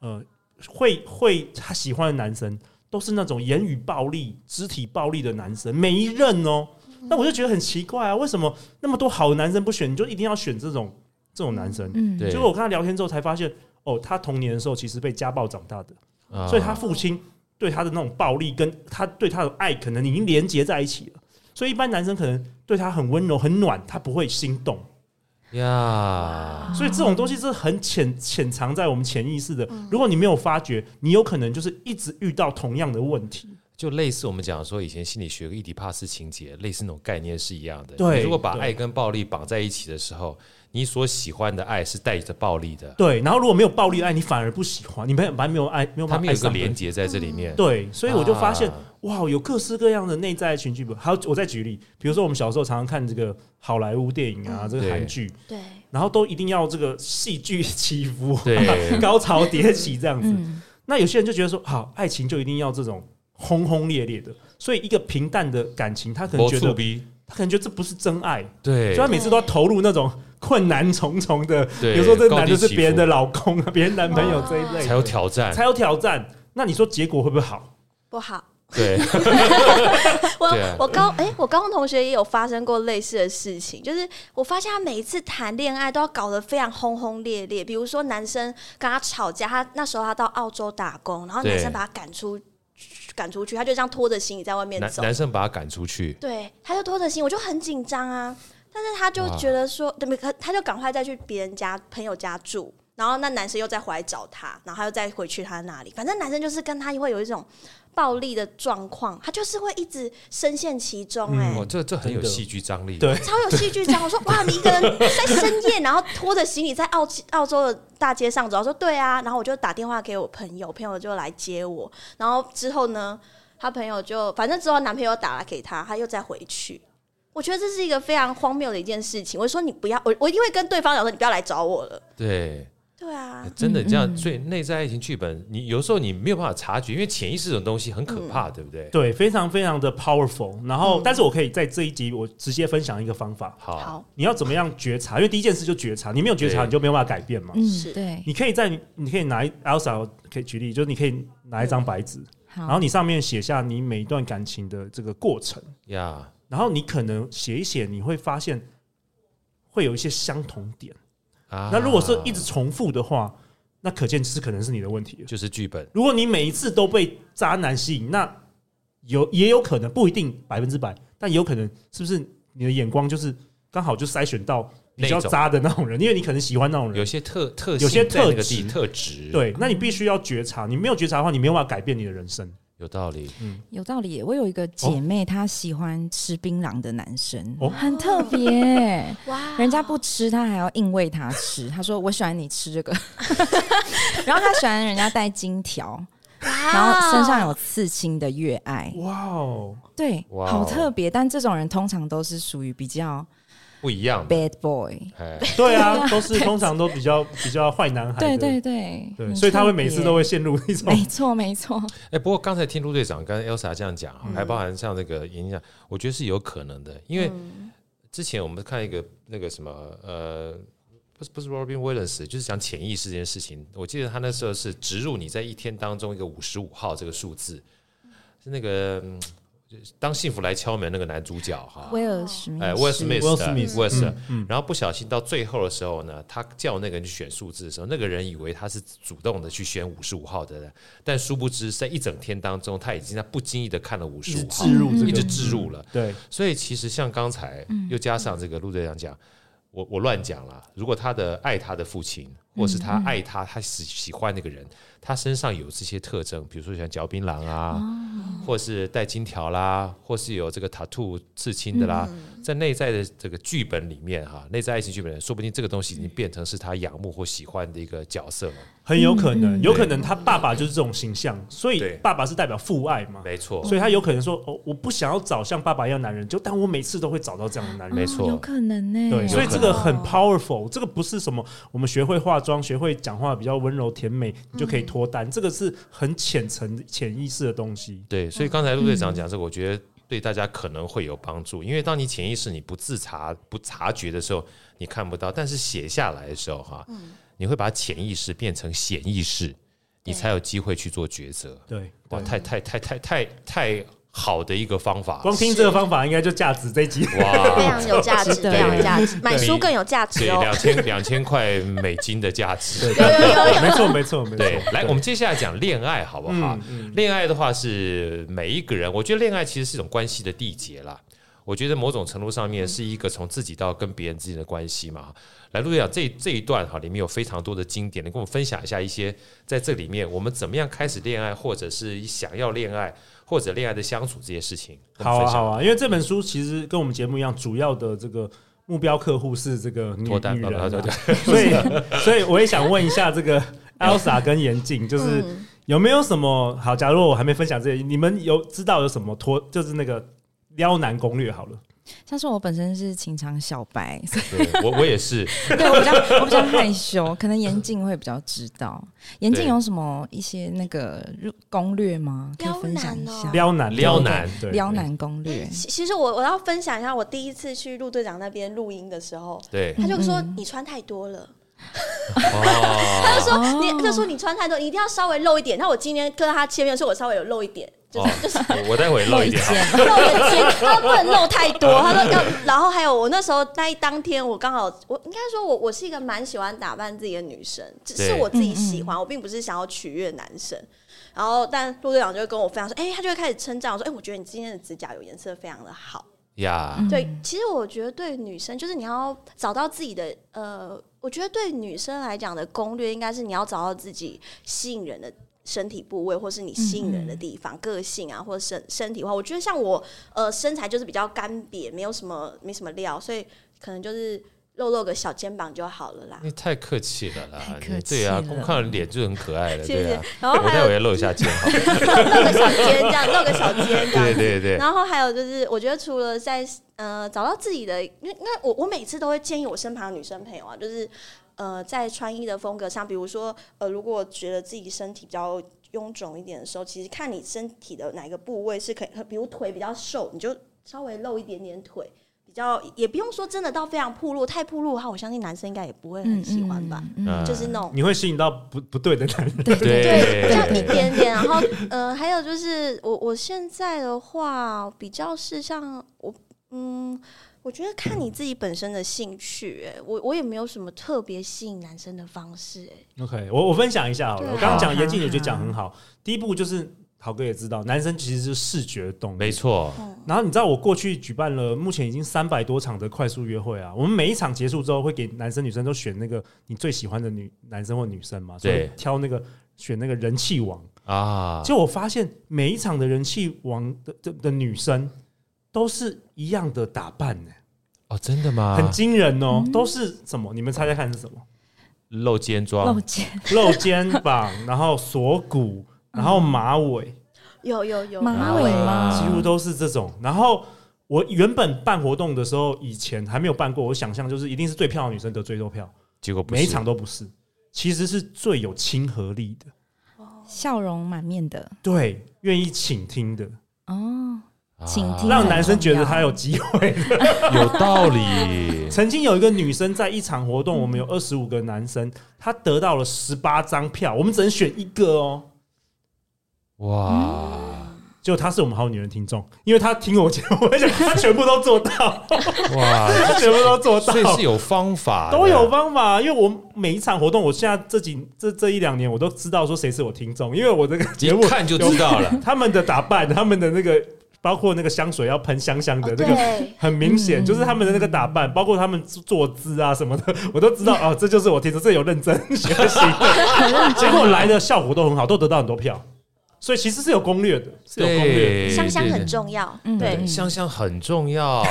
[SPEAKER 3] 呃会会她喜欢的男生都是那种言语暴力、肢体暴力的男生，每一任哦。那我就觉得很奇怪啊，为什么那么多好的男生不选，你就一定要选这种这种男生？
[SPEAKER 2] 嗯，
[SPEAKER 1] 对，
[SPEAKER 3] 结果我跟他聊天之后才发现，哦，他童年的时候其实被家暴长大的，
[SPEAKER 1] 啊
[SPEAKER 3] 所以他父亲对他的那种暴力跟他对他的爱，可能已经连结在一起了。所以一般男生可能对他很温柔、很暖，他不会心动。
[SPEAKER 1] 呀，
[SPEAKER 3] 所以这种东西是很潜潜藏在我们潜意识的。如果你没有发觉，你有可能就是一直遇到同样的问题。
[SPEAKER 1] 就类似我们讲说以前心理学伊底帕斯情节，类似那种概念是一样的。
[SPEAKER 3] 对
[SPEAKER 1] 你如果把
[SPEAKER 3] 对
[SPEAKER 1] 爱跟暴力绑在一起的时候，你所喜欢的爱是带着暴力的，
[SPEAKER 3] 对，然后如果没有暴力爱，你反而不喜欢，你没有反而没有爱，没有
[SPEAKER 1] 他们有
[SPEAKER 3] 办法爱
[SPEAKER 1] 一个
[SPEAKER 3] 上人
[SPEAKER 1] 连接在这里面。
[SPEAKER 3] 对，所以我就发现，
[SPEAKER 1] 啊
[SPEAKER 3] 哇，有各式各样的内在群剧本。还有，我再举例，比如说我们小时候常常看这个好莱坞电影啊，这个韩剧，
[SPEAKER 4] 对，
[SPEAKER 3] 然后都一定要这个戏剧起伏，
[SPEAKER 1] 对
[SPEAKER 3] <laughs> 高潮迭起这样子。那有些人就觉得说，好，爱情就一定要这种轰轰烈烈的，所以一个平淡的感情，他可能
[SPEAKER 1] 我
[SPEAKER 3] 觉
[SPEAKER 1] 触
[SPEAKER 3] 得
[SPEAKER 1] 逼，
[SPEAKER 3] 他可能觉得这不是真爱，
[SPEAKER 1] 对
[SPEAKER 3] 所以他每次都要投入那种困难重重的，比
[SPEAKER 1] 对
[SPEAKER 3] 如说这个
[SPEAKER 1] 高
[SPEAKER 3] 男
[SPEAKER 1] 低
[SPEAKER 3] 的是
[SPEAKER 1] 起
[SPEAKER 3] 别人的
[SPEAKER 1] 伏
[SPEAKER 3] 老公啊，别人男朋友这一类的，
[SPEAKER 1] 才有挑战，
[SPEAKER 3] 才有挑战。那你说结果会不会好？
[SPEAKER 4] 不好。
[SPEAKER 1] 对
[SPEAKER 2] <laughs>
[SPEAKER 4] 我
[SPEAKER 1] 对啊
[SPEAKER 4] 我高哎、我高中同学也有发生过类似的事情，就是我发现他每一次谈恋爱都要搞得非常轰轰烈烈，比如说男生跟他吵架，他那时候他到澳洲打工，然后
[SPEAKER 1] 对
[SPEAKER 4] 男生把他赶出赶出去，他就这样拖着行李在外面
[SPEAKER 1] 男
[SPEAKER 4] 走，
[SPEAKER 1] 男生把他赶出去，
[SPEAKER 4] 对，他就拖着行李，我就很紧张啊，但是他就觉得说，对，没可他就赶快再去别人家朋友家住。然后那男生又再回来找他，然后他又再回去他那里。反正男生就是跟他会有一种暴力的状况，他就是会一直深陷其中、哎、
[SPEAKER 1] 哦，这这很有
[SPEAKER 3] 嗯真的
[SPEAKER 1] 戏剧张力。
[SPEAKER 3] 对
[SPEAKER 4] 超有戏剧张。我说哇，你一个人呃在深夜，然后拖着行李在澳澳洲的大街上走。我说对啊，然后我就打电话给我朋友，朋友就来接我。然后之后呢，他朋友就反正之后男朋友打来给他，他又再回去。我觉得这是一个非常荒谬的一件事情。我就说你不要，我我一定会跟对方讲说你不要来找我了。
[SPEAKER 1] 对，哎
[SPEAKER 4] 对啊，
[SPEAKER 1] 真的
[SPEAKER 2] 嗯
[SPEAKER 1] 这样，
[SPEAKER 2] 嗯
[SPEAKER 1] 所以内在爱情剧本，你有时候你没有办法察觉，因为潜意识这种东西很可怕，对不对？
[SPEAKER 3] 对，非常非常的 powerful。然后，但是我可以在这一集我直接分享一个方法，
[SPEAKER 1] 好，
[SPEAKER 4] 好，
[SPEAKER 3] 你要怎么样觉察？因为第一件事就觉察，你没有觉察，
[SPEAKER 1] 对
[SPEAKER 3] 你就没有办法改变嘛。
[SPEAKER 2] 嗯，
[SPEAKER 4] 是
[SPEAKER 2] 对，
[SPEAKER 3] 你可以在你可以拿一 Elsa 可以举例，就是你可以拿一张白纸，
[SPEAKER 2] 好，
[SPEAKER 3] 然后你上面写下你每一段感情的这个过程，
[SPEAKER 1] 呀，
[SPEAKER 3] 然后你可能写一写，你会发现会有一些相同点。
[SPEAKER 1] 啊
[SPEAKER 3] 那如果是一直重复的话，那可见是可能是你的问题了。
[SPEAKER 1] 就是剧本，
[SPEAKER 3] 如果你每一次都被渣男吸引，那有也有可能不一定百分之百，但也有可能是不是你的眼光就是刚好就筛选到比较
[SPEAKER 1] 那种
[SPEAKER 3] 渣的那种人，因为你可能喜欢那种
[SPEAKER 1] 有
[SPEAKER 3] 人。
[SPEAKER 1] 些特特
[SPEAKER 3] 嗯有些
[SPEAKER 1] 性在那个
[SPEAKER 3] 特质
[SPEAKER 1] 地特质，，
[SPEAKER 3] 对，那你必须要觉察，你没有觉察的话，你没有办法改变你的人生。
[SPEAKER 1] 有道理。
[SPEAKER 2] 有道理耶。我有一个姐妹，她喜欢吃槟榔的男生，
[SPEAKER 3] 哦
[SPEAKER 2] 很特 <laughs> 别。
[SPEAKER 4] 哇
[SPEAKER 2] 人家不吃，她还要硬喂他吃。她说：“我喜欢你吃这个。” <laughs> 然后她喜欢人家戴金条，然后身上有刺青的越爱。
[SPEAKER 3] 哇哦，
[SPEAKER 2] 对，
[SPEAKER 1] 哇哦
[SPEAKER 2] 好特别。但这种人通常都是属于比较
[SPEAKER 1] 不一样的。
[SPEAKER 2] bad boy，
[SPEAKER 1] 哎，
[SPEAKER 3] 对
[SPEAKER 2] <laughs>
[SPEAKER 3] 啊，都是通常都比较比较坏男孩的，
[SPEAKER 2] 对对对，
[SPEAKER 3] 对，
[SPEAKER 2] 很
[SPEAKER 3] 所以他会
[SPEAKER 2] 特
[SPEAKER 3] 每次
[SPEAKER 2] 别
[SPEAKER 3] 都会陷入一种
[SPEAKER 2] 没错没错，
[SPEAKER 1] 哎、不过刚才听陆队长跟 Elsa 这样讲啊，还包含像那个影响，我觉得是有可能的，因为之前我们看一个那个什么呃，不是不是 Robin Williams，就是讲潜意识这件事情。我记得他那时候是植入你在一天当中一个五十五号这个数字，是那个、嗯就是当幸福来敲门那个男主角哈。
[SPEAKER 2] 威尔史密斯，
[SPEAKER 1] 哎，威尔史密斯
[SPEAKER 3] Will
[SPEAKER 1] 的
[SPEAKER 3] Smith，
[SPEAKER 1] 威尔史，
[SPEAKER 3] 嗯
[SPEAKER 1] 然后不小心到最后的时候呢，他叫那个人去选数字的时候，那个人以为他是主动的去选五十五号的人，但殊不知在一整天当中，他已经在不经意的看了五
[SPEAKER 3] 一
[SPEAKER 1] 十
[SPEAKER 3] 直
[SPEAKER 1] 五号
[SPEAKER 3] 置，入这个，嗯
[SPEAKER 1] 一直置入了。
[SPEAKER 3] 对，
[SPEAKER 1] 所以其实像刚才又加上这个陆队长讲，我我乱讲啦。如果他的爱他的父亲，或是他爱他他喜喜欢那个人，他身上有这些特征，比如说像嚼槟榔啊，或是戴金条啦，或是有这个 tattoo 刺青的啦，在内在的这个剧本里面哈、内在爱情剧本里面，说不定这个东西已经变成是他仰慕或喜欢的一个角色了。
[SPEAKER 3] 很有可
[SPEAKER 2] 嗯
[SPEAKER 3] 能，有可能他爸爸就是这种形象，所以
[SPEAKER 1] 对
[SPEAKER 3] 爸爸是代表父爱嘛，
[SPEAKER 1] 没错，
[SPEAKER 3] 所以他有可能说哦，我不想要找像爸爸一样男人，就但我每次都会找到这样的男人
[SPEAKER 1] 没。错
[SPEAKER 2] 哦有可能呢，
[SPEAKER 3] 对，所以
[SPEAKER 1] 有可
[SPEAKER 3] 这
[SPEAKER 1] 能
[SPEAKER 3] 个很 powerful，这个不是什么我们学会化妆、学会讲话比较温柔甜美，你就可以脱单，这个是很浅层、潜意识的东西。
[SPEAKER 1] 对，
[SPEAKER 4] 嗯
[SPEAKER 1] 所以刚才陆队长讲这个，我觉得对大家可能会有帮助，因为当你潜意识你不自察、不察觉的时候，你看不到，但是写下来的时候，哈，
[SPEAKER 4] 嗯
[SPEAKER 1] 你会把潜意识变成显意识，你才有机会去做抉择。
[SPEAKER 3] 对，
[SPEAKER 1] 哇，太太太太太太好的一个方法，
[SPEAKER 3] 光听这个方法应该就价值这一集。
[SPEAKER 4] 非
[SPEAKER 1] 哇，
[SPEAKER 4] 常有价值，
[SPEAKER 2] 对
[SPEAKER 4] 非常有价值，买
[SPEAKER 1] 对
[SPEAKER 4] 书更有价值
[SPEAKER 1] 对，
[SPEAKER 4] 哦。
[SPEAKER 1] 两千两千块美金的价值。
[SPEAKER 4] 有有有
[SPEAKER 3] <laughs> 没错，没错，没错 <laughs>
[SPEAKER 1] 对，。来，我们接下来讲恋爱好不好？
[SPEAKER 3] 嗯
[SPEAKER 1] 恋爱的话是每一个人，我觉得恋爱其实是一种关系的缔结啦。我觉得某种程度上面是一个从自己到跟别人之间的关系嘛。来，陆队长，这这一段哈里面有非常多的经典，你跟我们分享一下一些在这里面我们怎么样开始恋爱，或者是想要恋爱，或者恋爱的相处这些事情。跟我
[SPEAKER 3] 好
[SPEAKER 1] 们
[SPEAKER 3] 啊，
[SPEAKER 1] 分享
[SPEAKER 3] 好啊，因为这本书其实跟我们节目一样，主要的这个目标客户是这个女
[SPEAKER 1] 脱单
[SPEAKER 3] 女人啊、
[SPEAKER 1] 对对
[SPEAKER 3] 所以 <laughs> 所以我也想问一下这个 Elsa 跟严静，就是有没有什么好？假如我还没分享这些，你们有知道有什么脱，就是那个撩男攻略好了。
[SPEAKER 2] 像是我本身是情场小白， <laughs>
[SPEAKER 4] <laughs>
[SPEAKER 2] 所以
[SPEAKER 3] 啊
[SPEAKER 1] 对我我也是，
[SPEAKER 2] 对我比较我比较害羞，可能严静会比较知道。严静
[SPEAKER 1] 对
[SPEAKER 2] 有什么一些那个入攻略吗？可以分享一下
[SPEAKER 3] 撩男，
[SPEAKER 1] 撩男
[SPEAKER 3] 对，
[SPEAKER 2] 撩
[SPEAKER 4] 哦
[SPEAKER 2] 男攻略。
[SPEAKER 4] 其其实我我要分享一下，我第一次去陆队长那边录音的时候，
[SPEAKER 3] <laughs>
[SPEAKER 1] 对
[SPEAKER 4] 他就说你穿太多了，
[SPEAKER 1] 哦
[SPEAKER 4] 他就说
[SPEAKER 2] 哦
[SPEAKER 4] 你他就说你穿太多，你一定要稍微露一点。那我今天跟他见面的时候，我稍微有露一点，就
[SPEAKER 1] 哦
[SPEAKER 4] 是 <laughs> 就是， <laughs>
[SPEAKER 1] 我我待会露一点好了。
[SPEAKER 4] 露的肩，他说不能露太多。他说要，然后还有我那时候那一当天，我刚好我应该说我我是一个蛮喜欢打扮自己的女生，只是
[SPEAKER 1] 对
[SPEAKER 4] 我自己喜欢，我并不是想要取悦男生。然后，但陆队长就会跟我分享说，哎、他就会开始称赞我说，哎、我觉得你今天的指甲有颜色非常的好。
[SPEAKER 1] 呀，
[SPEAKER 4] 对，其实我觉得对女生，就是你要找到自己的呃，我觉得对女生来讲的攻略，应该是你要找到自己吸引人的身体部位，或是你吸引人的地方，个性啊，或者身身体化。我觉得像我呃身材就是比较干瘪，没有什么没什么料，所以可能就是露露个小肩膀就好了啦。
[SPEAKER 1] 你太客气了啦，
[SPEAKER 2] 太客
[SPEAKER 1] 你对啊，
[SPEAKER 2] 气了
[SPEAKER 1] 光看脸就很可爱了，
[SPEAKER 4] 谢
[SPEAKER 1] 对
[SPEAKER 4] 谢
[SPEAKER 1] 啊。。
[SPEAKER 4] 然后
[SPEAKER 1] 我
[SPEAKER 4] 还
[SPEAKER 1] 待
[SPEAKER 4] 有
[SPEAKER 1] 会露一下肩好了，
[SPEAKER 4] 露个小肩这样，露个小肩 <laughs> 这样
[SPEAKER 1] 对。对对，
[SPEAKER 4] 然后还有就是，我觉得除了在呃找到自己的，因为那我我每次都会建议我身旁的女生朋友啊，就是呃在穿衣的风格上，比如说呃如果觉得自己身体比较臃肿一点的时候，其实看你身体的哪一个部位是可以，比如腿比较瘦，你就稍微露一点点腿。比较也不用说真的到非常暴露，太暴露的话，我相信男生应该也不会很喜欢吧。
[SPEAKER 2] 嗯
[SPEAKER 1] 嗯
[SPEAKER 4] 就是那种
[SPEAKER 3] 你会吸引到不不对的男人。
[SPEAKER 1] 对
[SPEAKER 4] 对，这样
[SPEAKER 1] 对，
[SPEAKER 4] 一点点。然后，呃，还有就是我我现在的话，比较是像我，嗯，我觉得看你自己本身的兴趣、欸，我我也没有什么特别吸引男生的方式、
[SPEAKER 3] <laughs>
[SPEAKER 4] 欸，
[SPEAKER 3] OK，我我分享一下好了。
[SPEAKER 4] 对啊
[SPEAKER 3] 我刚刚讲
[SPEAKER 2] 好
[SPEAKER 3] 严 <laughs> 静也觉得讲很好。第一步就是豪哥也知道，男生其实是视觉动物，
[SPEAKER 1] 没错，
[SPEAKER 4] 嗯
[SPEAKER 3] 然后你知道我过去举办了，目前已经三百多场的快速约会啊。我们每一场结束之后，会给男生女生都选那个你最喜欢的女男生或女生嘛，所
[SPEAKER 1] 对
[SPEAKER 3] 以挑那个选那个人气王。
[SPEAKER 1] 啊，
[SPEAKER 3] 就我发现每一场的人气王的的的女生都是一样的打扮呢、
[SPEAKER 1] 哦，真的吗？
[SPEAKER 3] 很惊人哦，都是什么？你们猜猜看是什么？
[SPEAKER 1] 露肩
[SPEAKER 2] 露
[SPEAKER 1] 妆，
[SPEAKER 2] 肩
[SPEAKER 3] 露肩膀，然后锁骨，然后马尾，
[SPEAKER 4] 有有有，
[SPEAKER 2] 马尾
[SPEAKER 1] 啊
[SPEAKER 2] 吗？
[SPEAKER 3] 几乎都是这种。然后我原本办活动的时候，以前还没有办过，我想象就是一定是最漂亮的女生得最多票，
[SPEAKER 1] 结果不
[SPEAKER 3] 每一
[SPEAKER 1] 是
[SPEAKER 3] 场都不是，其实是最有亲和力的，
[SPEAKER 2] 笑容满面的
[SPEAKER 3] 对，愿意倾听的，
[SPEAKER 2] 哦，请
[SPEAKER 1] 啊
[SPEAKER 2] 听
[SPEAKER 3] 让男生觉得他有机会。
[SPEAKER 1] 有道
[SPEAKER 4] <laughs>
[SPEAKER 1] 理
[SPEAKER 3] <laughs> ，曾经有一个女生在一场活动，我们有二十五个男生，她得到了十八张票，我们只能选一个哦。
[SPEAKER 1] 哇！
[SPEAKER 4] 嗯
[SPEAKER 3] 就她是我们好女人听众，因为她听我讲，我想她全部都做到，
[SPEAKER 1] 哇，
[SPEAKER 3] 她全部都做到，
[SPEAKER 1] 所以是有方法的，
[SPEAKER 3] 都有方法，因为我每一场活动，我现在这几这这一两年，我都知道说谁是我听众，因为我这个节目
[SPEAKER 1] 一看就知道了
[SPEAKER 3] 有他们的打扮，他们的那个包括那个香水要喷香香的那个。
[SPEAKER 4] <laughs> 对，
[SPEAKER 3] 很明显，
[SPEAKER 2] 嗯
[SPEAKER 3] 就是他们的那个打扮，包括他们坐姿啊什么的，我都知道哦，这就是我听说这有认真学习的，结果来的效果都很好，都得到很多票，所以其实是有攻略的，是有攻略的。
[SPEAKER 1] 对，
[SPEAKER 4] 香香
[SPEAKER 1] 对
[SPEAKER 4] 很。重要，
[SPEAKER 2] 嗯
[SPEAKER 1] 对
[SPEAKER 4] 对，
[SPEAKER 1] 香香很重要，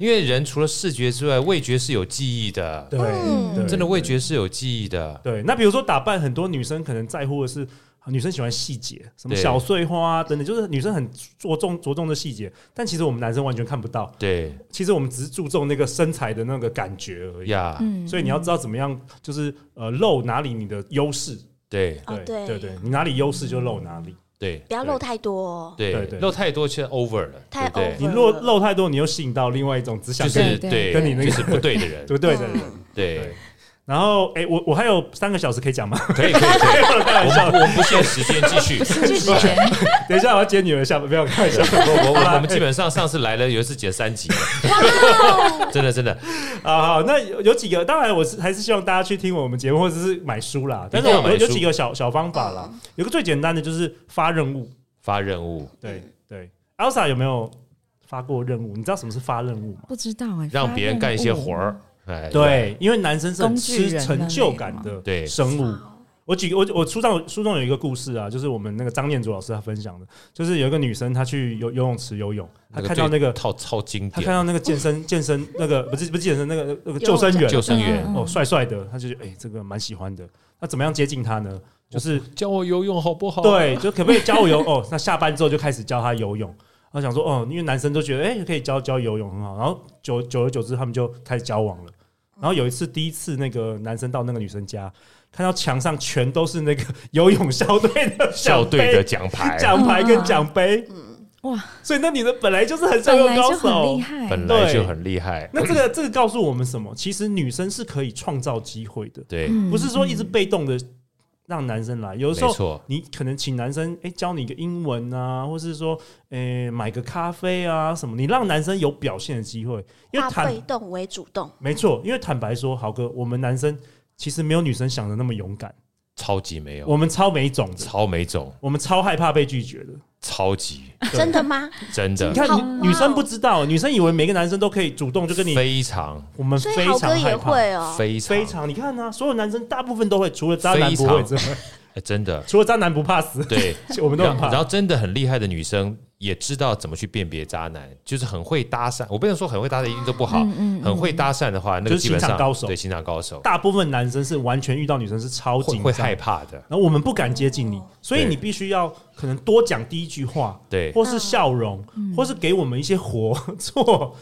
[SPEAKER 1] 因为人除了视觉之外，味觉是有记忆的，
[SPEAKER 3] 对
[SPEAKER 4] 嗯，
[SPEAKER 3] 对
[SPEAKER 1] 真的味觉是有记忆的。
[SPEAKER 3] 对，那比如说打扮，很多女生可能在乎的是，女生喜欢细节，什么
[SPEAKER 1] 对
[SPEAKER 3] 小碎花啊等等，就是女生很着重着重的细节，但其实我们男生完全看不到，
[SPEAKER 1] 对
[SPEAKER 3] 其实我们只是注重那个身材的那个感觉而已。
[SPEAKER 1] 呀，
[SPEAKER 2] 嗯
[SPEAKER 3] 所以你要知道怎么样，就是呃露哪里你的优势，
[SPEAKER 1] 对嗯
[SPEAKER 4] 哦
[SPEAKER 3] 对
[SPEAKER 4] 对
[SPEAKER 3] 对对，你哪里优势就露哪里，
[SPEAKER 1] 对
[SPEAKER 4] 不要露太多哦，
[SPEAKER 1] 对
[SPEAKER 3] 对对
[SPEAKER 1] 露太多却 over 了，
[SPEAKER 4] 太
[SPEAKER 1] 对不对
[SPEAKER 4] over
[SPEAKER 3] 你若露太多，你又吸引到另外一种只想
[SPEAKER 1] 就
[SPEAKER 3] 跟
[SPEAKER 1] 是
[SPEAKER 3] 你
[SPEAKER 2] 对
[SPEAKER 1] 对，
[SPEAKER 3] 跟你那个
[SPEAKER 1] 就是不对的人，
[SPEAKER 3] <laughs> 对对的人。
[SPEAKER 1] 对
[SPEAKER 3] 对，然后哎、我我还有三个小时可以讲吗？ <laughs>
[SPEAKER 1] 可以可以可以，我们我们不限时间，继续。
[SPEAKER 2] 是时
[SPEAKER 1] <laughs>
[SPEAKER 2] 间，
[SPEAKER 3] 等一下我要接女儿下巴，不要开玩笑。
[SPEAKER 1] 我我我们基本上上次来了有一次解三集，真的真的，
[SPEAKER 3] 啊，好，那有有几个，当然我是还是希望大家去听我们节目，或者是买书啦。但是
[SPEAKER 1] 一定要
[SPEAKER 3] 我
[SPEAKER 1] 买
[SPEAKER 3] 有
[SPEAKER 1] 书
[SPEAKER 3] 有几个小小方法啦，
[SPEAKER 4] 嗯
[SPEAKER 3] 有个最简单的就是发任务。
[SPEAKER 1] 发任务
[SPEAKER 3] 对
[SPEAKER 4] 嗯
[SPEAKER 3] 对，Elsa 有没有发过任务？你知道什么是发任务吗？
[SPEAKER 2] 不知道哎，
[SPEAKER 1] 让别人干一些活儿，哎，
[SPEAKER 3] 对，因为男生是很
[SPEAKER 2] 工具
[SPEAKER 3] 吃
[SPEAKER 2] 人
[SPEAKER 3] 成就感
[SPEAKER 2] 那类
[SPEAKER 3] 的
[SPEAKER 1] 对
[SPEAKER 3] 生物。
[SPEAKER 4] 嗯
[SPEAKER 3] 我举我我书上书中有一个故事啊，就是我们那个张念祖老师他分享的，就是有一个女生她去游游泳池游泳，她
[SPEAKER 1] 那个
[SPEAKER 3] 看到那个
[SPEAKER 1] 套超经
[SPEAKER 3] 她看到
[SPEAKER 1] 典
[SPEAKER 3] 那个健身健身那个不是不是健身那个那个
[SPEAKER 4] 游
[SPEAKER 3] 救
[SPEAKER 4] 泳
[SPEAKER 3] 生员
[SPEAKER 1] 救生员，
[SPEAKER 2] 嗯
[SPEAKER 3] 哦，帅帅的，他就觉得哎、这个蛮喜欢的。那怎么样接近他呢？就是
[SPEAKER 1] 教我游泳好不好？啊
[SPEAKER 3] 对，就可不可以教我游？哦，那下班之后就开始教他游泳。他想说，哦，因为男生都觉得，哎、可以教教游泳很好。然后久久而久之，他们就开始交往了。然后有一次，第一次那个男生到那个女生家，看到墙上全都是那个 <laughs> 游泳校队的
[SPEAKER 1] 校队的奖
[SPEAKER 3] 奖
[SPEAKER 1] 牌
[SPEAKER 3] 杯， <laughs> 奖牌
[SPEAKER 2] 嗯
[SPEAKER 3] 跟奖杯。
[SPEAKER 2] 哇，
[SPEAKER 3] 所以那女的本来就是
[SPEAKER 1] 哦
[SPEAKER 3] 很上
[SPEAKER 2] 嗯本
[SPEAKER 3] 游
[SPEAKER 2] 来
[SPEAKER 3] 高
[SPEAKER 2] 就很
[SPEAKER 3] 手
[SPEAKER 2] 厉，害，
[SPEAKER 1] 本来就很厉害，
[SPEAKER 3] 那这个这个告诉我们什么？其实女生是可以创造机会的。
[SPEAKER 1] 对，
[SPEAKER 2] 嗯
[SPEAKER 3] 不是说一直被动的让男生来，有的时
[SPEAKER 1] 没
[SPEAKER 3] 候
[SPEAKER 1] 错，
[SPEAKER 3] 你可能请男生哎、诶教你一个英文啊，或是说诶、买个咖啡啊什么，你让男生有表现的机会，因为
[SPEAKER 4] 化
[SPEAKER 3] 坦
[SPEAKER 4] 被动为主动，
[SPEAKER 3] 没错，因为坦白说，豪哥，我们男生其实没有女生想的那么勇敢，
[SPEAKER 1] 超级没有，
[SPEAKER 3] 我们超没种的，
[SPEAKER 1] 超没种，
[SPEAKER 3] 我们超害怕被拒绝的。
[SPEAKER 1] 超级
[SPEAKER 3] 对
[SPEAKER 4] 真的吗？
[SPEAKER 1] 真
[SPEAKER 3] 你
[SPEAKER 1] 的
[SPEAKER 3] 看
[SPEAKER 4] 好哦
[SPEAKER 3] 女女生不知道，女生以为每个男生都可以主动就跟你，
[SPEAKER 1] 非常
[SPEAKER 3] 我们
[SPEAKER 4] 所
[SPEAKER 3] <laughs> 非
[SPEAKER 4] 以豪哥
[SPEAKER 3] 常
[SPEAKER 4] 也
[SPEAKER 3] 害怕。
[SPEAKER 4] 会哦，
[SPEAKER 1] 非常
[SPEAKER 3] 非常，你看啊，所有男生大部分都会，除了渣男
[SPEAKER 1] 非
[SPEAKER 3] 不
[SPEAKER 1] 常
[SPEAKER 3] 会之外，
[SPEAKER 1] 哎真的
[SPEAKER 3] 除了渣男不怕死，
[SPEAKER 1] 对。
[SPEAKER 3] <laughs> 我们都
[SPEAKER 1] 然
[SPEAKER 3] 很
[SPEAKER 1] 后，然
[SPEAKER 3] 怕。
[SPEAKER 1] 后真的很厉害的女生也知道怎么去辨别渣男，就是很会搭讪。我不能说很会搭讪一定都不好，
[SPEAKER 2] 嗯嗯嗯
[SPEAKER 1] 很会搭讪的话，那
[SPEAKER 3] 就
[SPEAKER 1] 个
[SPEAKER 3] 是
[SPEAKER 1] 基本上
[SPEAKER 3] 情场高手
[SPEAKER 1] 对情场高手
[SPEAKER 3] 大部分男生是完全遇到女生是超
[SPEAKER 1] 会
[SPEAKER 3] 紧
[SPEAKER 1] 会
[SPEAKER 3] 张，
[SPEAKER 1] 害怕的。
[SPEAKER 3] 然后我们不敢接近你，所以
[SPEAKER 1] 对
[SPEAKER 3] 你必须要可能多讲第一句话，
[SPEAKER 1] 对，
[SPEAKER 3] 或是笑容，或是给我们一些活做，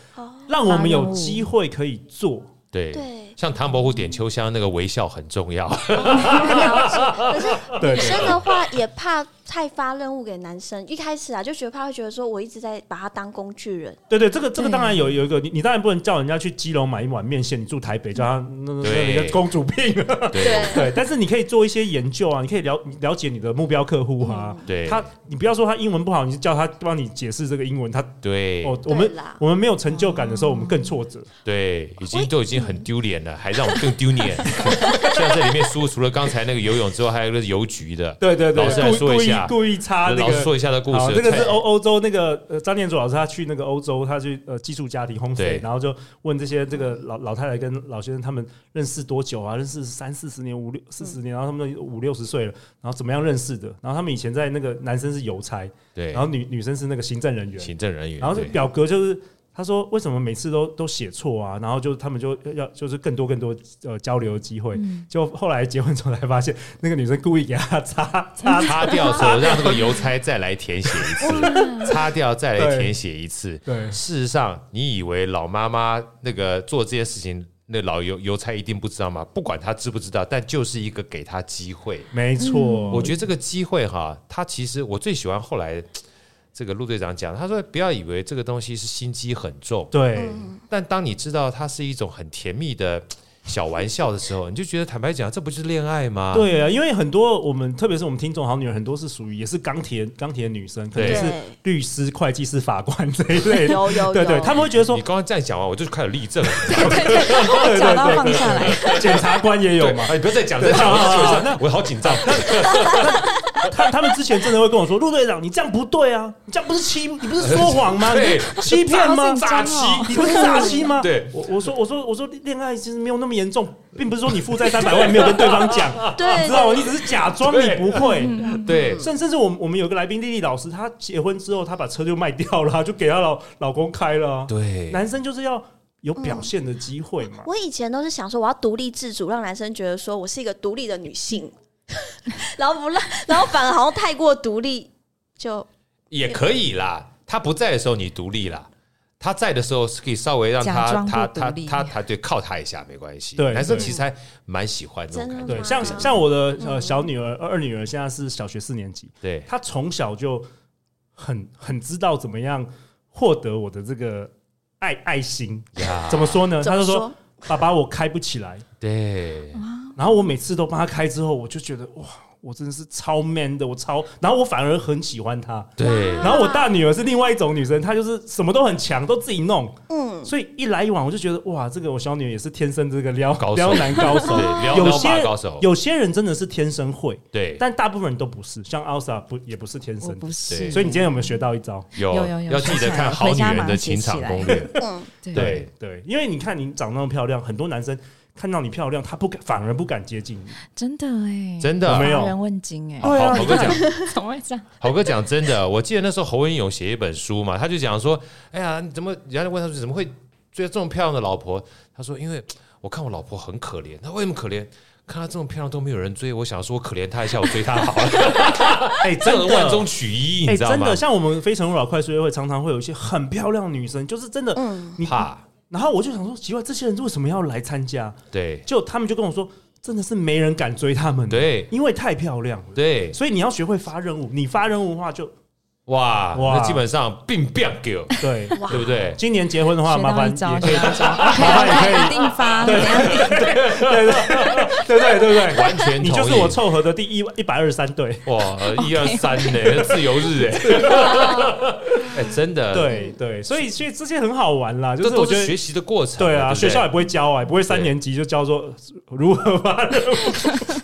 [SPEAKER 3] 让我们有机会可以做。
[SPEAKER 1] 对
[SPEAKER 4] 对
[SPEAKER 1] 像唐伯虎点秋香那个微笑很重要，
[SPEAKER 4] 可是
[SPEAKER 3] 对
[SPEAKER 4] 女生的话也怕太发任务给男生，一开始啊就觉得怕会觉得说我一直在把他当工具人，
[SPEAKER 3] 对对，这个这个
[SPEAKER 2] 对
[SPEAKER 3] 当然有有一个，你你当然不能叫人家去基隆买一碗面线，你住台北叫他那那那
[SPEAKER 1] 对
[SPEAKER 3] 人家公主病
[SPEAKER 1] 对
[SPEAKER 3] <laughs> 对，但是你可以做一些研究啊，你可以了了解你的目标客户啊。
[SPEAKER 1] 对
[SPEAKER 3] 他，你不要说他英文不好，你就叫他帮你解释这个英文。他，
[SPEAKER 1] 对嗯
[SPEAKER 3] 哦，我们
[SPEAKER 4] 对啦
[SPEAKER 3] 我们没有成就感的时候，我们更挫折。
[SPEAKER 1] 对，已经都已经很丢脸了，还让我更丢脸。 <laughs> 像这里面书除了刚才那个游泳之后，还有一个邮局的，
[SPEAKER 3] 对对对，
[SPEAKER 1] 老师来
[SPEAKER 3] 故
[SPEAKER 1] 说一
[SPEAKER 3] 故意
[SPEAKER 1] 下
[SPEAKER 3] 故意插那
[SPEAKER 1] 老师
[SPEAKER 3] 个。
[SPEAKER 1] 说一下的故
[SPEAKER 3] 好，
[SPEAKER 1] 事。
[SPEAKER 3] 这个是哦
[SPEAKER 1] 太
[SPEAKER 3] 欧欧洲那个呃张念祖老师，他去那个欧洲，他去呃寄宿家庭烘
[SPEAKER 1] 对
[SPEAKER 3] 焙，然后就问这些这个老老太太跟老先生他们认识多久啊？认识三四十年、五六四十年，然后他们都五六十岁了，然后怎么样认识的？然后他们以前在那个男生是邮差，
[SPEAKER 1] 对
[SPEAKER 3] 然，后女女生是那个行政人员，
[SPEAKER 1] 行政人员，
[SPEAKER 3] 然后这
[SPEAKER 1] 对
[SPEAKER 3] 表格就是。他说为什么每次都都写错啊？然后就他们就要就是更多更多呃交流的机会。
[SPEAKER 4] 嗯
[SPEAKER 3] 就后来结婚之后才发现，那个女生故意给他擦 <laughs> 擦
[SPEAKER 1] <laughs> 擦掉之后，让那个邮差再来填写一次，擦掉再来填写一次。
[SPEAKER 3] 对
[SPEAKER 1] 事实上，你以为老妈妈那个做这些事情，那老邮邮差一定不知道吗？不管他知不知道，但就是一个给他机会。
[SPEAKER 3] 没
[SPEAKER 4] 嗯
[SPEAKER 3] 错，
[SPEAKER 1] 我觉得这个机会哈，他其实我最喜欢后来这个陆队长讲，他说不要以为这个东西是心机很重，
[SPEAKER 3] 对，
[SPEAKER 4] 嗯
[SPEAKER 1] 但当你知道它是一种很甜蜜的小玩笑的时候，你就觉得坦白讲，这不就是恋爱吗？
[SPEAKER 3] 对啊，因为很多我们，特别是我们听众好女人，很多是属于也是钢铁钢铁女生，可能
[SPEAKER 1] 对
[SPEAKER 3] 是律师、会计师、法官 <laughs> 这一类的。
[SPEAKER 4] 有有有，
[SPEAKER 3] 对对，他们会觉得说
[SPEAKER 1] 你，刚刚这样讲完，我就开始立正了。
[SPEAKER 2] 脚
[SPEAKER 3] 对对
[SPEAKER 2] 都要放下来。
[SPEAKER 3] 对，检察官也有
[SPEAKER 1] <laughs> 对
[SPEAKER 3] 嘛。
[SPEAKER 1] 哎，你不要再讲，再讲，我好紧我好紧张。
[SPEAKER 3] 他他们之前真的会跟我说，陆队长，你这样不对啊，你这样不是欺，你不是说谎
[SPEAKER 1] <laughs>
[SPEAKER 3] 吗？
[SPEAKER 1] 对
[SPEAKER 3] 你欺骗吗？
[SPEAKER 1] 诈欺
[SPEAKER 3] 你不是诈欺吗？
[SPEAKER 1] 对
[SPEAKER 3] 我我说我说我说恋爱其实没有那么严重，并不是说你负债三百万没有跟对方讲，
[SPEAKER 4] 对
[SPEAKER 3] 你知道吗？你只是假装你不会，
[SPEAKER 1] 嗯对，
[SPEAKER 3] 甚甚至我们我们有个来宾丽丽老师，她结婚之后，她把车就卖掉了啊，就给她老老公开了啊。
[SPEAKER 1] 对，
[SPEAKER 3] 男生就是要有表现的机会嘛。
[SPEAKER 1] 嗯
[SPEAKER 4] 我以前都是想说，我要独立自主，让男生觉得说我是一个独立的女性， <laughs> 然后不让，然后反而好像太过独立，就
[SPEAKER 1] 也可以啦。他不在的时候你独立啦，他在的时候是可以稍微让
[SPEAKER 2] 假
[SPEAKER 1] 他
[SPEAKER 2] 装不
[SPEAKER 1] 他
[SPEAKER 2] 独
[SPEAKER 1] 他
[SPEAKER 2] 立
[SPEAKER 1] 他他对靠他一下没关系。
[SPEAKER 3] 对
[SPEAKER 1] 男生
[SPEAKER 3] 对
[SPEAKER 1] 其实还蛮喜欢这种嗯感
[SPEAKER 4] 真
[SPEAKER 1] 觉
[SPEAKER 4] 的。
[SPEAKER 3] 对，
[SPEAKER 4] 吗
[SPEAKER 3] 像
[SPEAKER 4] 对啊
[SPEAKER 3] 像我的呃小女儿二女儿现在是小学四年级，
[SPEAKER 1] 对，
[SPEAKER 3] 她从小就很很知道怎么样获得我的这个爱爱心。
[SPEAKER 1] 呀
[SPEAKER 3] 怎么说呢？
[SPEAKER 4] 怎
[SPEAKER 3] 她
[SPEAKER 4] 么
[SPEAKER 3] 就说：“爸爸，我开不起来。
[SPEAKER 1] 哦对，”
[SPEAKER 3] 然后我每次都帮她开之后，我就觉得哇，我真的是超 man 的，我超，然后我反而很喜欢她。
[SPEAKER 1] 对，
[SPEAKER 3] 然后我大女儿是另外一种女生，她就是什么都很强，都自己弄。嗯，所以一来一往，我就觉得哇，这个我小女儿也是天生这个
[SPEAKER 1] <laughs>
[SPEAKER 3] 撩
[SPEAKER 1] 高手
[SPEAKER 3] 撩男高手
[SPEAKER 1] 对，撩
[SPEAKER 3] 有
[SPEAKER 1] 撩
[SPEAKER 3] 些
[SPEAKER 1] 把高手
[SPEAKER 3] 有些人真的是天生会，
[SPEAKER 1] 对，
[SPEAKER 3] 但大部分人都不是。像 Elsa 不也不是天
[SPEAKER 2] 我
[SPEAKER 3] 生的
[SPEAKER 2] 不
[SPEAKER 1] 对
[SPEAKER 2] 是，
[SPEAKER 3] 所以你今天有没有学到一招？
[SPEAKER 1] 有
[SPEAKER 2] 有有有
[SPEAKER 1] 要记得看《好女人的情场攻略》。
[SPEAKER 2] 对
[SPEAKER 1] 对
[SPEAKER 3] 对，因为你看你长那么漂亮，很多男生看到你漂亮，他不敢，反而不敢接
[SPEAKER 1] <laughs>
[SPEAKER 3] 近你。
[SPEAKER 2] 真的哎，
[SPEAKER 1] 真
[SPEAKER 3] 我
[SPEAKER 1] 的
[SPEAKER 3] 没。有
[SPEAKER 2] 乏人问津哎，
[SPEAKER 1] 好
[SPEAKER 3] 对啊
[SPEAKER 1] 好哥讲，
[SPEAKER 2] 怎么会这样？
[SPEAKER 1] 好哥讲真的，我记得那时候侯文勇写一本书嘛，他就讲说，哎呀，你怎么人家就问他说怎么会追这么漂亮的老婆？他说因为我看我老婆很可怜，她为什么可怜？看她这么漂亮都没有人追，我想说我可怜她一下，我追她
[SPEAKER 3] <laughs>
[SPEAKER 1] 好了，
[SPEAKER 3] 哎，
[SPEAKER 1] 这
[SPEAKER 3] 真
[SPEAKER 1] 个万中
[SPEAKER 3] 的。
[SPEAKER 1] 取一，
[SPEAKER 3] 哎，
[SPEAKER 1] 你知道
[SPEAKER 3] 真
[SPEAKER 1] 吗
[SPEAKER 3] 的，？像我们《非诚勿扰》快速约会，常常会有一些很漂亮的女生，就是真的，
[SPEAKER 2] 嗯
[SPEAKER 3] 你
[SPEAKER 1] 怕
[SPEAKER 3] 然后我就想说，奇怪，这些人为什么要来参加？
[SPEAKER 1] 对
[SPEAKER 3] 就他们就跟我说，真的是没人敢追他们，，
[SPEAKER 1] 对
[SPEAKER 3] 因为太漂亮了。
[SPEAKER 1] 对，
[SPEAKER 3] 所以你要学会发任务，你发任务的话就
[SPEAKER 1] 哇，
[SPEAKER 3] 哇
[SPEAKER 1] 那基本上并不给我， <laughs>
[SPEAKER 3] 对。
[SPEAKER 4] 哇
[SPEAKER 1] 对不
[SPEAKER 3] <laughs>
[SPEAKER 1] 对？
[SPEAKER 3] 今年结婚的话，
[SPEAKER 2] 学
[SPEAKER 3] 麻
[SPEAKER 2] 到
[SPEAKER 3] 烦
[SPEAKER 2] 一招，
[SPEAKER 3] 也可
[SPEAKER 2] 学
[SPEAKER 3] 以，
[SPEAKER 2] 到一招，
[SPEAKER 3] 麻烦也可以
[SPEAKER 2] 一定发，
[SPEAKER 3] 对对对对对对对
[SPEAKER 1] 完全同意
[SPEAKER 3] 你就是我凑合的第一一百二十三对，
[SPEAKER 1] 哇，一二三呢，自由日哎，
[SPEAKER 3] <laughs>
[SPEAKER 1] 哎，真的，，
[SPEAKER 3] 对对，所以所以这些很好玩啦，就
[SPEAKER 1] 这
[SPEAKER 3] 是我
[SPEAKER 1] 都
[SPEAKER 3] 觉
[SPEAKER 1] 是学
[SPEAKER 3] 得。
[SPEAKER 1] 习的过程，
[SPEAKER 3] 对啊，
[SPEAKER 1] 不
[SPEAKER 3] 学校也不会教啊，也不会三
[SPEAKER 1] 对
[SPEAKER 3] 年级就教说如何发任务。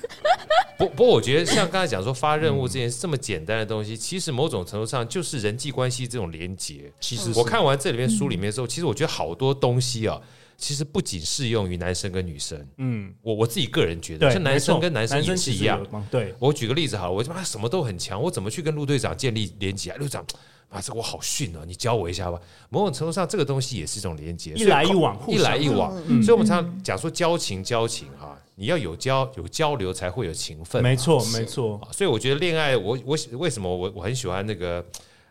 [SPEAKER 1] 不不过，我觉得像刚才讲说发任务这件事这么简单的东西，其实某种程度上就是人际关系这种连结。
[SPEAKER 3] 其实是
[SPEAKER 1] 我看完这里面书里面之后，其实我觉得好多东西啊，其实不仅适用于男生跟女生，
[SPEAKER 3] 嗯，
[SPEAKER 1] 我我自己个人觉得，
[SPEAKER 3] 对，
[SPEAKER 1] 像男生
[SPEAKER 3] 没错
[SPEAKER 1] 跟男生也是
[SPEAKER 3] 其
[SPEAKER 1] 一
[SPEAKER 3] 实
[SPEAKER 1] 样
[SPEAKER 3] 有。帮。对，
[SPEAKER 1] 我举个例子好了，我他妈什么都很强，我怎么去跟陆队长建立连接啊？陆队长，啊，这个我好逊哦，你教我一下吧。某种程度上，这个东西也是一种连接，
[SPEAKER 3] 一来
[SPEAKER 1] 所以
[SPEAKER 3] 一往互
[SPEAKER 1] 一
[SPEAKER 3] 相
[SPEAKER 1] 来一往。
[SPEAKER 3] 嗯
[SPEAKER 1] 所以我们常常讲说交情，交情哈、你要有交有交流才会有情分嘛。
[SPEAKER 3] 没错没错，
[SPEAKER 1] 啊所以我觉得恋爱，我我为什么我我很喜欢那个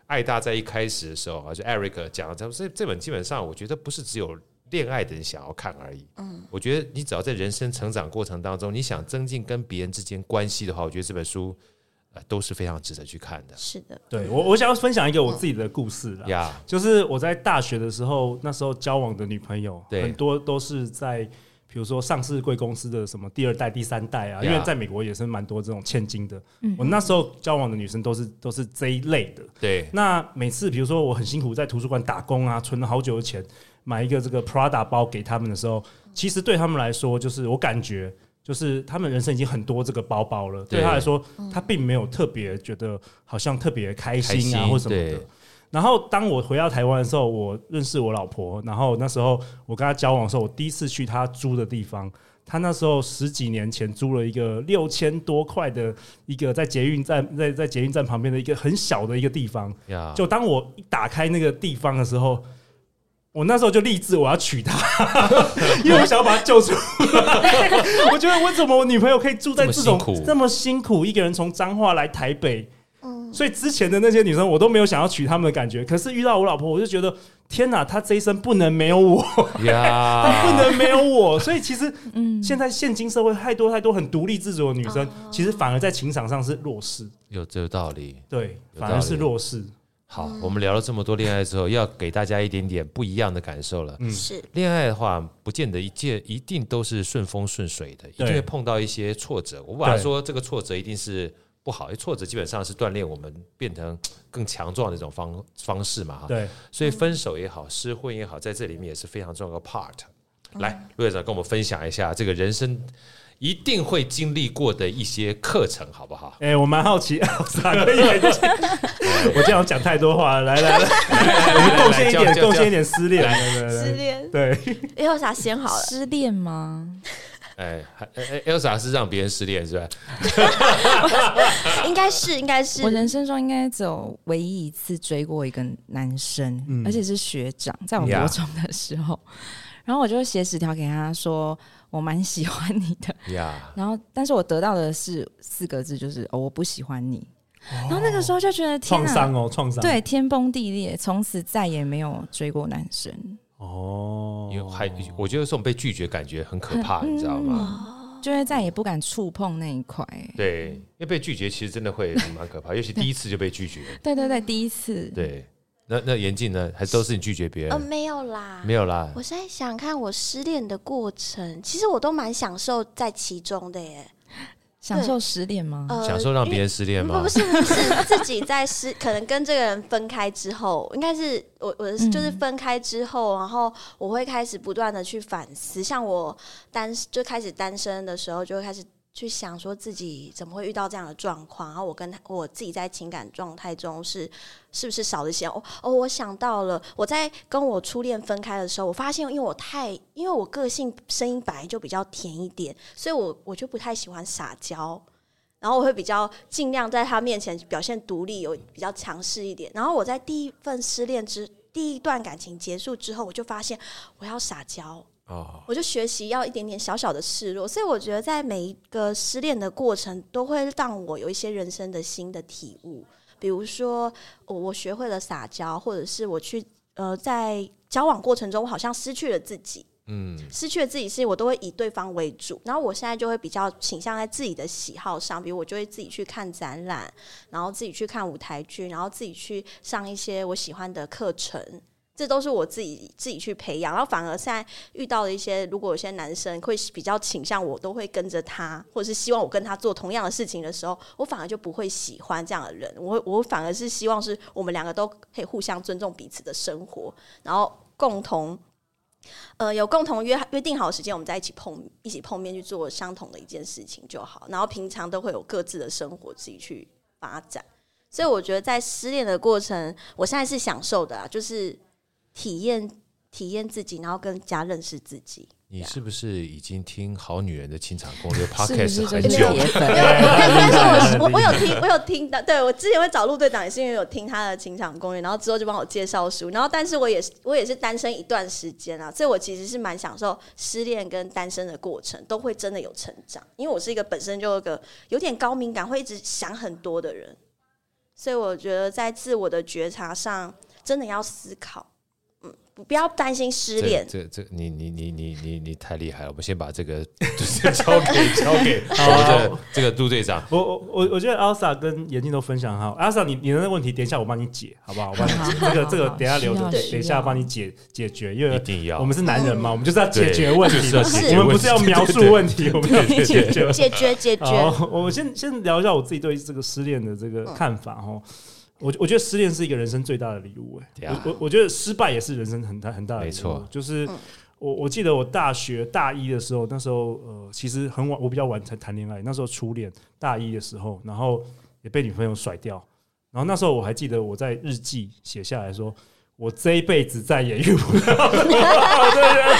[SPEAKER 1] 爱大在一开始的时候啊，就 Eric 讲的，这这本基本上我觉得不是只有恋爱的人想要看而已。嗯，我觉得你只要在人生成长过程当中，你想增进跟别人之间关系的话，我觉得这本书呃都是非常值得去看的
[SPEAKER 4] 是的，
[SPEAKER 3] 对我我想要分享一个我自己的故事啦，
[SPEAKER 1] 呀。
[SPEAKER 3] 就是我在大学的时候，那时候交往的女朋友，
[SPEAKER 1] 对
[SPEAKER 3] 很多都是在比如说上市贵公司的什么第二代、第三代啊，
[SPEAKER 1] Yeah
[SPEAKER 3] 因为在美国也是蛮多这种欠金的。我那时候交往的女生都是都是这一类的。
[SPEAKER 1] 对
[SPEAKER 3] 那每次比如说我很辛苦在图书馆打工啊，存了好久的钱，买一个这个 Prada 包给他们的时候，其实对他们来说，就是我感觉就是他们人生已经很多这个包包了，
[SPEAKER 1] 对
[SPEAKER 3] 对他来说，他并没有特别觉得好像特别开
[SPEAKER 1] 开
[SPEAKER 3] 心啊
[SPEAKER 1] 心
[SPEAKER 3] 或什么
[SPEAKER 1] 对
[SPEAKER 3] 的。然后当我回到台湾的时候，我认识我老婆，然后那时候我跟她交往的时候，我第一次去她租的地方。她那时候十几年前租了一个六千多块的一个在捷运站在在捷运站旁边的一个很小的一个地方，
[SPEAKER 1] 呀，
[SPEAKER 3] 就当我一打开那个地方的时候，我那时候就立志我要娶她，因为我想要把她救出来。我觉得我怎么我女朋友可以住在这种
[SPEAKER 1] 这么辛苦
[SPEAKER 3] 这么辛苦，一个人从彰化来台北，所以之前的那些女生我都没有想要娶她们的感觉。可是遇到我老婆，我就觉得天哪，她这一生不能没有我， <laughs> 她不
[SPEAKER 1] 呀，
[SPEAKER 3] 能没有我。所以其实，现在现今社会太多太多很独立自主的女生，其实反而在情场上是弱势，
[SPEAKER 1] 有这个道理。
[SPEAKER 3] 对，
[SPEAKER 1] 有
[SPEAKER 3] 反
[SPEAKER 1] 道
[SPEAKER 3] 而是
[SPEAKER 1] 理
[SPEAKER 3] 弱势。
[SPEAKER 1] 好，我们聊了这么多恋爱之后，要给大家一点点不一样的感受
[SPEAKER 3] 嗯
[SPEAKER 1] 了。
[SPEAKER 4] 是
[SPEAKER 1] 恋爱的话，不见得一件一定都是顺风顺水的，一定会碰到一些挫折。我不敢
[SPEAKER 3] 对
[SPEAKER 1] 说这个挫折一定是不好，因为挫折基本上是锻炼我们变成更强壮的一种方方式嘛哈。
[SPEAKER 3] 对，
[SPEAKER 1] 所以分手也好，失婚也好，在这里面也是非常重要的 part。来，
[SPEAKER 3] 嗯
[SPEAKER 1] 陆院长跟我们分享一下这个人生一定会经历过的一些课程，好不好？
[SPEAKER 3] 哎、我蛮好奇， <laughs> 傻个眼睛，我这样讲太多话了，来来来，我们贡献一点，贡献一，点撕裂，来来
[SPEAKER 4] 失
[SPEAKER 3] 来，
[SPEAKER 4] 恋，
[SPEAKER 3] 对，
[SPEAKER 4] 哎，有啥先好了？
[SPEAKER 2] 失恋吗？
[SPEAKER 1] 哎还哎哎，Elsa 是让别人失恋是吧？
[SPEAKER 4] 应该是，应该是
[SPEAKER 2] 我。人生中应该只有唯一一次追过一个男生，
[SPEAKER 3] 嗯
[SPEAKER 2] 而且是学长，在我国
[SPEAKER 1] Yeah
[SPEAKER 2] 中的时候。然后我就写纸条给他说，我蛮喜欢你的。 <laughs>
[SPEAKER 1] 呀，
[SPEAKER 2] 然后，但是我得到的是四个字，就是哦，我不喜欢你。然后那个时候就觉得天
[SPEAKER 3] 哦创
[SPEAKER 2] 哪，
[SPEAKER 3] 伤哦，创伤，，
[SPEAKER 2] 对，天崩地裂，从此再也没有追过男生。
[SPEAKER 3] 哦
[SPEAKER 1] 因为还我觉得这种被拒绝感觉很可怕，你知道吗？
[SPEAKER 2] 就会再也不敢触碰那一块。欸
[SPEAKER 1] 对，因为被拒绝其实真的会蛮可怕，尤其第一次就被拒绝。
[SPEAKER 2] 对对对，
[SPEAKER 4] 嗯
[SPEAKER 2] 第一次，
[SPEAKER 1] 对，那那严禁呢？还都是你拒绝别
[SPEAKER 4] 呃，
[SPEAKER 1] 人？
[SPEAKER 4] 没有啦，
[SPEAKER 1] 没有啦
[SPEAKER 4] 我，是在想看我失恋的过程，其实我都蛮享受在其中的耶。
[SPEAKER 2] 享受失恋吗？
[SPEAKER 4] 呃，
[SPEAKER 1] 享受让别人失恋
[SPEAKER 4] 不
[SPEAKER 1] 吗
[SPEAKER 2] 嗯
[SPEAKER 4] 不？是不是 <laughs> 自己在失，可能跟这个人分开之后，应该是我我的就是分开之后，然后我会开始不断的去反思，像我单就开始单身的时候，就会开始去想说自己怎么会遇到这样的状况，然后我跟他我自己在情感状态中是是不是少了一些？哦哦，我想到了，我在跟我初恋分开的时候，我发现因为我太因为我个性声音本来就比较甜一点，所以我我就不太喜欢撒娇。然后我会比较尽量在他面前表现独立，有比较强势一点。然后我在第一份失恋之第一段感情结束之后，我就发现我要撒娇，
[SPEAKER 1] 哦，
[SPEAKER 4] 我就学习要一点点小小的示弱。所以我觉得在每一个失恋的过程，都会让我有一些人生的新的体悟。比如说，呃我我学会了撒娇，或者是我去呃在交往过程中，我好像失去了自己。
[SPEAKER 1] 嗯，
[SPEAKER 4] 失去了自己是我都会以对方为主，然后我现在就会比较倾向在自己的喜好上，比如我就会自己去看展览，然后自己去看舞台剧，然后自己去上一些我喜欢的课程，这都是我自己自己去培养。然后反而现在遇到了一些，如果有些男生会比较倾向我，都会跟着他，或者是希望我跟他做同样的事情的时候，我反而就不会喜欢这样的人。我会我反而是希望是我们两个都可以互相尊重彼此的生活，然后共同。呃，有共同约约定好时间，我们在一起碰一起碰面去做相同的一件事情就好。然后平常都会有各自的生活自己去发展。所以我觉得在失恋的过程，我现在是享受的啊，就是体验体验自己，然后更加认识自己。
[SPEAKER 1] 你是不是已经听《好女人的情场攻略》
[SPEAKER 2] <laughs> 是不
[SPEAKER 1] podcast
[SPEAKER 2] 是就
[SPEAKER 1] 很
[SPEAKER 2] 是
[SPEAKER 1] 久？
[SPEAKER 2] 铁
[SPEAKER 3] <laughs>
[SPEAKER 4] 没
[SPEAKER 2] 粉？
[SPEAKER 4] 有，但是我我我
[SPEAKER 3] 厉
[SPEAKER 4] 有
[SPEAKER 3] 害
[SPEAKER 4] 听，我有听到，对我之前会找陆队长，也是因为有听他的《情场攻略》，然后之后就帮我介绍书，然后但是我也是我也是单身一段时间啊，所以我其实是蛮享受失恋跟单身的过程，都会真的有成长，因为我是一个本身就有个有点高敏感，会一直想很多的人，所以我觉得在自我的觉察上，真的要思考，嗯，不不要担心失恋，
[SPEAKER 1] 这这这你你你你你你太厉害了！我们先把这个就是 <laughs> 交给交给
[SPEAKER 3] <laughs> 好啊
[SPEAKER 1] 这个这个杜队长。
[SPEAKER 3] 我我我我觉得 Elsa 跟眼镜都分享很好，Elsa 你你的那个问题，等一下我帮你解，好不好？我帮你解，
[SPEAKER 2] 好
[SPEAKER 3] 这个
[SPEAKER 2] 好
[SPEAKER 3] 这个
[SPEAKER 2] 好
[SPEAKER 3] 等一下
[SPEAKER 2] 需
[SPEAKER 3] 留着，
[SPEAKER 2] 要需
[SPEAKER 3] 等一下
[SPEAKER 2] 要
[SPEAKER 3] 帮你解解决，因
[SPEAKER 1] 一
[SPEAKER 3] 为
[SPEAKER 1] 定要
[SPEAKER 3] 我们是男人嘛，我们就是要解
[SPEAKER 1] 对
[SPEAKER 3] 决问题
[SPEAKER 1] 就是要解，决
[SPEAKER 3] 我们不
[SPEAKER 1] 问
[SPEAKER 3] 是要
[SPEAKER 1] 题
[SPEAKER 3] 描
[SPEAKER 1] 对
[SPEAKER 3] 述
[SPEAKER 1] 对
[SPEAKER 3] 问题，我们要解
[SPEAKER 4] <laughs>
[SPEAKER 3] 决
[SPEAKER 4] 解决解决，嗯
[SPEAKER 3] 好，我先先聊一下我自己对这个失恋的这个看法哦。我我觉得失恋是一个人生最大的礼物、
[SPEAKER 1] 对
[SPEAKER 3] 哎、
[SPEAKER 1] 啊
[SPEAKER 3] 我我我觉得失败也是人生很大很大的礼
[SPEAKER 1] 没
[SPEAKER 3] 物。
[SPEAKER 1] 错
[SPEAKER 3] 就是
[SPEAKER 4] 嗯
[SPEAKER 3] 我我记得我大学大一的时候，那时候呃，其实很晚，我比较晚才谈恋爱。那时候初恋，大一的时候，然后也被女朋友甩掉。然后那时候我还记得我在日记写下来说，我这一辈子再也遇不到这个人，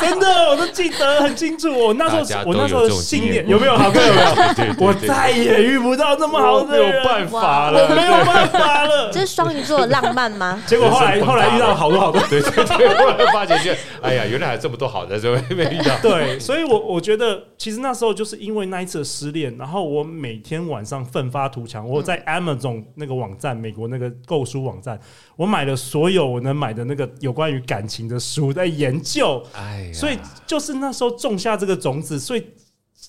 [SPEAKER 3] 真的，我都记得很清楚，我 <laughs> 那
[SPEAKER 1] 大
[SPEAKER 3] 时
[SPEAKER 1] 家
[SPEAKER 3] 候
[SPEAKER 1] 都
[SPEAKER 3] 我那时
[SPEAKER 1] 有
[SPEAKER 3] 候
[SPEAKER 1] 这
[SPEAKER 3] 的
[SPEAKER 1] 种经
[SPEAKER 3] 信
[SPEAKER 1] 验
[SPEAKER 3] 念
[SPEAKER 1] 过
[SPEAKER 3] 有没有好哥有没有？
[SPEAKER 1] 对 <laughs> 对对
[SPEAKER 3] 我
[SPEAKER 1] 对
[SPEAKER 3] 再也遇不到这么好的
[SPEAKER 1] 没有
[SPEAKER 3] 人，
[SPEAKER 1] 办法
[SPEAKER 3] 我没
[SPEAKER 1] 了。
[SPEAKER 3] 有办法了。？
[SPEAKER 5] 这是双鱼座的浪漫吗
[SPEAKER 3] 结果后来
[SPEAKER 1] 人生
[SPEAKER 3] 后
[SPEAKER 1] 崩塌
[SPEAKER 3] 来遇到好多好多
[SPEAKER 1] 对对对，后来发现就，哎呀，原来还有这么多好的，怎么没遇 <laughs> 到？
[SPEAKER 3] 对，所以我我觉得其实那时候就是因为那一次的失恋，然后我每天晚上奋发图强，
[SPEAKER 1] 嗯
[SPEAKER 3] 我在 Amazon 那个网站，美国那个购书网站，我买了所有我能买的那个有关于感情的书，在
[SPEAKER 1] <laughs>
[SPEAKER 3] 研究，
[SPEAKER 1] 哎呀，
[SPEAKER 3] 所以就是那时候种下这个种子，所以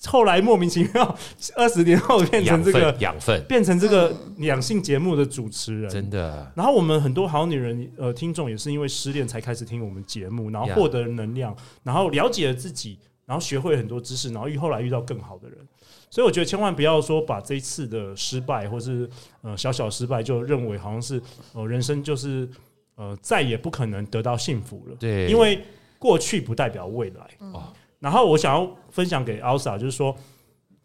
[SPEAKER 3] 后来莫名其妙二十年后变
[SPEAKER 1] 养
[SPEAKER 3] 成这个
[SPEAKER 1] 分养分
[SPEAKER 3] 变成这个两性节目的主持人，
[SPEAKER 1] 真的
[SPEAKER 3] 然后我们很多好女人呃听众也是因为失恋才开始听我们节目，然后
[SPEAKER 1] Yeah
[SPEAKER 3] 获得能量，然后了解了自己，然后学会很多知识，然后遇后来遇到更好的人。所以我觉得千万不要说把这一次的失败或是呃小小失败就认为好像是呃人生就是呃再也不可能得到幸福了，
[SPEAKER 1] 对
[SPEAKER 3] 因为过去不代表未来。
[SPEAKER 1] 哦
[SPEAKER 3] 然后我想要分享给 Elsa 就是说，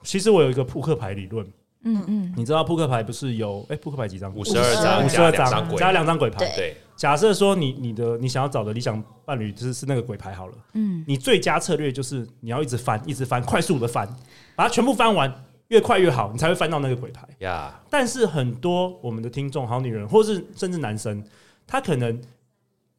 [SPEAKER 3] 其实我有一个扑克牌理论，
[SPEAKER 2] 嗯嗯，
[SPEAKER 3] 你知道扑克牌不是有哎扑克牌几张？
[SPEAKER 1] 五十二张
[SPEAKER 3] 五十
[SPEAKER 1] 加
[SPEAKER 3] 二
[SPEAKER 1] 两张
[SPEAKER 3] 张
[SPEAKER 1] 鬼，
[SPEAKER 3] 加两张鬼牌，
[SPEAKER 5] 对
[SPEAKER 1] 对，
[SPEAKER 3] 假设说你你的你想要找的理想伴侣就是是那个鬼牌好了，嗯，你最佳策略就是你要一直翻，一直翻，快速的翻，把它全部翻完，越快越好，你才会翻到那个鬼牌。
[SPEAKER 1] 呀，
[SPEAKER 3] 但是很多我们的听众，好女人，或是甚至男生，他可能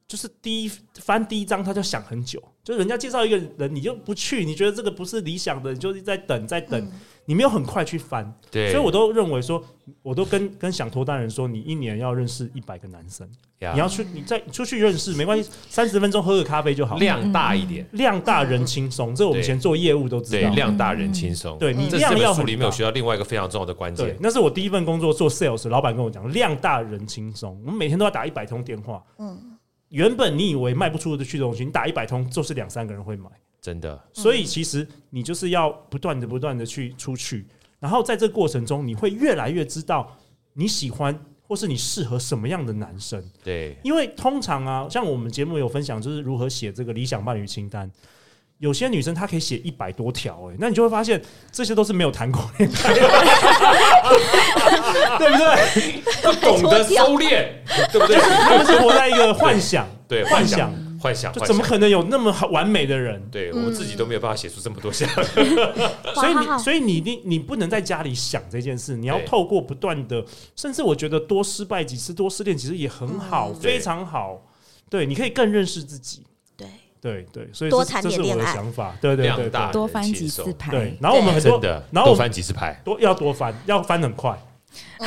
[SPEAKER 3] 就是第一翻第一张他就想很久，就是人家介绍一个人，你就不去，你觉得这个不是理想的，你就是在等，在等，你没有很快去翻，
[SPEAKER 1] 嗯对，
[SPEAKER 3] 所以我都认为说，我都跟跟想脱单人说，你一年要认识一百个男生。
[SPEAKER 1] 呀
[SPEAKER 3] 你要去，你再出去认识没关系，三十分钟喝个咖啡就好。
[SPEAKER 1] 量大一点，
[SPEAKER 3] 量大人轻松，这我们以前做业务都知
[SPEAKER 1] 对
[SPEAKER 3] 道，。
[SPEAKER 1] 量大人轻松。
[SPEAKER 3] 嗯对你
[SPEAKER 1] 这
[SPEAKER 3] 量
[SPEAKER 1] 这
[SPEAKER 3] 要
[SPEAKER 1] 本书
[SPEAKER 3] 很大
[SPEAKER 1] 里面有学到另外一个非常重要的关
[SPEAKER 3] 对
[SPEAKER 1] 键，，
[SPEAKER 3] 那是我第一份工作做 sales，老板跟我讲，量大人轻松。我们每天都要打一百通电话。嗯，原本你以为卖不出的去东西，你打一百通就是两三个人会买，
[SPEAKER 1] 真的
[SPEAKER 3] 所以其实你就是要不断的、不断的去出去，然后在这个过程中，你会越来越知道你喜欢或是你适合什么样的男生。
[SPEAKER 1] 对
[SPEAKER 3] 因为通常啊，像我们节目有分享，就是如何写这个理想伴侣清单。有些女生她可以写一百多条，哎，那你就会发现这些都是没有谈过恋爱的，对不对？
[SPEAKER 1] 不懂得收敛，对不对？
[SPEAKER 3] 她们是活在一个幻想， <laughs>
[SPEAKER 1] 对，
[SPEAKER 3] 幻
[SPEAKER 1] 幻
[SPEAKER 3] 想
[SPEAKER 1] 想，幻想，
[SPEAKER 3] 就
[SPEAKER 1] 幻
[SPEAKER 3] 怎么
[SPEAKER 1] 想？
[SPEAKER 3] 可能有那么好完美的人？
[SPEAKER 1] 对我们自己都没有办法写出这么多
[SPEAKER 3] <laughs>
[SPEAKER 1] 项，
[SPEAKER 3] <laughs> 所以
[SPEAKER 5] 哇
[SPEAKER 3] 你，所以你一定你不能在家里想这件事，你要
[SPEAKER 1] 对
[SPEAKER 3] 透过不断的，甚至我觉得多失败几次、多失恋其实也很好，
[SPEAKER 1] 嗯对
[SPEAKER 3] 非常好。对，你可以更认识自己。
[SPEAKER 5] 对
[SPEAKER 3] 对对，所以
[SPEAKER 5] 多
[SPEAKER 3] 这
[SPEAKER 5] 谈
[SPEAKER 3] 这是
[SPEAKER 5] 点
[SPEAKER 3] 我的
[SPEAKER 5] 恋爱
[SPEAKER 3] 想法。对对对
[SPEAKER 1] 量
[SPEAKER 3] 对，
[SPEAKER 1] 大
[SPEAKER 2] 多
[SPEAKER 1] 人
[SPEAKER 2] 翻
[SPEAKER 1] 轻
[SPEAKER 2] 几次
[SPEAKER 1] 松，
[SPEAKER 3] 对
[SPEAKER 2] 牌，，
[SPEAKER 3] 然后我们很多
[SPEAKER 1] 真的，
[SPEAKER 3] 然后
[SPEAKER 1] 多
[SPEAKER 3] 我们
[SPEAKER 1] 翻几次牌，
[SPEAKER 3] 多要多翻，要翻很快，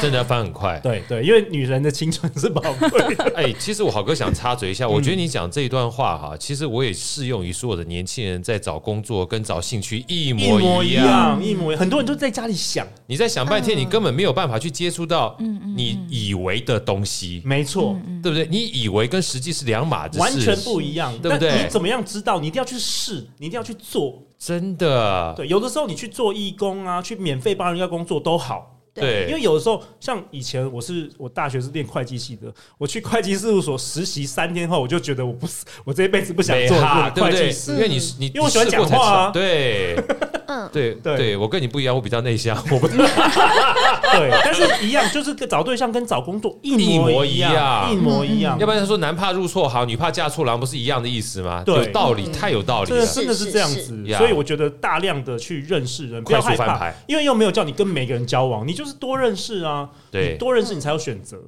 [SPEAKER 1] 真的要翻很
[SPEAKER 3] <laughs>
[SPEAKER 1] 快。
[SPEAKER 3] 对对，因为女人的青春是宝贵的，
[SPEAKER 1] 哎、其实我好哥想插嘴一下，
[SPEAKER 3] 嗯
[SPEAKER 1] 我觉得你讲这一段话哈，其实我也适用于所有的年轻人在找工作跟找兴趣 <laughs> 一
[SPEAKER 3] 一
[SPEAKER 1] 模
[SPEAKER 3] 模
[SPEAKER 1] 一
[SPEAKER 3] 一
[SPEAKER 1] 样。
[SPEAKER 3] 样，一模一样。很多人都在家里想，
[SPEAKER 1] 你在想半天，你根本没有办法去接触到
[SPEAKER 3] 嗯
[SPEAKER 1] 你以为的东西，
[SPEAKER 3] 没错，
[SPEAKER 5] 嗯
[SPEAKER 1] 对不对？你以为跟实际是两码子事，
[SPEAKER 3] 完全不一样，
[SPEAKER 1] 对不对
[SPEAKER 3] 但你怎么样知道？你一定要去试，你一定要去做。
[SPEAKER 1] 真的。
[SPEAKER 3] 对，有的时候你去做义工啊，去免费帮人家工作都好。
[SPEAKER 1] 对，
[SPEAKER 3] 因为有的时候，像以前我是我大学是念会计系的，我去会计事务所实习三天后，我就觉得我不是我这一辈子不想
[SPEAKER 1] 美
[SPEAKER 3] 做
[SPEAKER 1] 哈，
[SPEAKER 3] 这
[SPEAKER 1] 对
[SPEAKER 3] 个会
[SPEAKER 1] 不对
[SPEAKER 3] 计？师，
[SPEAKER 1] 因为你你
[SPEAKER 3] 因为我喜欢
[SPEAKER 1] 你试过
[SPEAKER 3] 讲话啊
[SPEAKER 1] 才知道
[SPEAKER 3] <laughs>
[SPEAKER 1] 对，
[SPEAKER 5] 嗯
[SPEAKER 1] 对
[SPEAKER 3] 对
[SPEAKER 1] 对，我跟你不一样，我比较内
[SPEAKER 3] <laughs>
[SPEAKER 1] 向，我不 <laughs>
[SPEAKER 3] 对，但是一样就是跟找对象跟找工作一模样，
[SPEAKER 1] 一模一样
[SPEAKER 3] 一模一样，
[SPEAKER 1] 要不然他说男怕入错行，女怕嫁错郎，不是一样的意思吗？
[SPEAKER 3] 对
[SPEAKER 1] 有道理，太有道理
[SPEAKER 3] 真的
[SPEAKER 1] 了。
[SPEAKER 3] 真的是这样
[SPEAKER 5] 是
[SPEAKER 3] 子，
[SPEAKER 1] 是
[SPEAKER 3] 所以我觉得大量的去认识人，不要
[SPEAKER 1] 快
[SPEAKER 3] 害
[SPEAKER 1] 速翻
[SPEAKER 3] 怕
[SPEAKER 1] 牌，
[SPEAKER 3] 因为又没有叫你跟每个人交往，你就是多认识啊，
[SPEAKER 1] 对
[SPEAKER 3] 你多认识你才有选择，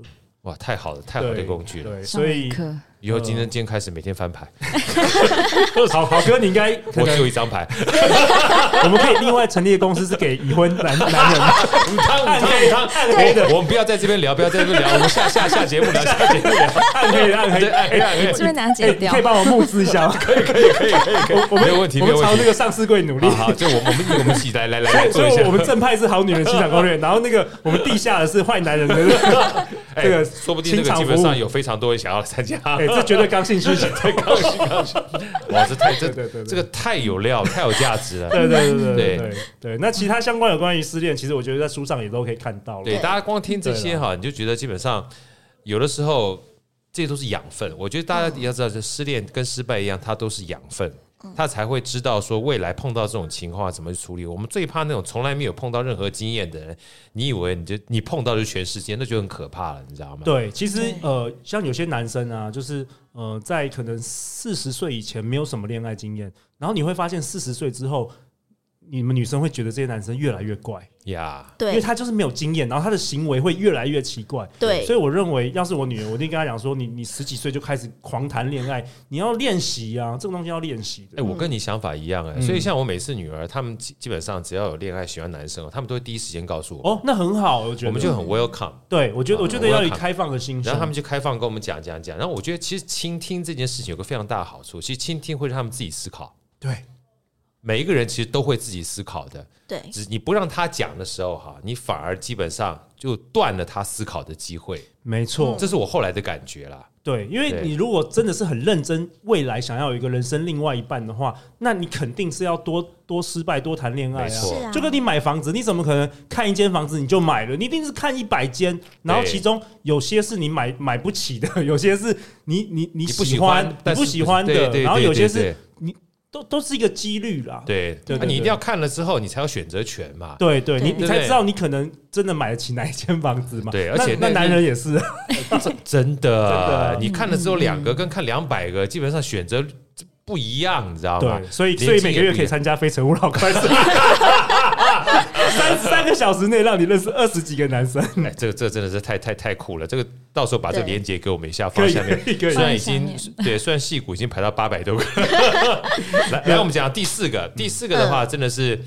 [SPEAKER 1] 哇，太好了，太好的工具了。
[SPEAKER 3] 对，
[SPEAKER 2] 上
[SPEAKER 3] 所以
[SPEAKER 2] 课
[SPEAKER 1] 以后今天今天开始每天翻牌，
[SPEAKER 3] 好好哥，你应该，
[SPEAKER 1] 我只有一张
[SPEAKER 3] <laughs>
[SPEAKER 1] 牌，
[SPEAKER 3] 我们可以另外成立的公司是给已婚男男人，
[SPEAKER 1] 五张五张
[SPEAKER 3] <laughs>
[SPEAKER 1] 五张，我我们不要在这边聊，不要在这边聊，我们下下下节目聊，下节目聊，
[SPEAKER 3] 暗黑的暗黑
[SPEAKER 1] 对，哎呀，哎呀
[SPEAKER 2] 这边等下
[SPEAKER 3] 哎
[SPEAKER 2] 剪
[SPEAKER 3] 你
[SPEAKER 2] 掉
[SPEAKER 3] 可以，帮我募资
[SPEAKER 1] <laughs>
[SPEAKER 3] 一下吗？
[SPEAKER 1] 我没有问题，
[SPEAKER 3] 我
[SPEAKER 1] 没
[SPEAKER 3] 们
[SPEAKER 1] 有问
[SPEAKER 3] 朝那
[SPEAKER 1] 题。
[SPEAKER 3] 个上市柜努力哎
[SPEAKER 1] 好。好，就我我们我们一起来来来来
[SPEAKER 3] 所
[SPEAKER 1] 做一下
[SPEAKER 3] 以，我们正派是好女人情场攻略，然后那个我们地下的是坏
[SPEAKER 1] <laughs>
[SPEAKER 3] 男人的 <laughs> 那个，
[SPEAKER 1] 哎
[SPEAKER 3] 这个
[SPEAKER 1] 说不定这
[SPEAKER 3] 清
[SPEAKER 1] 个
[SPEAKER 3] 场
[SPEAKER 1] 基本
[SPEAKER 3] 服务
[SPEAKER 1] 上有非常多人想要参加。 <laughs>
[SPEAKER 3] 哎，这绝对刚性需求。
[SPEAKER 1] 哇，这太这
[SPEAKER 3] 对对对对
[SPEAKER 1] 这个太有料，太有价值了。
[SPEAKER 3] 对对对对
[SPEAKER 1] 对
[SPEAKER 3] 对对。那其他相关有关于失恋，其实我觉得在书上也都可以看到了。
[SPEAKER 1] 对，大家光听这些哈，你就觉得基本上有的
[SPEAKER 3] 嗯
[SPEAKER 1] 时候这些都是养分。我觉得大家也要知道，这失恋跟失败一样，它都是养分。他才会知道说未来碰到这种情况怎么去处理。我们最怕那种从来没有碰到任何经验的人，你以为你就你碰到就是全世界，那就很可怕了，你知道吗？
[SPEAKER 3] 对，其实
[SPEAKER 2] 对
[SPEAKER 3] 呃，像有些男生啊，就是呃，在可能四十岁以前没有什么恋爱经验，然后你会发现四十岁之后，你们女生会觉得这些男生越来越怪，
[SPEAKER 1] 呀，
[SPEAKER 3] 因为
[SPEAKER 4] 对
[SPEAKER 3] 他就是没有经验，然后他的行为会越来越奇怪。
[SPEAKER 4] 对
[SPEAKER 3] 所以我认为，要是我女儿，我一定跟她讲说，你你十几岁就开始狂谈恋爱，你要练习啊，这个东西要练习
[SPEAKER 1] 哎、
[SPEAKER 3] 的。
[SPEAKER 1] 我跟你想法一样哎、
[SPEAKER 3] 嗯
[SPEAKER 1] 所以像我每次女儿，她们基基本上只要有恋爱喜欢男生哦，她们都会第一时间告诉我，
[SPEAKER 3] 哦，那很好，我觉得
[SPEAKER 1] 我们就很 welcome。
[SPEAKER 3] 对我觉得，
[SPEAKER 1] 啊
[SPEAKER 3] 我觉得要以
[SPEAKER 1] welcome
[SPEAKER 3] 开放的心胸，
[SPEAKER 1] 然后他们就开放跟我们讲讲讲，然后我觉得其实倾听这件事情有个非常大的好处，其实倾听会让他们自己思考。
[SPEAKER 3] 对
[SPEAKER 1] 每一个人其实都会自己思考的，
[SPEAKER 4] 对
[SPEAKER 1] 只你不让他讲的时候哈，你反而基本上就断了他思考的机会，
[SPEAKER 3] 没错，
[SPEAKER 1] 这是我后来的感觉啦。
[SPEAKER 3] 对，因为
[SPEAKER 1] 对
[SPEAKER 3] 你如果真的是很认真，未来想要有一个人生另外一半的话，那你肯定是要多多失败，多谈恋爱
[SPEAKER 1] 没
[SPEAKER 3] 啊。
[SPEAKER 1] 错
[SPEAKER 4] 是，啊
[SPEAKER 3] 就跟你买房子，你怎么可能看一间房子你就买了？你一定是看一百间，然后
[SPEAKER 1] 对
[SPEAKER 3] 其中有些是你买买不起的， <laughs> 有些是你你你
[SPEAKER 1] 你不
[SPEAKER 3] 喜
[SPEAKER 1] 喜欢
[SPEAKER 3] 欢你
[SPEAKER 1] 但是
[SPEAKER 3] 不喜欢
[SPEAKER 1] 对
[SPEAKER 3] 的，
[SPEAKER 1] 对
[SPEAKER 3] 然后
[SPEAKER 1] 对
[SPEAKER 3] 有
[SPEAKER 1] 对
[SPEAKER 3] 些是都都是一个几率啦。
[SPEAKER 1] 对
[SPEAKER 3] 对
[SPEAKER 1] 对，
[SPEAKER 3] 对
[SPEAKER 1] 那你一定
[SPEAKER 3] 对
[SPEAKER 1] 要看了之后，你才有选择权嘛。
[SPEAKER 3] 对对，你
[SPEAKER 4] 对
[SPEAKER 3] 你
[SPEAKER 1] 对
[SPEAKER 3] 才
[SPEAKER 1] 对
[SPEAKER 3] 知道你可能真的买得起哪一间房子嘛。
[SPEAKER 1] 对
[SPEAKER 3] 那
[SPEAKER 1] 而且
[SPEAKER 3] 那
[SPEAKER 1] 那
[SPEAKER 3] 男人也是，啊
[SPEAKER 1] 真
[SPEAKER 3] 的嗯
[SPEAKER 1] 的，你看了之后两个跟看两百个，基本上选择不一样，你知道吗
[SPEAKER 3] 对，？所以
[SPEAKER 1] 年纪
[SPEAKER 3] 所以每个
[SPEAKER 1] 也
[SPEAKER 3] 月
[SPEAKER 1] 不
[SPEAKER 3] 可
[SPEAKER 1] 一
[SPEAKER 3] 以
[SPEAKER 1] 样
[SPEAKER 3] 参加《非诚勿扰》快速，三 <laughs> 三个小时内让你认识二十几个男生，
[SPEAKER 1] 哎，这个这个真的是太太太酷了！这个到时候把这个
[SPEAKER 4] 对
[SPEAKER 1] 链接给我们一下，
[SPEAKER 3] 可
[SPEAKER 1] 放
[SPEAKER 3] 以
[SPEAKER 1] 下面。
[SPEAKER 3] 可以可以
[SPEAKER 1] 虽然已
[SPEAKER 2] 放下
[SPEAKER 1] 经
[SPEAKER 2] 面
[SPEAKER 1] 对，虽然戏骨已经排到八百多
[SPEAKER 3] <laughs>
[SPEAKER 1] 个，来来，我们讲第四个，第四个的
[SPEAKER 3] 嗯
[SPEAKER 1] 话真的是，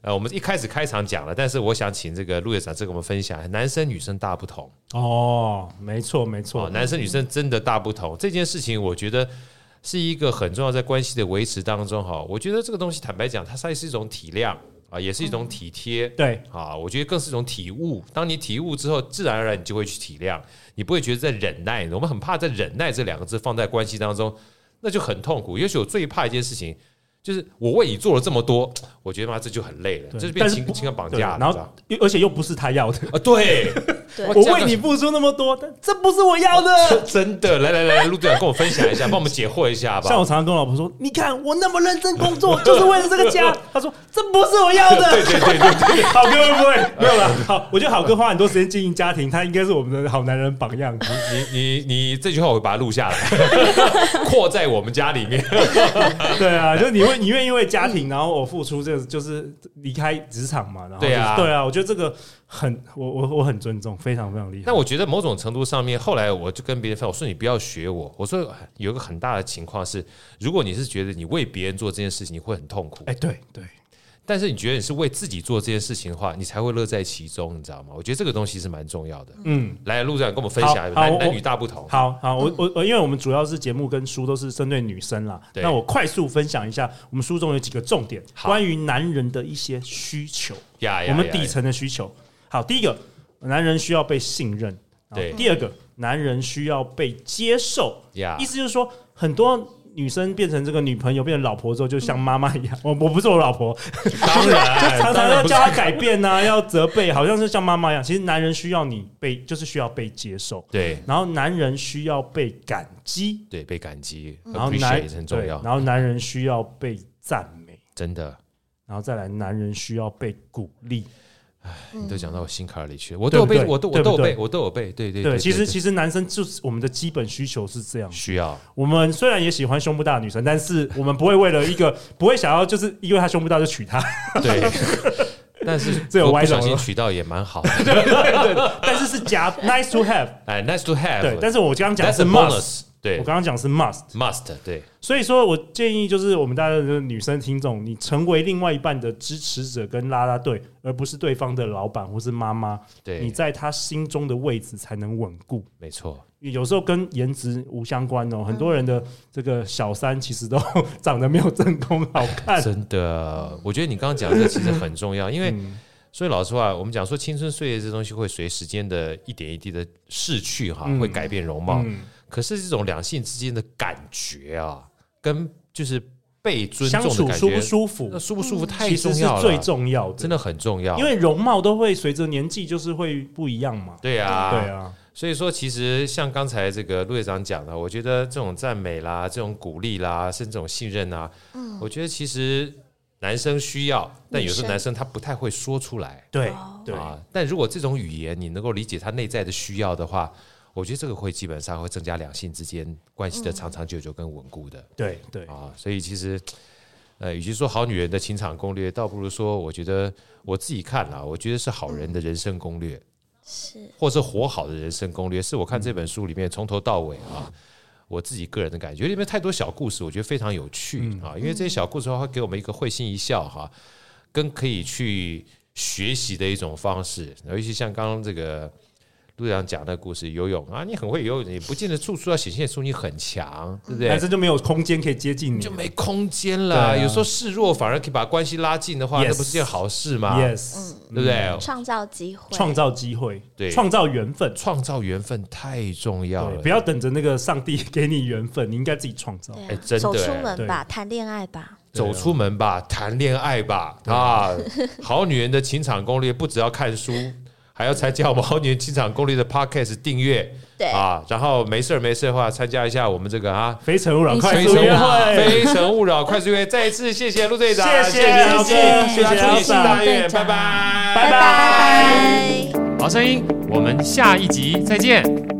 [SPEAKER 1] 呃，我们一开始开场讲了，但是我想请这个陆队长这个我们分享，男生女生大不同
[SPEAKER 3] 哦，没错没
[SPEAKER 1] 哦
[SPEAKER 3] 错，，
[SPEAKER 1] 男生女生真的大不同，这件事情我觉得是一个很重要在关系的维持当中哈，我觉得这个东西坦白讲，它算是一种体谅啊，也是一种体贴，
[SPEAKER 3] 对
[SPEAKER 1] 啊，我觉得更是一种体悟。当你体悟之后，自然而然你就会去体谅，你不会觉得在忍耐。我们很怕在忍耐这两个字放在关系当中，那就很痛苦。也许我最怕一件事情，就是我为你做了这么多，我觉得妈这就很累了，
[SPEAKER 3] 对
[SPEAKER 1] 这就
[SPEAKER 3] 但
[SPEAKER 1] 变
[SPEAKER 3] 是
[SPEAKER 1] 情
[SPEAKER 3] 不
[SPEAKER 1] 情感绑
[SPEAKER 3] 对，
[SPEAKER 1] 架了，
[SPEAKER 3] 然
[SPEAKER 1] 你知道
[SPEAKER 3] 后
[SPEAKER 1] 吗
[SPEAKER 3] 又而且又不是他
[SPEAKER 1] <laughs>
[SPEAKER 3] 要的，
[SPEAKER 1] 啊，对，
[SPEAKER 4] 对
[SPEAKER 1] 哇
[SPEAKER 3] 我
[SPEAKER 1] 这样
[SPEAKER 3] 为你付出那么多，但这不是我要
[SPEAKER 1] 哦
[SPEAKER 3] 的。
[SPEAKER 1] 真的，来来来，陆队长跟我分享一下，帮我们解惑一下吧。
[SPEAKER 3] 像我常常跟我老婆说，你看我那么认真工作，就是为了这
[SPEAKER 1] <laughs>
[SPEAKER 3] 个家。她说这不是我要的。
[SPEAKER 1] 对对对对对，
[SPEAKER 3] <laughs> 好哥会不会没有
[SPEAKER 1] <laughs>
[SPEAKER 3] 了？好，我觉得好哥花很多时间经营家庭，他应该是我们的好男人榜样。
[SPEAKER 1] 你你你这句话我会把它录
[SPEAKER 3] <laughs>
[SPEAKER 1] 下来， <laughs> 扩在我们家里面。
[SPEAKER 3] <laughs> 对啊，就是你会你愿意为家庭，然后我付出，这个就是离开职场嘛，然后就是、
[SPEAKER 1] 对啊
[SPEAKER 3] 对啊，我觉得这个很我我我很尊重，非常非常厉害
[SPEAKER 1] 那。我觉得某种程度上面，后来我就跟别人分享，我说你不要学我。我说有一个很大的情况是，如果你是觉得你为别人做这件事情你会很痛苦，
[SPEAKER 3] 哎、对对，
[SPEAKER 1] 但是你觉得你是为自己做这件事情的话，你才会乐在其中，你知道吗？我觉得这个东西是蛮重要的。
[SPEAKER 3] 嗯，
[SPEAKER 1] 来，陆长跟我们分享一下
[SPEAKER 3] 好好
[SPEAKER 1] 男
[SPEAKER 3] 我
[SPEAKER 1] 男女大不同。
[SPEAKER 3] 好好，我我我，因为我们主要是节目跟书都是针对女生啦，
[SPEAKER 1] 对
[SPEAKER 3] 那我快速分享一下，我们书中有几个重点，
[SPEAKER 1] 好
[SPEAKER 3] 关于男人的一些需求，
[SPEAKER 1] 呀呀，哎
[SPEAKER 3] 我们
[SPEAKER 1] 呀
[SPEAKER 3] 底层的需求。好，第一个，男人需要被信任；
[SPEAKER 1] 对
[SPEAKER 3] 第二个，男人需要被接受。
[SPEAKER 1] 呀
[SPEAKER 3] 意，思就是说，很多女生变成这个女朋友、变成老婆之后，就像妈妈一
[SPEAKER 1] 嗯
[SPEAKER 3] 样。我我不是我老婆，
[SPEAKER 1] 当然
[SPEAKER 3] 常
[SPEAKER 1] 当
[SPEAKER 3] 常
[SPEAKER 1] 然
[SPEAKER 3] 要
[SPEAKER 1] 不是
[SPEAKER 3] 叫她改变呐、要责备，好像是像妈妈一样。其实男人需要你被，就是需要被接受，
[SPEAKER 1] 对
[SPEAKER 3] 然后男人需要被感激，
[SPEAKER 1] 对被感激，
[SPEAKER 3] 然后
[SPEAKER 1] 嗯 appreciate
[SPEAKER 3] 男
[SPEAKER 1] 也是很重
[SPEAKER 3] 对
[SPEAKER 1] 要，
[SPEAKER 3] 然后男人需要被赞美，
[SPEAKER 1] 真的。
[SPEAKER 3] 然后再来男人需要被鼓励。
[SPEAKER 1] 你都讲到我心坎儿里去了，我都有
[SPEAKER 3] 对
[SPEAKER 1] 被，
[SPEAKER 3] 不对
[SPEAKER 1] 我都我都有
[SPEAKER 3] 对
[SPEAKER 1] 被，
[SPEAKER 3] 不
[SPEAKER 1] 我都有被，对对
[SPEAKER 3] 对，其
[SPEAKER 1] 实
[SPEAKER 3] 实其实男生就是我们的基本需求是这样。
[SPEAKER 1] 需要
[SPEAKER 3] 我们虽然也喜欢胸部大的女生，但是我们不会为了一个不会想要就是因为她胸部大就娶她。
[SPEAKER 1] <laughs> 对，但是
[SPEAKER 3] <laughs> 这有
[SPEAKER 1] 我
[SPEAKER 3] 歪
[SPEAKER 1] 不
[SPEAKER 3] 楼
[SPEAKER 1] 小心
[SPEAKER 3] 了
[SPEAKER 1] 取到也蛮好的。
[SPEAKER 3] 对对对，但是是加 nice to have，
[SPEAKER 1] 哎，nice to have，
[SPEAKER 3] 对，但是我刚刚讲
[SPEAKER 1] that's
[SPEAKER 3] 是
[SPEAKER 1] a
[SPEAKER 3] must，
[SPEAKER 1] bonus，对
[SPEAKER 3] 我刚刚讲是 must，
[SPEAKER 1] ，must，对，
[SPEAKER 3] 所以说我建议就是我们大家的女生听众，你成为另外一半的支持者跟拉拉队，而不是对方的老板或是妈妈，你
[SPEAKER 1] 对，
[SPEAKER 3] 在他心中的位置才能稳固。
[SPEAKER 1] 没错，
[SPEAKER 3] 有时候跟颜值无相关哦，很多人的这个小三其实都 <laughs> 长得没有正宫好看。
[SPEAKER 1] 真的，我觉得你刚刚讲的其实很重要，因
[SPEAKER 3] 嗯
[SPEAKER 1] 为所以老实话，我们讲说青春岁月这东西会随时间的一点一滴的逝去哈
[SPEAKER 3] 嗯，
[SPEAKER 1] 会改变容貌，可是这种两性之间的感觉啊，跟就是被尊
[SPEAKER 3] 相
[SPEAKER 1] 重的
[SPEAKER 3] 处
[SPEAKER 1] 感
[SPEAKER 3] 舒不
[SPEAKER 1] 觉，
[SPEAKER 3] 舒服嗯
[SPEAKER 1] 那，舒不舒服太
[SPEAKER 3] 其实
[SPEAKER 1] 重
[SPEAKER 3] 是
[SPEAKER 1] 要
[SPEAKER 3] 最
[SPEAKER 1] 了，
[SPEAKER 3] 重要的
[SPEAKER 1] 真。的很重要
[SPEAKER 3] 因，为容貌都会随着年纪就是会不一样嘛。
[SPEAKER 1] 对啊，
[SPEAKER 3] 对啊，
[SPEAKER 1] 所以说，其实像刚才这个陆队长讲的，我觉得这种赞美啦、这种鼓励啦，甚至这种信任啊，我觉得其实男生需要，但有时候
[SPEAKER 4] 女
[SPEAKER 1] 男生他不太会说出来。
[SPEAKER 3] 对
[SPEAKER 4] 哦
[SPEAKER 3] 对
[SPEAKER 1] 啊，但如果这种语言你能够理解他内在的需要的话，我觉得这个会基本上会增加两性之间关系的长长久久跟稳固的、
[SPEAKER 3] 对对，
[SPEAKER 1] 啊。所以其实，呃，与其说好女人的情场攻略，倒不如说，我觉得我自己看了，我觉得是好人的人生攻略，
[SPEAKER 4] 是
[SPEAKER 1] 或是活好的人生攻略，是我
[SPEAKER 3] 嗯
[SPEAKER 1] 看这本书里面从头到尾啊。我自己个人的感觉，里面太多小故事，我觉得非常有趣、
[SPEAKER 3] 嗯
[SPEAKER 1] 啊！因为这些小故事的话，会给我们一个会心一笑哈、跟可以去学习的一种方式。尤其像刚刚这个陆长讲的故事，游泳啊，你很会游泳，你不见得处处要显现出你很强，对不对？
[SPEAKER 3] 男生就没有空间可以接近你
[SPEAKER 1] 就没空间了。
[SPEAKER 3] 对啊
[SPEAKER 1] 有时候示弱反而可以把关系拉近的话
[SPEAKER 3] Yes
[SPEAKER 1] 那不是件好事吗
[SPEAKER 3] ，yes，嗯
[SPEAKER 1] 对不对？
[SPEAKER 4] 创造机嗯会，
[SPEAKER 3] 创造机会，
[SPEAKER 1] 对
[SPEAKER 3] 创造缘分，
[SPEAKER 1] 创造缘分太重要
[SPEAKER 3] 对，
[SPEAKER 1] 了，
[SPEAKER 3] 不要等着那个上帝 <laughs> 给你缘分，你应该自己创造。
[SPEAKER 1] 哎
[SPEAKER 4] 对
[SPEAKER 1] 真的
[SPEAKER 4] 啊，走出
[SPEAKER 1] 哎
[SPEAKER 4] 门吧，谈恋爱吧，
[SPEAKER 1] 走出门吧，谈恋爱吧啊！好女人的情场攻略不只要看书，还要参加我们好女人情场攻略的 podcast 订阅。
[SPEAKER 4] 对
[SPEAKER 1] 啊，然后没事儿没事儿的话，参加一下我们这个啊。
[SPEAKER 3] 非诚勿扰，
[SPEAKER 2] 非
[SPEAKER 3] 快
[SPEAKER 1] 非
[SPEAKER 3] 速
[SPEAKER 1] 诚
[SPEAKER 3] 约
[SPEAKER 1] 勿扰，
[SPEAKER 3] 会，
[SPEAKER 1] 非诚勿扰，快速约！再一次谢谢陆队长，
[SPEAKER 3] 谢谢
[SPEAKER 1] 老师，
[SPEAKER 2] 谢谢
[SPEAKER 1] 祝大家新
[SPEAKER 3] 陆队长
[SPEAKER 1] 大愿，拜拜，
[SPEAKER 3] 拜
[SPEAKER 4] 拜拜。
[SPEAKER 5] 好声音，我们下一集再见。